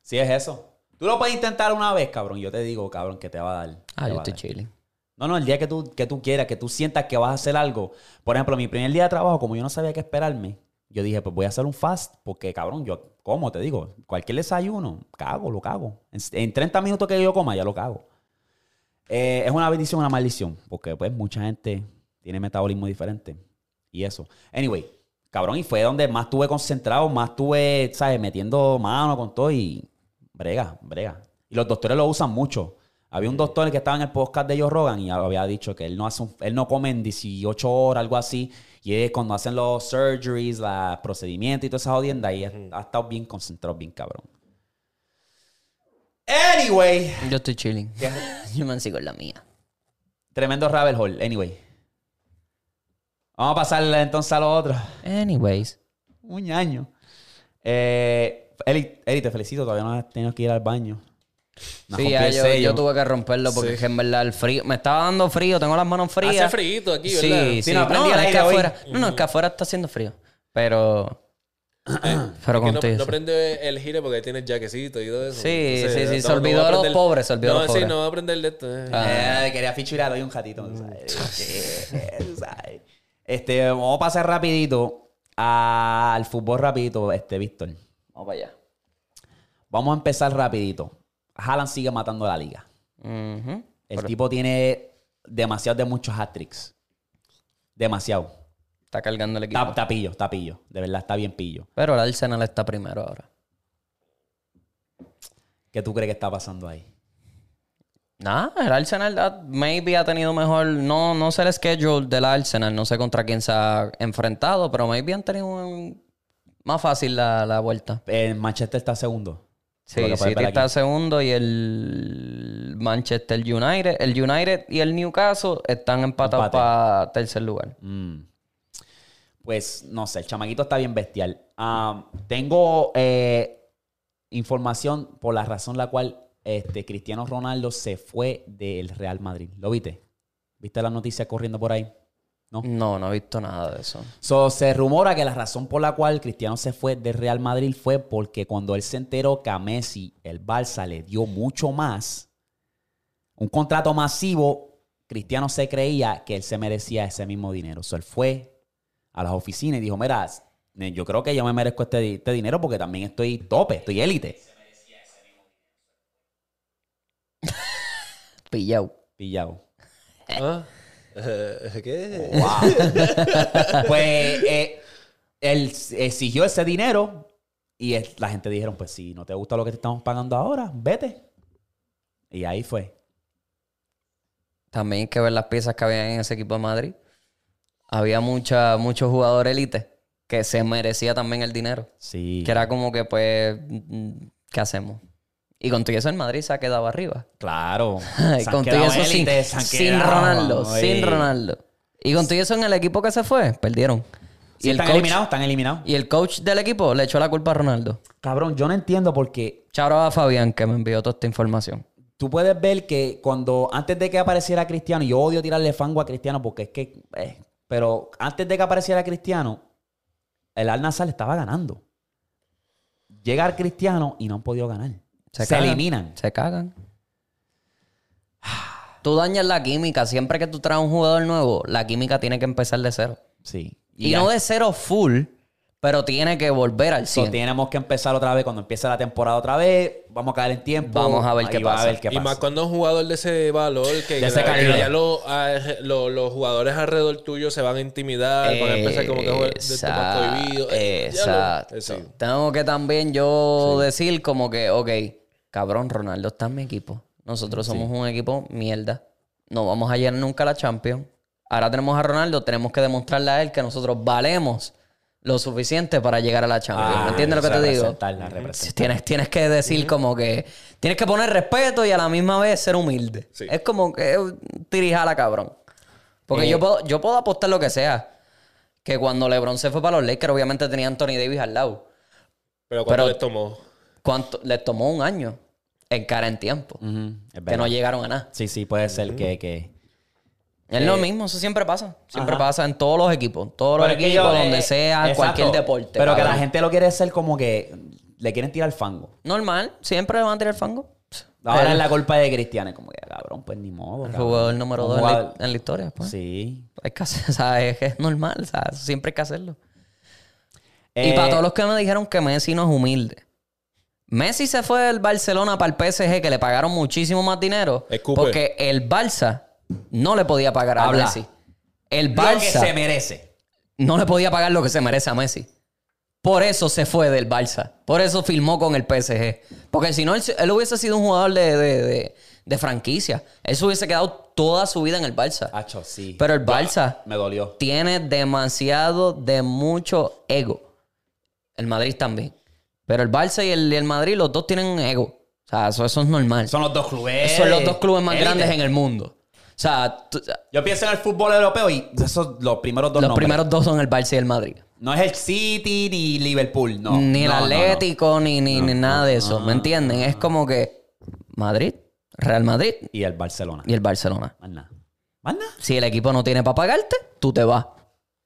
Si es eso. Tú lo puedes intentar una vez, cabrón. Yo te digo, cabrón, que te va a dar. Ah, Te yo va a estoy dar. chilling. No, no, el día que tú, que tú quieras, que tú sientas que vas a hacer algo. Por ejemplo, mi primer día de trabajo, como yo no sabía qué esperarme, yo dije, pues voy a hacer un fast, porque cabrón, yo, como te digo, cualquier desayuno, cago, lo cago. En, en 30 minutos que yo coma, ya lo cago. Eh, es una bendición, una maldición, porque pues mucha gente tiene metabolismo diferente y eso. Anyway, cabrón, y fue donde más estuve concentrado, más estuve, ¿sabes? Metiendo mano con todo y brega, brega. Y los doctores lo usan mucho. Había un doctor que estaba en el podcast de Joe Rogan y había dicho que él no, hace un- él no come en 18 horas, algo así. Y es cuando hacen los surgeries, los procedimientos y toda esa jodienda. Y ha, ha estado bien concentrado, bien cabrón. Anyway. Yo estoy chilling. Yo me sigo en la mía. Tremendo rabbit hole. Anyway. Vamos a pasar entonces a lo otro. Anyways. Un año. Eh, Eli, Eli, te felicito. Todavía no has tenido que ir al baño. Nos Sí, rompió ya el yo, sello. yo tuve que romperlo porque es que en verdad el frío. Me estaba dando frío, tengo las manos frías. Hace frío aquí, Sí, ¿verdad? sí. Sí, no, No, prendí el es que aire hoy. afuera. No, no, Mm. es que afuera está haciendo frío. Pero. pero Que con no, todo no eso. prende el gire porque tiene jaquecito y todo eso. Sí, Entonces, sí, sí, se voy olvidó a de los aprender- pobres, se olvidó de no, los Sí, pobres. Ah. no va a aprender de esto. eh. Eh, quería fichurar hoy un ratito. tú Mm. sabes. Sí, tú sabes. Este, vamos a pasar rapidito al fútbol rapidito, este, Víctor. Vamos para allá. Vamos a empezar rapidito. Haaland sigue matando la liga. Ujú. El tipo tiene demasiado de muchos hat-tricks. Demasiado. Está cargando el equipo. Está, está pillo, está pillo. De verdad, está bien pillo. Pero el Arsenal está primero ahora. ¿Qué tú crees que está pasando ahí? Nah, el Arsenal ah, maybe ha tenido mejor. No, no sé el schedule del Arsenal. No sé contra quién se ha enfrentado, pero maybe han tenido un- más fácil la, la vuelta. El Eh, Manchester está segundo. Sí, Lo que puedes City ver está aquí. segundo y el Manchester United. El United y el Newcastle están empatados Empate. para tercer lugar. Mm. Pues no sé, el chamaquito está bien bestial. Am, tengo eh, información por la razón la cual este, Cristiano Ronaldo se fue del Real Madrid. ¿Lo viste? ¿Viste la noticia corriendo por ahí? No, no he visto nada de eso. So, se rumora que la razón por la cual Cristiano se fue del Real Madrid fue porque cuando él se enteró que a Messi el Barça le dio mucho más, un contrato masivo, Cristiano se creía que él se merecía ese mismo dinero. So, él fue a las oficinas y dijo, mira, eh, yo creo que yo me merezco este, di- este dinero porque también estoy tope, estoy élite. Pillado. Pillado. ¿Ah? Eh, ¿Qué? Wow. pues eh, él exigió ese dinero y es- la gente dijeron, pues si no te gusta lo que te estamos pagando ahora, vete. Y ahí fue. También hay que ver las piezas que había en ese equipo de Madrid. Había mucha, muchos jugadores élite que se merecía también el dinero. Sí. Que era como que, pues, mm, ¿qué hacemos? Y con todo eso el Madrid se ha quedado arriba. Claro. eh. Y Se han con todo quedado eso sin, élites, se han sin quedado, Ronaldo, mano, sin y- Ronaldo. Y con todo eso en el equipo que se fue, perdieron. Sí, y, el están coach, eliminados, están eliminados. y el coach del equipo le echó la culpa a Ronaldo. Cabrón, yo no entiendo porque Charo a Fabián que me envió toda esta información. tú puedes ver que cuando antes de que apareciera Cristiano, yo odio tirarle fango a Cristiano porque es que, eh, pero antes de que apareciera Cristiano, el Al Nassr estaba ganando. Llega Cristiano y no han podido ganar. Se, cagan, eliminan. Se cagan. Tú dañas la química. Siempre que tú traes un jugador nuevo, la química tiene que empezar de cero. Sí. Y, ya. no de cero full, pero tiene que volver al So, 100. tenemos que empezar otra vez. Cuando empiece la temporada otra vez, vamos a caer en tiempo. Vamos a ver Ahí qué va pasa. A ver qué Y más pasa. cuando es un jugador de ese valor, que, De ese que calibre. ya lo- a- lo- los jugadores alrededor tuyo se van a intimidar, van a empezar como que a jugar de temas Exacto, prohibidos. Eh, ya lo- Exacto. eh, sí. Tengo que también yo decir como que, ok, cabrón, Ronaldo está en mi equipo. Nosotros somos un equipo mierda. No vamos a llegar nunca a la Champions. Ahora tenemos a Ronaldo, tenemos que demostrarle a él que nosotros valemos lo suficiente para llegar a la Champions. Ah, ¿Me entiendes lo que o sea, te digo? representarla, representarla. Mm, Tienes, tienes que decir como que... Tienes que poner respeto y a la misma vez ser humilde. Sí. Es como que eh, tirijala, cabrón. Eh. Porque yo, puedo, yo puedo apostar lo que sea que cuando LeBron se fue para los Lakers, obviamente tenía a Anthony Davis al lado. Pero cuando Pero- les tomó. ¿Cuánto? Les tomó un año en cara en tiempo. Ujú, es Que verdad. no llegaron a nada. Sí, sí, puede ser que. que... Es lo mismo, eso siempre pasa. Siempre Eh. Ajá. pasa en todos los equipos. en Todos los Pero es que equipos, yo, donde eh, sea, en exacto. cualquier deporte. Pero que la cabrón. gente lo quiere hacer como que le quieren tirar fango. Normal, siempre le van a tirar fango. Ahora es la culpa de Cristiano. Es Como que, cabrón, pues ni modo. El cabrón. jugador número Un dos en la, jugador- en la historia. Pues. Sí. Hay que hacer- o sea, es que es normal, o sea, siempre hay que hacerlo. Y Eh, para todos los que me dijeron que Messi no es humilde. Messi se fue del Barcelona para el PSG que le pagaron muchísimo más dinero Escupe. porque el Barça no le podía pagar a Habla. Messi. El lo que se Barça merece. no le podía pagar lo que se merece a Messi. Por eso se fue del Barça. Por eso firmó con el PSG. Porque si no, él, él hubiese sido un jugador de, de- de- de franquicia. Él se hubiese quedado toda su vida en el Barça. Hacho, sí. Pero el Barça Me dolió. tiene demasiado de mucho ego. El Madrid también. Pero el Barça y el, y el Madrid, los dos tienen ego. O sea, eso, eso es normal. Son Son, los dos clubes. los dos clubes más élite. grandes en el mundo. O sea, tú- Yo pienso en el fútbol europeo y esos los primeros dos los nombres. primeros dos son el Barça y el Madrid. No es el City ni Liverpool, no. ni el No, no, no. Atlético, ni, ni, ni nada de eso. ¿Me entienden? Es como que Madrid, Real Madrid Y el Barcelona. y el Barcelona. Más nada. Más nada. Si el equipo no tiene para pagarte, tú te vas.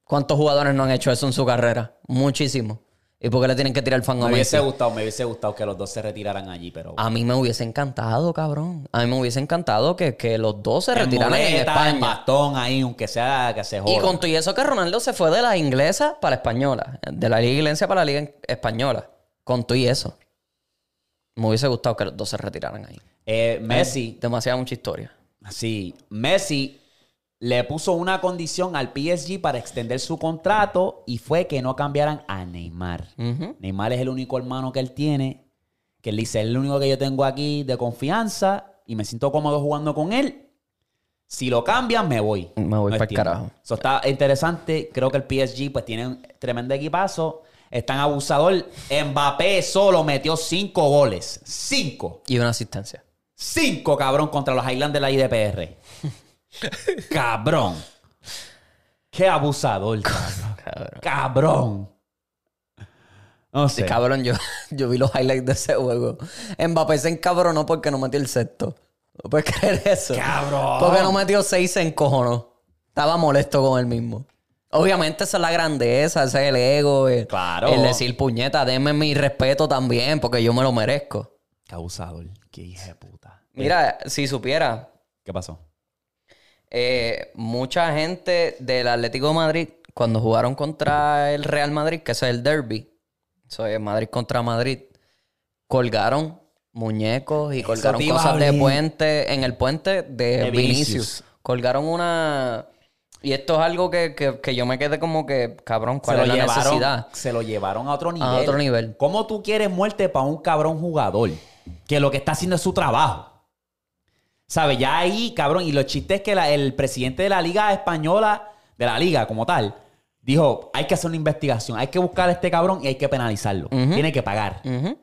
¿Cuántos jugadores no han hecho eso en su carrera? Muchísimo. ¿Y por qué le tienen que tirar el fango Me a Messi? hubiese gustado, me hubiese gustado que los dos se retiraran allí, pero. A mí me hubiese encantado, cabrón. A mí me hubiese encantado que, que los dos se En retiraran en muleta, en España. bastón ahí, aunque sea que se joda. Y con todo y eso que Ronaldo se fue de la inglesa para la española. De la liga inglesa para la liga española. Con todo y eso. Me hubiese gustado que los dos se retiraran ahí. Eh, Messi, Demasiada mucha historia. sí. Messi le puso una condición al PSG para extender su contrato y fue que no cambiaran a Neymar. Ujú. Neymar es el único hermano que él tiene, que él dice, es el único que yo tengo aquí de confianza y me siento cómodo jugando con él, si lo cambian, me voy. Me voy es pa'l tiempo. carajo. Eso está interesante. Creo que el PSG pues tiene un tremendo equipazo. Es tan abusador. Mbappé solo metió cinco goles. Cinco. Y una asistencia. Cinco, cabrón, contra los Highlanders de la IDPR. cabrón. Qué abusador, cabrón. Cabrón. Cabrón. No sé. Cabrón, yo, yo vi los highlights de ese juego. Mbappé se encabronó porque no metió el sexto. ¿No puedes creer eso? Cabrón. Porque no metió seis en cojono. Estaba molesto con él mismo. Obviamente esa es la grandeza, ese es el ego. El, Claro. El decir, puñeta, denme mi respeto también porque yo me lo merezco. Qué abusador. Qué hija de puta. Mira, si supiera, ¿Qué pasó? eh, mucha gente del Atlético de Madrid, cuando jugaron contra el Real Madrid, que eso es el derby, eso es Madrid contra Madrid, colgaron muñecos y colgaron te iba a cosas de hablar. puente, en el puente de, De Vinicius. Vinicius. Colgaron una... Y esto es algo que, que- que yo me quedé como que, cabrón, ¿cuál se es lo la llevaron, necesidad? Se lo llevaron a otro nivel. otro nivel. ¿Cómo tú quieres muerte para un cabrón jugador que lo que está haciendo es su trabajo? ¿Sabes? Ya ahí, cabrón. Y los chistes que la- el presidente de la Liga Española, de la Liga como tal, dijo: hay que hacer una investigación, hay que buscar a este cabrón y hay que penalizarlo. Ujú. Tiene que pagar. Ujú.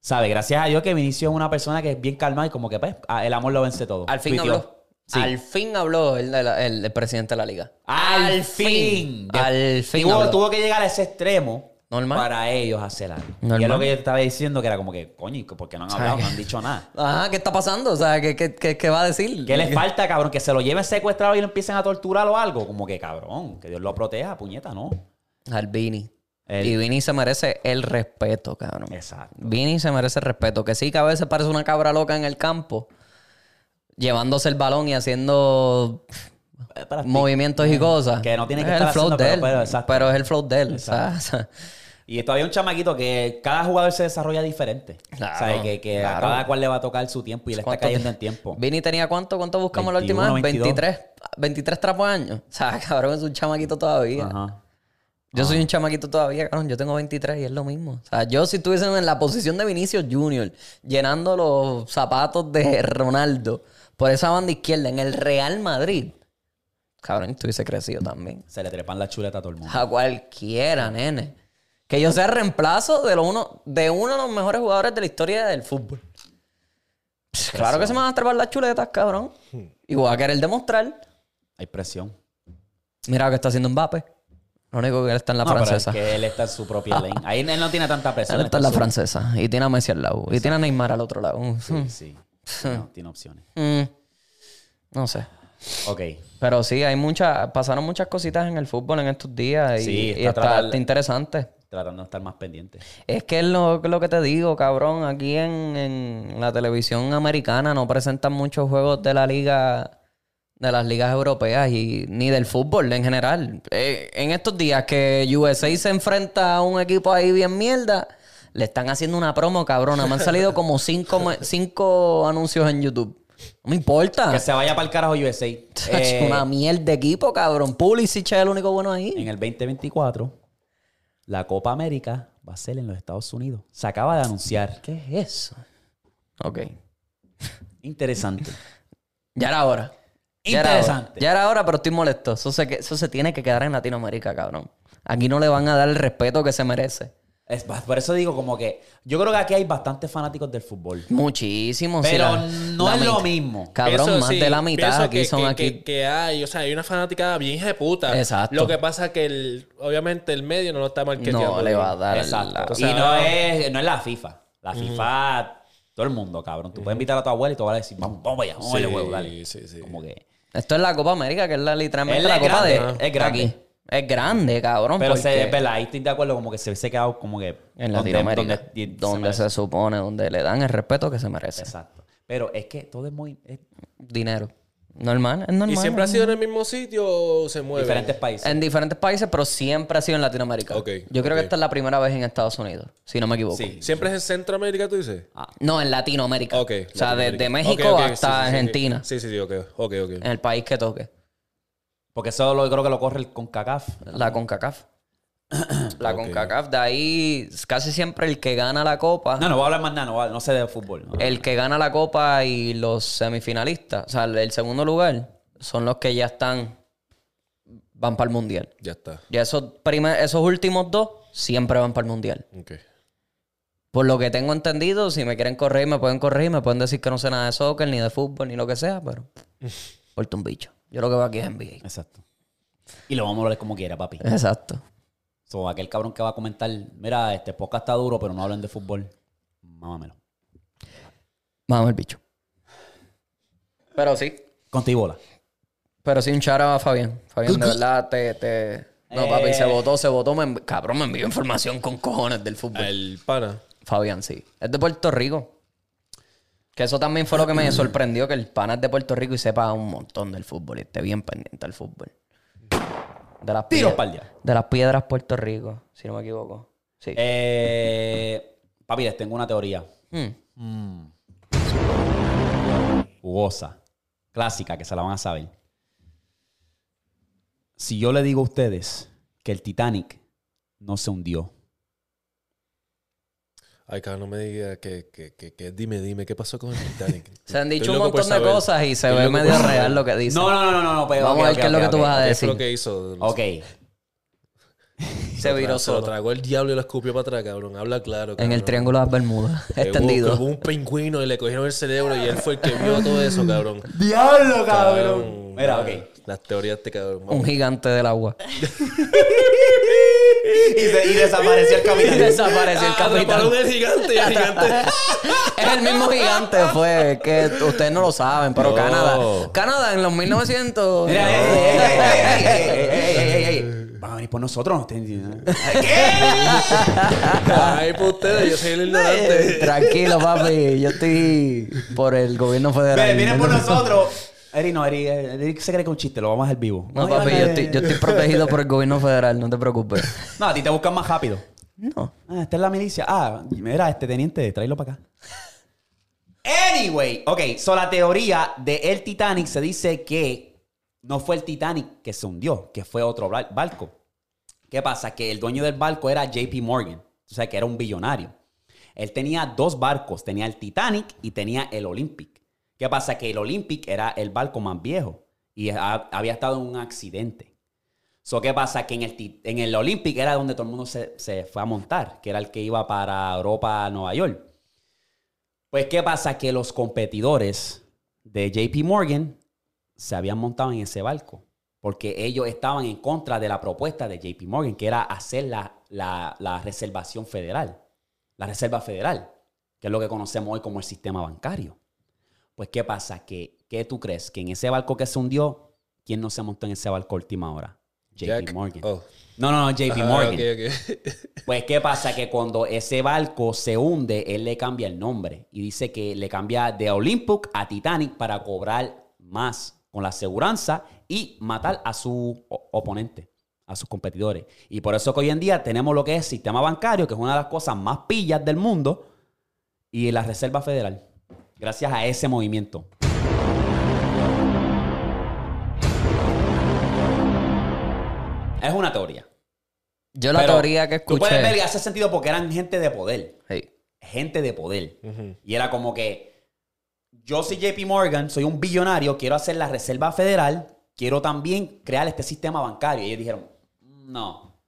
¿Sabes? Gracias a Dios que Vinicio es una persona que es bien calmada y como que, pues, a- el amor lo vence todo. Al fin Tuiteó. habló. Sí. Al fin habló el, de la- el- el presidente de la liga. Al, fin. Al fin Tuvo, habló. tuvo que llegar a ese extremo Normal. para ellos hacer algo. Y Normal. es lo que yo te estaba diciendo, que era como que, coño, ¿por qué no han hablado? No han dicho nada. Ajá, ¿qué está pasando? O sea, ¿qué, qué- qué- qué va a decir? ¿Qué les falta, cabrón? Que se lo lleven secuestrado y lo empiecen a torturar o algo. Como que, cabrón, que Dios lo proteja, puñeta, ¿no? Al Vini. El- Y Vini se merece el respeto, cabrón. Exacto. Vini se merece el respeto. Que sí, que a veces parece una cabra loca en el campo, llevándose el balón y haciendo Eh, para ti. movimientos y cosas. Que no tiene que es estar el flow haciendo, de pero- él. pero- pues, exacto. Pero es el flow de él. o sea, o sea, Y todavía un chamaquito que cada jugador se desarrolla diferente. Claro, o sea, que, que a claro. cada cual le va a tocar su tiempo y le está ¿Cuánto- cayendo en tiempo. Vini tenía cuánto, cuánto buscamos la última 21, vez? 23, 23 trapos al año. O sea, cabrón, es un chamaquito todavía. Ajá. Yo Ah. soy un chamaquito todavía, cabrón. Yo tengo 23 y es lo mismo. O sea, yo si estuviese en la posición de Vinicius Junior, llenando los zapatos de Ronaldo por esa banda izquierda en el Real Madrid, cabrón, estuviese crecido también. Se le trepan la chuleta a todo el mundo. A cualquiera, nene. Que yo sea reemplazo de, lo uno, de uno de los mejores jugadores de la historia del fútbol. Pss, Claro que se me van a trepar las chuletas, cabrón. Hmm. Y voy a querer demostrar. Hay presión. Mira lo que está haciendo Mbappé. Lo único que él está en la No, pero es francesa. que él está en su propia lane. Ahí él no tiene tanta presión. Él está en la francesa. Y tiene a Messi al lado. Y tiene a Neymar al otro lado. Mm, Sí, sí. No, tiene opciones. mm. No sé. Ok. Pero sí, hay muchas. Pasaron muchas cositas en el fútbol en estos días. Y, Sí, está y está, tratar- está interesante. Tratando de estar más pendiente. Es que es lo, lo que te digo, cabrón. Aquí en, en la televisión americana no presentan muchos juegos de la liga. De las ligas europeas y ni del fútbol en general. Eh, en estos días que USA se enfrenta a un equipo ahí bien mierda, le están haciendo una promo, cabrón. Me han salido como cinco, me- cinco anuncios en YouTube. No me importa. Que se vaya para el carajo USA. Es Eh, Ah. una mierda de equipo, cabrón. Pulisic es el único bueno ahí. en el 2024, la Copa América va a ser en los Estados Unidos. Se acaba de anunciar. ¿Qué es eso? Ok. Interesante. Ya era hora. Ya era hora. Interesante. Ya era hora, pero estoy molesto. Eso se, que- eso se tiene que quedar en Latinoamérica, cabrón. Aquí no le van a dar el respeto que se merece. Es- por eso digo como que yo creo que aquí hay bastantes fanáticos del fútbol. Muchísimo. sí, Pero la- no la es lo mit- mismo. Cabrón, Pienso, más sí, de la mitad pienso aquí que- son que- aquí. Que, que hay, o sea, hay una fanática bien hija de puta. Exacto. Lo que pasa que el, obviamente el medio no lo está no marketeando. le bien. va a dar. la- Exacto. O sea, y no es, no es la FIFA. La FIFA, todo el mundo, cabrón. Tú puedes invitar a tu abuela y tú vas a decir, vamos, vamos allá, vamos a ver el Sí, juego, dale. sí, sí. Como que. Esto es la Copa América, que es la literalmente Es la la Copa grande, de. es grande. aquí. Es grande, cabrón. Pero se, porque- es verdad, ahí estoy de acuerdo, como que se hubiese quedado como que. En donde- Latinoamérica. donde- Donde, se merece. se, supone, donde le dan el respeto que se merece. Exacto. Pero es que todo es muy. es Dinero. Normal, es normal. ¿Y siempre ha sido en el mismo sitio o se mueve? diferentes países. En diferentes países, pero siempre ha sido en Latinoamérica. Ok, Yo creo que ok. esta es la primera vez en Estados Unidos, si no me equivoco. Ah, Sí. ¿Siempre es en Centroamérica, tú dices? No, en Latinoamérica. Ok. o sea, desde Latinoamérica. México Ok, ok, sí, hasta sí, sí, sí. Argentina, Sí, sí, sí, ok, ok, ok. en el país que toque. Porque eso lo, creo que lo corre el CONCACAF. La CONCACAF. La CONCACAF, de ahí casi siempre el que gana la copa. No, no voy a hablar más nada, no, voy a- no sé de fútbol. No. El que gana la copa y los semifinalistas, o sea, el segundo lugar, son los que ya están, van para el mundial. Ya está. Ya esos, primer- esos últimos dos siempre van para el mundial. Ok. Por lo que tengo entendido, si me quieren correr, me pueden correr, me pueden decir que no sé nada de soccer, ni de fútbol, ni lo que sea, pero. Por un bicho. Yo lo que veo aquí es NBA. Exacto. Y lo vamos a hablar como quiera, papi. Exacto. So, aquel cabrón que va a comentar, mira, este podcast está duro, pero no hablan de fútbol. Mámamelo. Vamos el bicho. Pero sí. Conte y bola. Pero sí, un chara a Fabián. Fabián, de verdad, te. te- No, papi, se votó, se votó. me envi- Cabrón, me envió información con cojones del fútbol. El pana. Fabián, sí. Es de Puerto Rico. Que eso también fue lo que me sorprendió, que el pana es de Puerto Rico y sepa un montón del fútbol y esté bien pendiente al fútbol. De las Tiro piedras- pa'l día. De las piedras Puerto Rico, si no me equivoco. Sí. Eh, papi, les tengo una teoría. Mm. Jugosa. Clásica, que se la van a saber. Si yo le digo a ustedes que el Titanic no se hundió. Ay, cabrón, no me diga que, que, que, que- dime, dime, ¿qué pasó con el Titanic? Se han dicho Estoy un loco por montón de saber. cosas y se Estoy ve loco por medio saber. real lo que dice. No, no, no, no, no. no, pero- Vamos ok, a ver ok, qué es lo ok, que tú ok. vas a ¿Qué Ah, decir. fue lo que hizo? No Ok. sé. se viró Se lo solo. tragó el diablo y lo escupió para atrás, cabrón. Habla claro, En el cabrón. Triángulo de las Bermudas. Que hubo- que Extendido. Hubo un pingüino y le cogieron el cerebro y él fue el que vio todo eso, cabrón. ¡Diablo, Cabrón. Mira, ok. Las teorías de este cabrón. Un gigante del agua. Y, se- y desapareció el Y capitán. Ah, desapareció el capitán. Atraparon el gigante y el gigante. Es el mismo gigante, fue. Que ustedes no lo saben, pero No. Canadá. Canadá en los 1900. Mira, No. ey, ey, ey, ey, ey, ey, ey, ey, ey, ey. Van a venir por nosotros. ¿no? Ay, por ustedes, yo soy el ignorante. Tranquilo, papi. Yo estoy por el gobierno federal. Ven, Vienen por nosotros. Eri no, Eri, eh, Eri se cree que es un chiste, lo vamos a hacer vivo. No, Iván, papi, yo eh, estoy, yo estoy protegido por el gobierno federal, no te preocupes. No, a ti te buscan más rápido. No. Ah, esta es la milicia. Ah, mira, este teniente, tráelo para acá. Anyway, ok, so la teoría de el Titanic se dice que no fue el Titanic que se hundió, que fue otro bal- barco. ¿Qué pasa? Que el dueño del barco era JP Morgan, o sea, que era un billonario. Él tenía dos barcos, tenía el Titanic y tenía el Olympic. ¿Qué pasa? Que el Olympic era el barco más viejo y ha- había estado en un accidente. So, ¿qué pasa? Que en el, ti- en el Olympic era donde todo el mundo se, se fue a montar, que era el que iba para Europa, Nueva York. Pues, ¿qué pasa? Que los competidores de JP Morgan se habían montado en ese barco, porque ellos estaban en contra de la propuesta de JP Morgan, que era hacer la, la- la reservación federal, la reserva federal, que es lo que conocemos hoy como el sistema bancario. Pues, ¿qué pasa? Que, ¿Qué tú crees? Que en ese barco que se hundió, ¿quién no se montó en ese barco a última hora? JP Jack- Morgan. Oh. No, no, no, JP Ajá, Morgan. ok, ok. Pues, ¿qué pasa? Que cuando ese barco se hunde, él le cambia el nombre y dice que le cambia de Olympic a Titanic para cobrar más con la aseguranza y matar a su o- oponente, a sus competidores. Y por eso que hoy en día tenemos lo que es sistema bancario, que es una de las cosas más pillas del mundo, y la Reserva Federal, gracias a ese movimiento. Es una teoría. Yo la Pero teoría que Tú puedes ver y escuché. hace sentido porque eran gente de poder. Sí. Gente de poder. Ujú. Y era como que yo soy JP Morgan, soy un billonario, quiero hacer la Reserva Federal, quiero también crear este sistema bancario. Y ellos dijeron, no.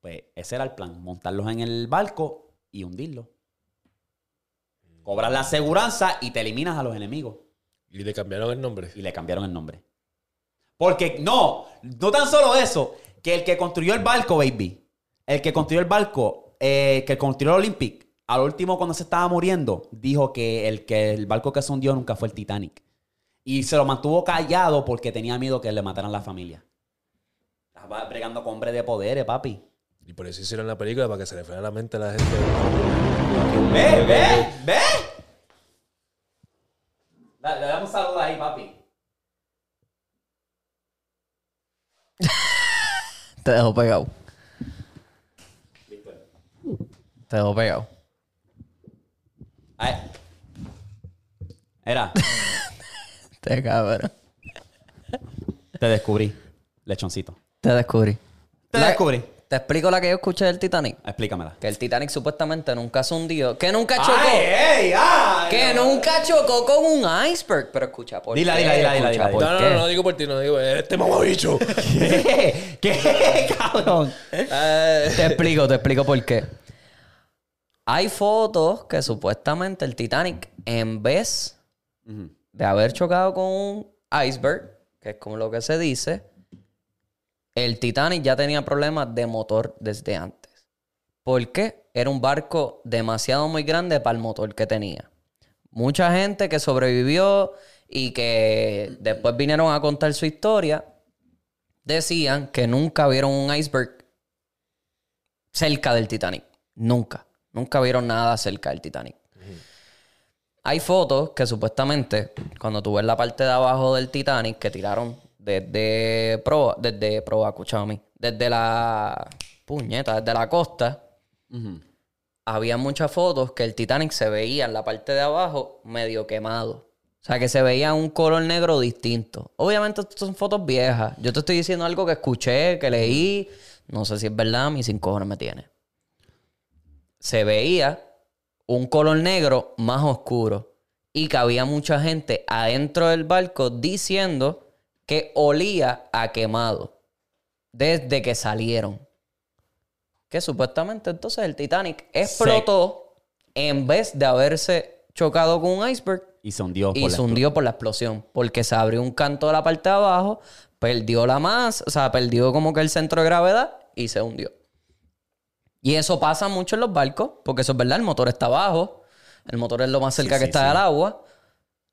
Pues ese era el plan, montarlos en el barco y hundirlo. Cobras la aseguranza y te eliminas a los enemigos. Y le cambiaron el nombre. Y le cambiaron el nombre. Porque no, no tan solo eso, que el que construyó el barco, baby, el que construyó el barco, eh, que construyó el Olympic, al último cuando se estaba muriendo, dijo que el, que el barco que se hundió nunca fue el Titanic. Y se lo mantuvo callado porque tenía miedo que le mataran la familia. Estaba bregando con hombres de poderes, papi. Y por eso hicieron la película, para que se le fuera la mente a la gente. ¿Ve? ¿Ve? ¿Ve? Le, le damos un saludo ahí, papi. Te dejo pegado. Te dejo pegado. Ay. Era. Te cabrón. Te descubrí, lechoncito. Te descubrí. Te La- descubrí. Te explico la que yo escuché del Titanic. Explícamela. Que el Titanic supuestamente nunca se hundió. Que nunca chocó. ¡Ay, ey, ay! que nunca chocó con un iceberg. Pero escucha, por Dila, qué, dila, dila, dila, escucha, dila. ¿por No, no, qué? no, no digo por ti, no digo. Este mamabicho. ¿Qué? ¿Qué, cabrón? Eh, Te explico, te explico por qué. Hay fotos que supuestamente el Titanic, en vez de haber chocado con un iceberg, que es como lo que se dice, el Titanic ya tenía problemas de motor desde antes. ¿Por qué? Era un barco demasiado muy grande para el motor que tenía. Mucha gente que sobrevivió y que después vinieron a contar su historia, decían que nunca vieron un iceberg cerca del Titanic. Nunca. Nunca vieron nada cerca del Titanic. Hay fotos que supuestamente, cuando tú ves la parte de abajo del Titanic, que tiraron desde proa, desde proa, escuchaba a mí, desde la puñeta, desde la costa, había muchas fotos que el Titanic se veía en la parte de abajo medio quemado. O sea, que se veía un color negro distinto. Obviamente, estas son fotos viejas. Yo te estoy diciendo algo que escuché, que leí. No sé si es verdad, mis cinco cojones me tiene. Se veía un color negro más oscuro. Y que había mucha gente adentro del barco diciendo que olía a quemado. Desde que salieron. Que supuestamente entonces el Titanic explotó en vez de haberse chocado con un iceberg Y se hundió. y por la- se hundió por la explosión. Porque se abrió un canto de la parte de abajo, perdió la masa, o sea, perdió como que el centro de gravedad y se hundió. Y eso pasa mucho en los barcos, porque eso es verdad, el motor está abajo, el motor es lo más cerca Sí, que sí, está sí. del agua.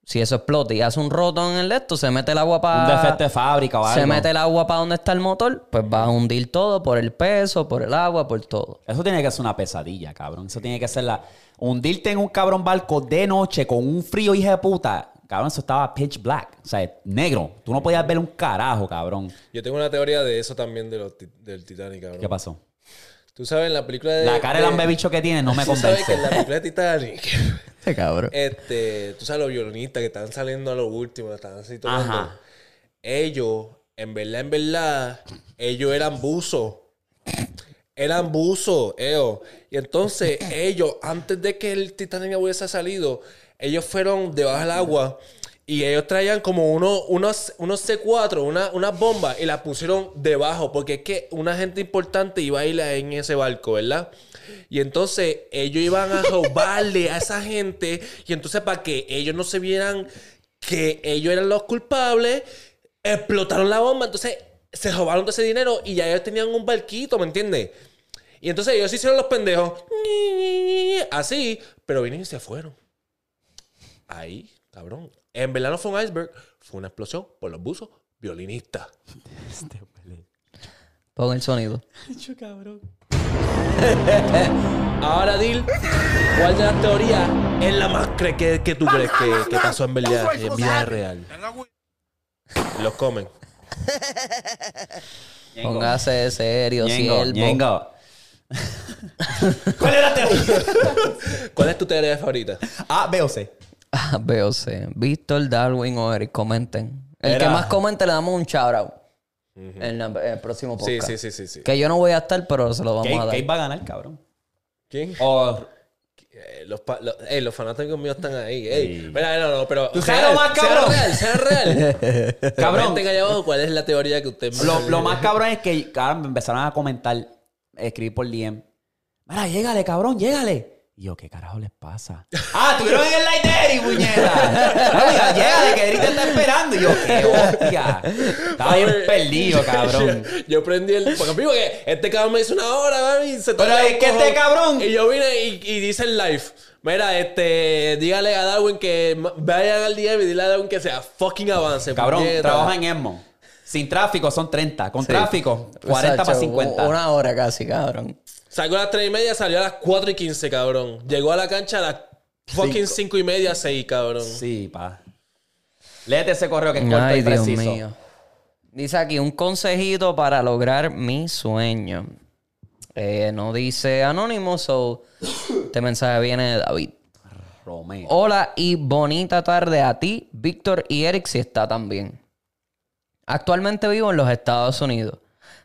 Si eso explota y hace un roto en el esto, se mete el agua Un defecto para. de fábrica o algo. Se mete el agua para donde está el motor, pues va a hundir todo por el peso, por el agua, por todo. Eso tiene que ser una pesadilla, cabrón. Eso tiene que ser la... Hundirte en un cabrón barco de noche con un frío, hija de puta. Cabrón, eso estaba pitch black. O sea, negro. Tú no podías ver un carajo, cabrón. Yo tengo una teoría de eso también de los ti- del Titanic, cabrón. ¿Qué pasó? Tú sabes, en la película de. La cara de- del ambebicho que tiene no me Tú sabes convence. que en la película de Titanic. Este cabrón. Este, tú sabes, los violinistas que están saliendo a lo último, están así tocando. Ajá. Ellos, en verdad, en verdad, ellos eran buzos. Eran buzos, ellos. Y entonces, ellos, antes de que el Titanic hubiese salido, ellos fueron debajo del agua y ellos traían como uno, unos, unos C4, una, unas bombas, y las pusieron debajo, porque es que una gente importante iba a ir en ese barco, ¿verdad? Y entonces ellos iban a robarle a esa gente, y entonces para que ellos no se vieran que ellos eran los culpables, explotaron la bomba, entonces se robaron todo ese dinero y ya ellos tenían un barquito, ¿me entiendes? Y entonces ellos se hicieron los pendejos, así, pero vinieron y se fueron. Ahí, cabrón. En verdad no fue un iceberg, fue una explosión por los buzos violinistas. Pon el sonido. Ahora, Dil, ¿cuál de las teorías es la más cre que, que tú crees que, que pasó en verdad, en vida real? Los comen. Póngase serio, Ñengo, siervo. Ñengo. ¿Cuál era la teoría? ¿Cuál es tu teoría favorita? A, B o C. Ah, Veo, sé. Víctor, Darwin o Eric, comenten. El Era- que más comente le damos un shout out en, la- en el próximo Sí, podcast. sí, sí, sí, sí. Que yo no voy a estar, pero se lo vamos Kate, a dar. Kate va a ganar, cabrón. ¿Quién? O... Eh, los, pa- los- eh, los fanáticos míos están ahí. Ey, Mira, no, no, pero. ¿Tú sabes lo más cabrón? Sea real, sea real. Cabrón. Comenten allá abajo cuál es la teoría que usted Lo, lo más cabrón es que cabrón, me empezaron a comentar, escribir por DM. Mira, llégale, cabrón, llégale. Y yo, ¿qué carajo les pasa? ¡Ah, tuvieron en el light Eric, puñeta! No, mira, llégale, que Eric te está esperando. Y yo, ¡qué hostia! Estaba bien perdido, cabrón. Yo, yo prendí el. Porque amigo, que este cabrón me hizo una hora, mami, y se Pero tocó es un que este cojón. cabrón- Y yo vine y, y dice el live. Mira, este, dígale a Darwin que ma- vayan al DM y dile a Darwin que sea fucking avance. Cabrón, puñeta. trabaja en Edmond. Sin tráfico son 30. Con Sí. tráfico, O sea, 40 para chavo, 50. Una hora casi, cabrón. Salió a las 3 y media, salió a las 4 y 15, cabrón. Llegó a la cancha a las fucking 5 y media, 6, cabrón. Sí, pa. Léete ese correo que es corto Ay, y Dios preciso. mío. Dice aquí, un consejito para lograr mi sueño. Eh, no dice anónimo, so este mensaje viene de David. Romeo. Hola y bonita tarde a ti, Víctor y Eric, si está también. Actualmente vivo en los Estados Unidos.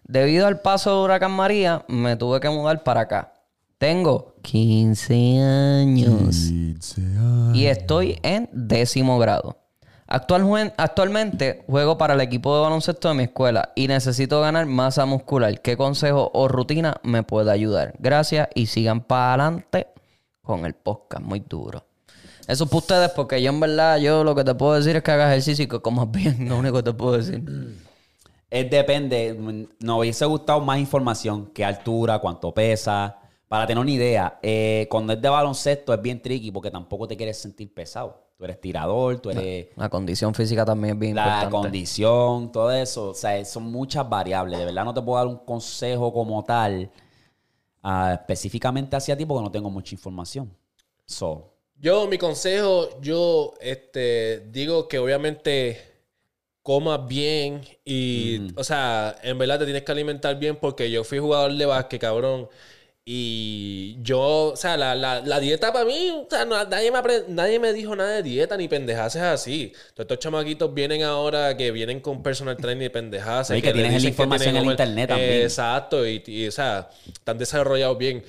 Debido al paso de Huracán María, me tuve que mudar para acá. Tengo 15 años y estoy en décimo grado. Actual juen- actualmente juego para el equipo de baloncesto de mi escuela y necesito ganar masa muscular. ¿Qué consejo o rutina me puede ayudar? Gracias y sigan para adelante con el podcast, muy duro. Eso es para ustedes porque yo en verdad, yo lo que te puedo decir es que hagas ejercicio y que comas bien, lo único que te puedo decir. Es depende. mm, Nos hubiese gustado más información. ¿Qué altura? ¿Cuánto pesa? Para tener una idea, eh, cuando es de baloncesto es bien tricky porque tampoco te quieres sentir pesado. Tú eres tirador, tú eres La condición física también es bien la importante. condición, todo eso. O sea, son muchas variables. De verdad no te puedo dar un consejo como tal ah, específicamente hacia ti porque no tengo mucha información. So, Yo, mi consejo, yo este, digo que obviamente comas bien y, o sea, en verdad te tienes que alimentar bien porque yo fui jugador de básquet, cabrón. Y yo, o sea, la, la- la dieta para mí, o sea, no- nadie, me apre- nadie me dijo nada de dieta ni pendejaces así. Todos estos chamaquitos vienen ahora que vienen con personal trainer y pendejaces. Oye, que le tienes la dicen que información tienen en que comer- internet también. Exacto, y, y, o sea, están desarrollados bien.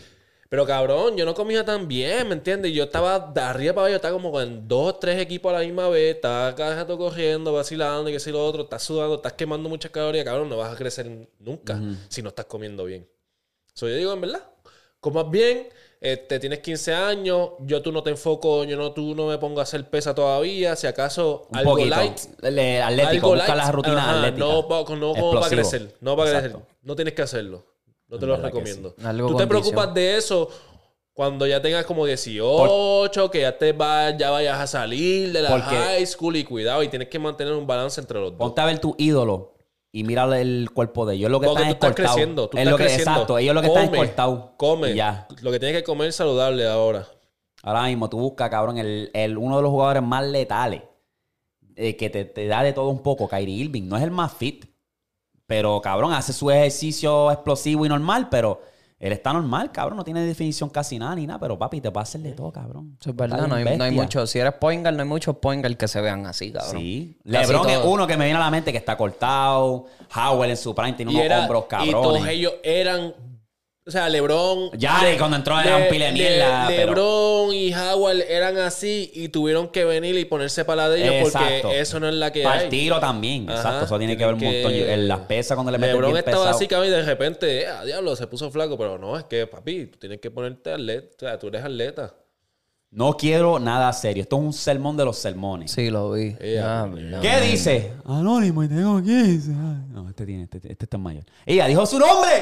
Pero cabrón, yo no comía tan bien, ¿me entiendes? Yo estaba de arriba para abajo, yo estaba como con dos, tres equipos a la misma vez, estaba cada rato corriendo, vacilando, y que si lo otro, estás sudando, estás quemando muchas calorías, cabrón, no vas a crecer nunca si no estás comiendo bien. So, yo digo, en verdad, comas bien, este, tienes 15 años, yo tú no te enfoco, yo no, tú no me pongo a hacer pesa todavía, si acaso un algo poquito. light, Le- atlético, algo busca light, las rutinas ajá, atléticas. No, pa- no como para Explosivo. crecer, no para Exacto. crecer, no tienes que hacerlo, no te lo verdad que recomiendo. sí. Algo Tú te con preocupas de eso cuando ya tengas como 18, que ya te vas, ya vayas a salir de la Porque- high school y cuidado, y tienes que mantener un balance entre los dos. Ponte a ver tu ídolo y mira el cuerpo de ellos. Lo que Porque tú están estás es cortado. creciendo, tú Es estás lo que- creciendo. Exacto, ellos lo que están es Come, cortado. Come. Y ya. Lo que tienes que comer es saludable ahora. Ahora mismo tú buscas, cabrón, el, el- uno de los jugadores más letales. eh, que te, te da de todo un poco. Kyrie Irving no es el más fit. Pero, cabrón, hace su ejercicio explosivo y normal, pero él está normal, cabrón. No tiene definición casi nada ni nada. Pero, papi, te va a hacer de todo, cabrón. Eso es verdad, Está no bien hay, no hay bestia. mucho. Si eres poingal, no hay muchos poingal que se vean así, cabrón. Sí. Casi LeBron es todo. uno que me viene a la mente que está cortado. Howell en su prime tiene unos era- hombros y todos cabrones. ellos eran. O sea, LeBron. Yari, cuando entró, era un pile de mierda, pero- LeBron y Howard eran así y tuvieron que venir y ponerse para la de ellos Exacto. porque eso no es la que Para hay. el tiro también, Ajá, exacto. Eso tiene que ver tienen un montón. que- En las pesas cuando le meten LeBron bien estaba pesado. así, cabrón, y de repente, eh, a diablo, se puso flaco, pero no, es que, papi, tú tienes que ponerte atleta, o sea, tú eres atleta. No quiero nada serio. Esto es un sermón de los sermones. Sí, lo vi. Ella, Ah, verdad. ¿Qué dice? Anónimo y tengo 15. Ay, No, este tiene, este, este está mayor. Ella dijo su nombre. Eh.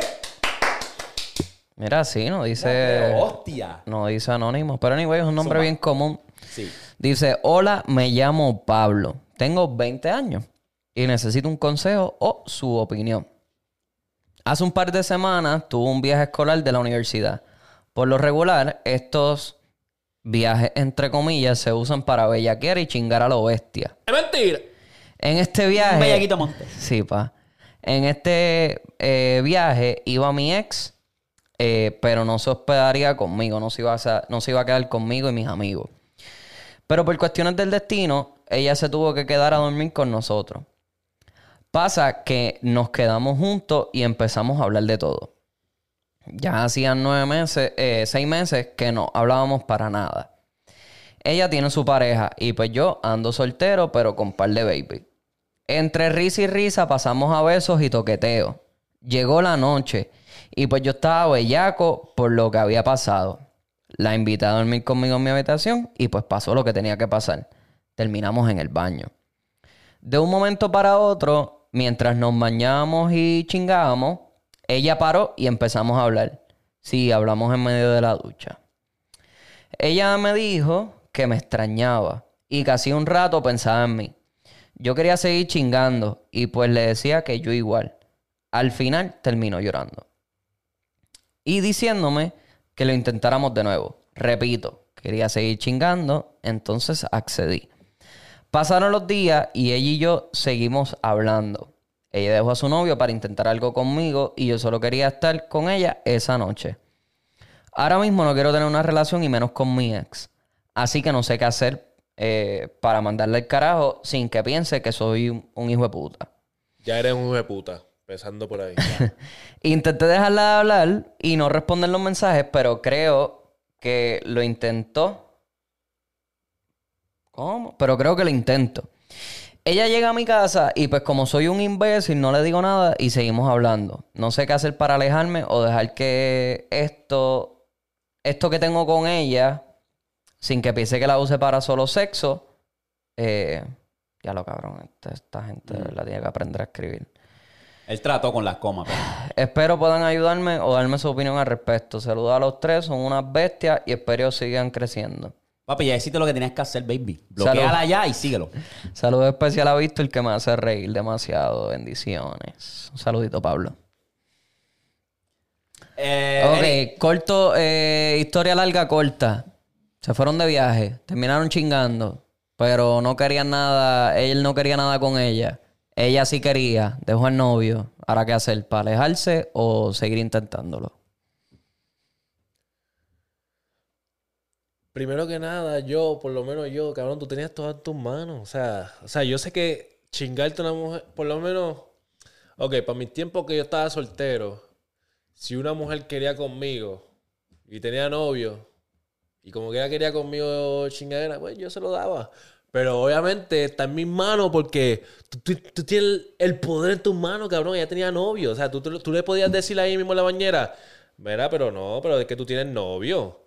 Mira, sí, no dice. Pero, hostia. No dice anónimo. Pero anyway, es un nombre bien común. Sí. Dice: Hola, me llamo Pablo. Tengo 20 años y necesito un consejo o su opinión. Hace un par de semanas tuve un viaje escolar de la universidad. Por lo regular, estos viajes, entre comillas, se usan para bellaquear y chingar a lo bestia. ¡Es mentira! En este viaje. eh. Un bellaquito monte. Sí, pa. En este eh, viaje iba mi ex, eh, pero no se hospedaría conmigo, no se, iba a, sa- no se iba a quedar conmigo y mis amigos. Pero por cuestiones del destino, ella se tuvo que quedar a dormir con nosotros. Pasa que nos quedamos juntos y empezamos a hablar de todo. Ya hacían nueve meses, eh, seis meses que no hablábamos para nada. Ella tiene su pareja y pues yo ando soltero, pero con par de baby. Entre risa y risa pasamos a besos y toqueteo. Llegó la noche y pues yo estaba bellaco por lo que había pasado. La invité a dormir conmigo en mi habitación y pues pasó lo que tenía que pasar. Terminamos en el baño. De un momento para otro, mientras nos bañábamos y chingábamos, ella paró y empezamos a hablar. Sí, hablamos en medio de la ducha. Ella me dijo que me extrañaba y que hacía un rato pensaba en mí. Yo quería seguir chingando y pues le decía que yo igual. Al final terminó llorando. Y diciéndome que lo intentáramos de nuevo. Repito, quería seguir chingando, entonces accedí. Pasaron los días y ella y yo seguimos hablando. Ella dejó a su novio para intentar algo conmigo y yo solo quería estar con ella esa noche. Ahora mismo no quiero tener una relación y menos con mi ex. Así que no sé qué hacer eh, para mandarle el carajo sin que piense que soy un, un hijo de puta. Ya eres un hijo de puta. Empezando por ahí. Intenté dejarla de hablar y no responder los mensajes, pero creo que lo intentó. ¿Cómo? Pero creo que lo intento. Ella llega a mi casa y pues como soy un imbécil no le digo nada y seguimos hablando. No sé qué hacer para alejarme o dejar que esto, esto que tengo con ella, sin que piense que la use para solo sexo, eh, ya lo cabrón, esta, esta gente la tiene que aprender a escribir. Él trató con las comas. pero- Espero puedan ayudarme o darme su opinión al respecto. Saludos a los tres, son unas bestias y espero sigan creciendo. Papi, ya hiciste lo que tenías que hacer, baby. Salud. Bloqueala ya y síguelo. Saludos especial a Víctor que me hace reír demasiado. Bendiciones. Un saludito, Pablo. Eh, Ok, Eric, corto, eh, historia larga, corta. Se fueron de viaje, terminaron chingando, pero no querían nada, él no quería nada con ella. Ella sí quería, dejó al novio. Ahora qué hacer, ¿para alejarse o seguir intentándolo? Primero que nada, yo, por lo menos yo, cabrón, tú tenías todas tus manos. O sea, o sea, yo sé que chingarte a una mujer, por lo menos, ok, para mis tiempos que yo estaba soltero, si una mujer quería conmigo y tenía novio, y como que ella quería conmigo chingadera, pues yo se lo daba. Pero obviamente está en mis manos porque tú, tú- tú tienes el, el poder en tus manos, cabrón. Ella tenía novio. O sea, tú, tú- tú le podías decir ahí mismo en la bañera, mira, pero no, pero es que tú tienes novio.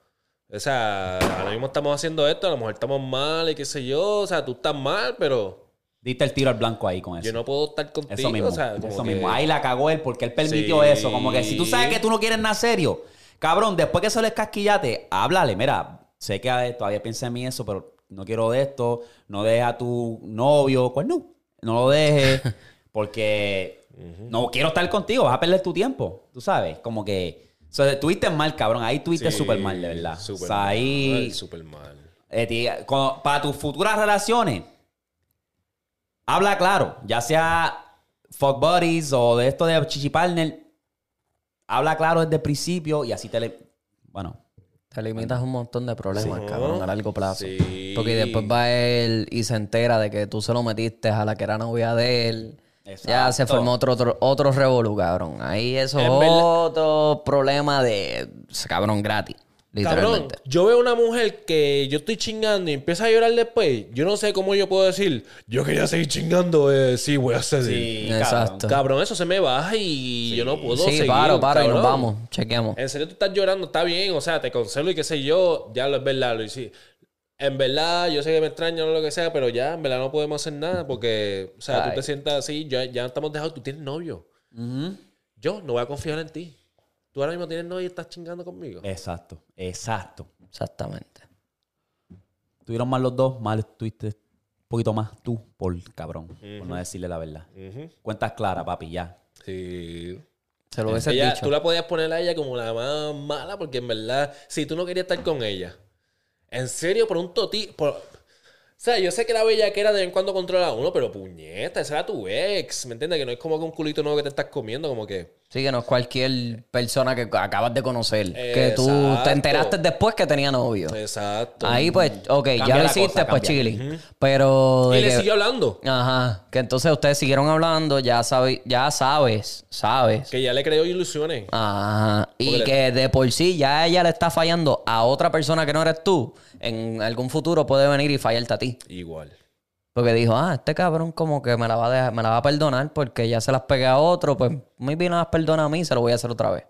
O sea, ahora mismo estamos haciendo esto, a lo mejor estamos mal y qué sé yo. O sea, tú estás mal, pero diste el tiro al blanco ahí con eso. yo no puedo estar contigo. Eso mismo. o sea, como eso que- mismo. Ahí la cagó él porque él permitió Sí. eso. Como que si tú sabes que tú no quieres nada serio, cabrón, después que se les casquillate, háblale. Mira, sé que eh, todavía piensa en mí eso, pero no quiero de esto. No dejes a tu novio. Pues no, no lo dejes porque no quiero estar contigo. Vas a perder tu tiempo. Tú sabes, como que. O sea, tuviste mal, cabrón. Ahí tuviste Sí, súper mal, de verdad. súper o sea, ahí. mal, súper mal. Eh, tía, cuando- para tus futuras relaciones, habla claro, ya sea fuck buddies o de esto de chichi partner, habla claro desde el principio y así te le... Bueno, Te limitas un montón de problemas, Sí. cabrón, a largo plazo. Sí. Porque después va él y se entera de que tú se lo metiste a la que era novia de él. Ya se Exacto. formó otro, otro, otro revolú, cabrón. Ahí eso es En verdad- otro problema de cabrón gratis, Cabrón, literalmente. yo veo una mujer que yo estoy chingando y empieza a llorar después. Yo no sé cómo yo puedo decir, yo quería seguir chingando, eh, sí, voy a seguir. Sí, cabrón. Exacto. Cabrón, eso se me baja y yo no puedo Sí, seguir. paro, paro y nos cabrón. Eh. vamos. Chequeamos. En serio, tú estás llorando, está bien, o sea, te cancelo y qué sé yo, ya lo es verdad, lo hice. En verdad, yo sé que me extraño o lo que sea, pero ya, en verdad no podemos hacer nada porque, o sea, Ay. tú te sientas así, ya, ya estamos dejados, tú tienes novio. Yo no voy a confiar en ti. Tú ahora mismo tienes novio y estás chingando conmigo. Exacto, exacto. Exactamente. Tuvieron mal los dos, mal estuviste un poquito más tú por cabrón, por no decirle la verdad. Ujú. Cuentas claras, papi, ya. Sí. Se lo hubiese Ella- dicho. Tú la podías poner a ella como la más mala, porque en verdad, si tú no querías estar con ella, en serio, por un toti. por- O sea, yo sé que la bellaquera de vez en cuando controla a uno, pero puñeta, esa era tu ex, ¿me entiendes? Que no es como que un culito nuevo que te estás comiendo, como que. Sí, que no es cualquier persona que acabas de conocer. Que tú Exacto. te enteraste después que tenía novio. Exacto. Ahí pues, ok, ya lo la hiciste, cosa, pues cambia. chile. Pero... de Y le que- siguió hablando. Ajá, que entonces ustedes siguieron hablando, ya, sabe, ya sabes, sabes. Que ya le creó ilusiones. Ajá, y Porque- que de por sí ya ella le está fallando a otra persona que no eres tú. En algún futuro puede venir y fallarte a ti. Igual. Porque dijo, ah, este cabrón como que me la va a, dejar- me la va a perdonar porque ya se las pegué a otro, pues muy bien las perdona a mí, se lo voy a hacer otra vez.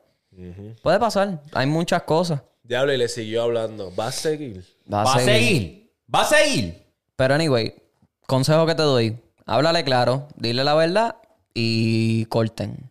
Puede pasar, hay muchas cosas. Diablo, y le siguió hablando. Va a seguir. Va Va a seguir, va a seguir. Pero anyway, consejo que te doy. Háblale claro, dile la verdad y corten.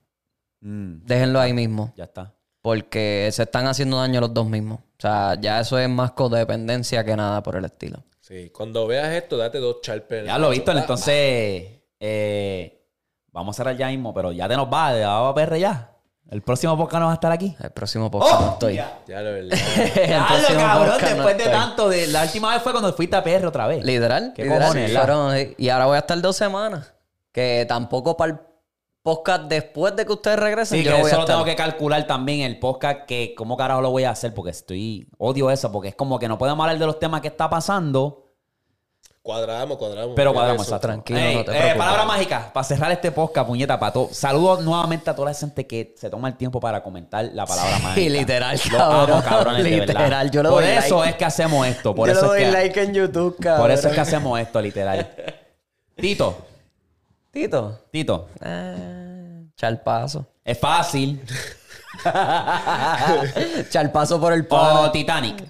Mm, Déjenlo ahí mismo. ya está. Porque se están haciendo daño los dos mismos. O sea, ya eso es más codependencia que nada por el estilo. Sí. Cuando veas esto, date dos charpes. Ya lo he visto, entonces eh, vamos a cerrar ya mismo, pero ya te nos va, de a PR ya. El próximo podcast no va a estar aquí. El próximo podcast no Oh, estoy. Ya lo verdad. El Ya próximo ¡Oh! cabrón, podcast no después de estoy. tanto, de, la última vez fue cuando fuiste a PR otra vez. Literal, ¿Qué literal. cojones, la? Fueron- eh, y ahora voy a estar dos semanas. Que tampoco para el podcast después de que ustedes regresen. Sí, yo que no voy a eso lo estar. tengo que calcular también el podcast, que cómo carajo lo voy a hacer, porque estoy, odio eso, porque es como que no podemos hablar de los temas que está pasando, Cuadramos, cuadramos. Pero cuadramos, Eso. exacto. tranquilo, Ey, no te eh, preocupes. palabra mágica, para cerrar este podcast, puñeta, pato. Saludos nuevamente a toda la gente que se toma el tiempo para comentar la palabra mágica. Sí, literal, Los cabrón. amo, cabrones, de verdad. Literal, yo le Por doy eso like. es que hacemos esto. Por Yo eso le doy es que, like en YouTube, cabrón. Por eso es que hacemos esto, literal. Tito, Tito. Tito, Ah, charpazo. es fácil. charpazo por el O palo. Titanic.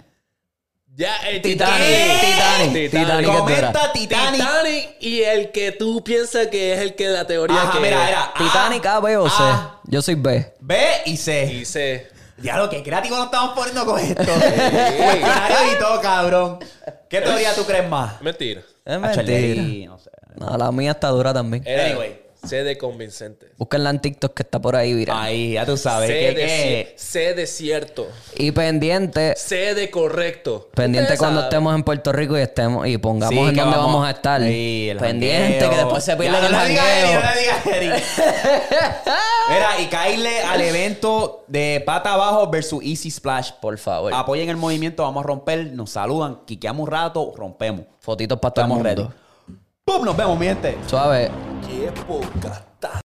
Ya, eh, el Titanic, Titanic, Titanic, que tú eras. Comenta Titanic. Titanic y el que tú piensas que es el que la teoría Ajá, que mira, era Titanic A, B o C. A, Yo soy B. B y C. dice Diablo, qué creativo nos estamos poniendo con esto. Cuestionario y todo, cabrón. ¿Qué teoría tú crees más? mentira. Es Acho, mentira. leí, no sé. No, la mía está dura también. Era Anyway. C de convincente. Búsquenla en TikTok que está por ahí viral. Ahí, ya tú sabes. C, que, de, que- ci- C de cierto. Y pendiente, C de correcto. pendiente Ustedes cuando saben. estemos en Puerto Rico y estemos y pongamos Sí, en que dónde vamos, a estar. Sí, el pendiente jangueo. que después se pierde Ya, el no le digas a Eri, jangueo. No le digas a Eri. Mira, y caerle al evento de pata abajo versus Easy Splash. Por favor. Apoyen el movimiento, vamos a romper, nos saludan, quiqueamos un rato, rompemos. Fotitos para todo el Estamos mundo. ready. ¡Pum! Nos vemos, mi gente. Suave. Qué poca está.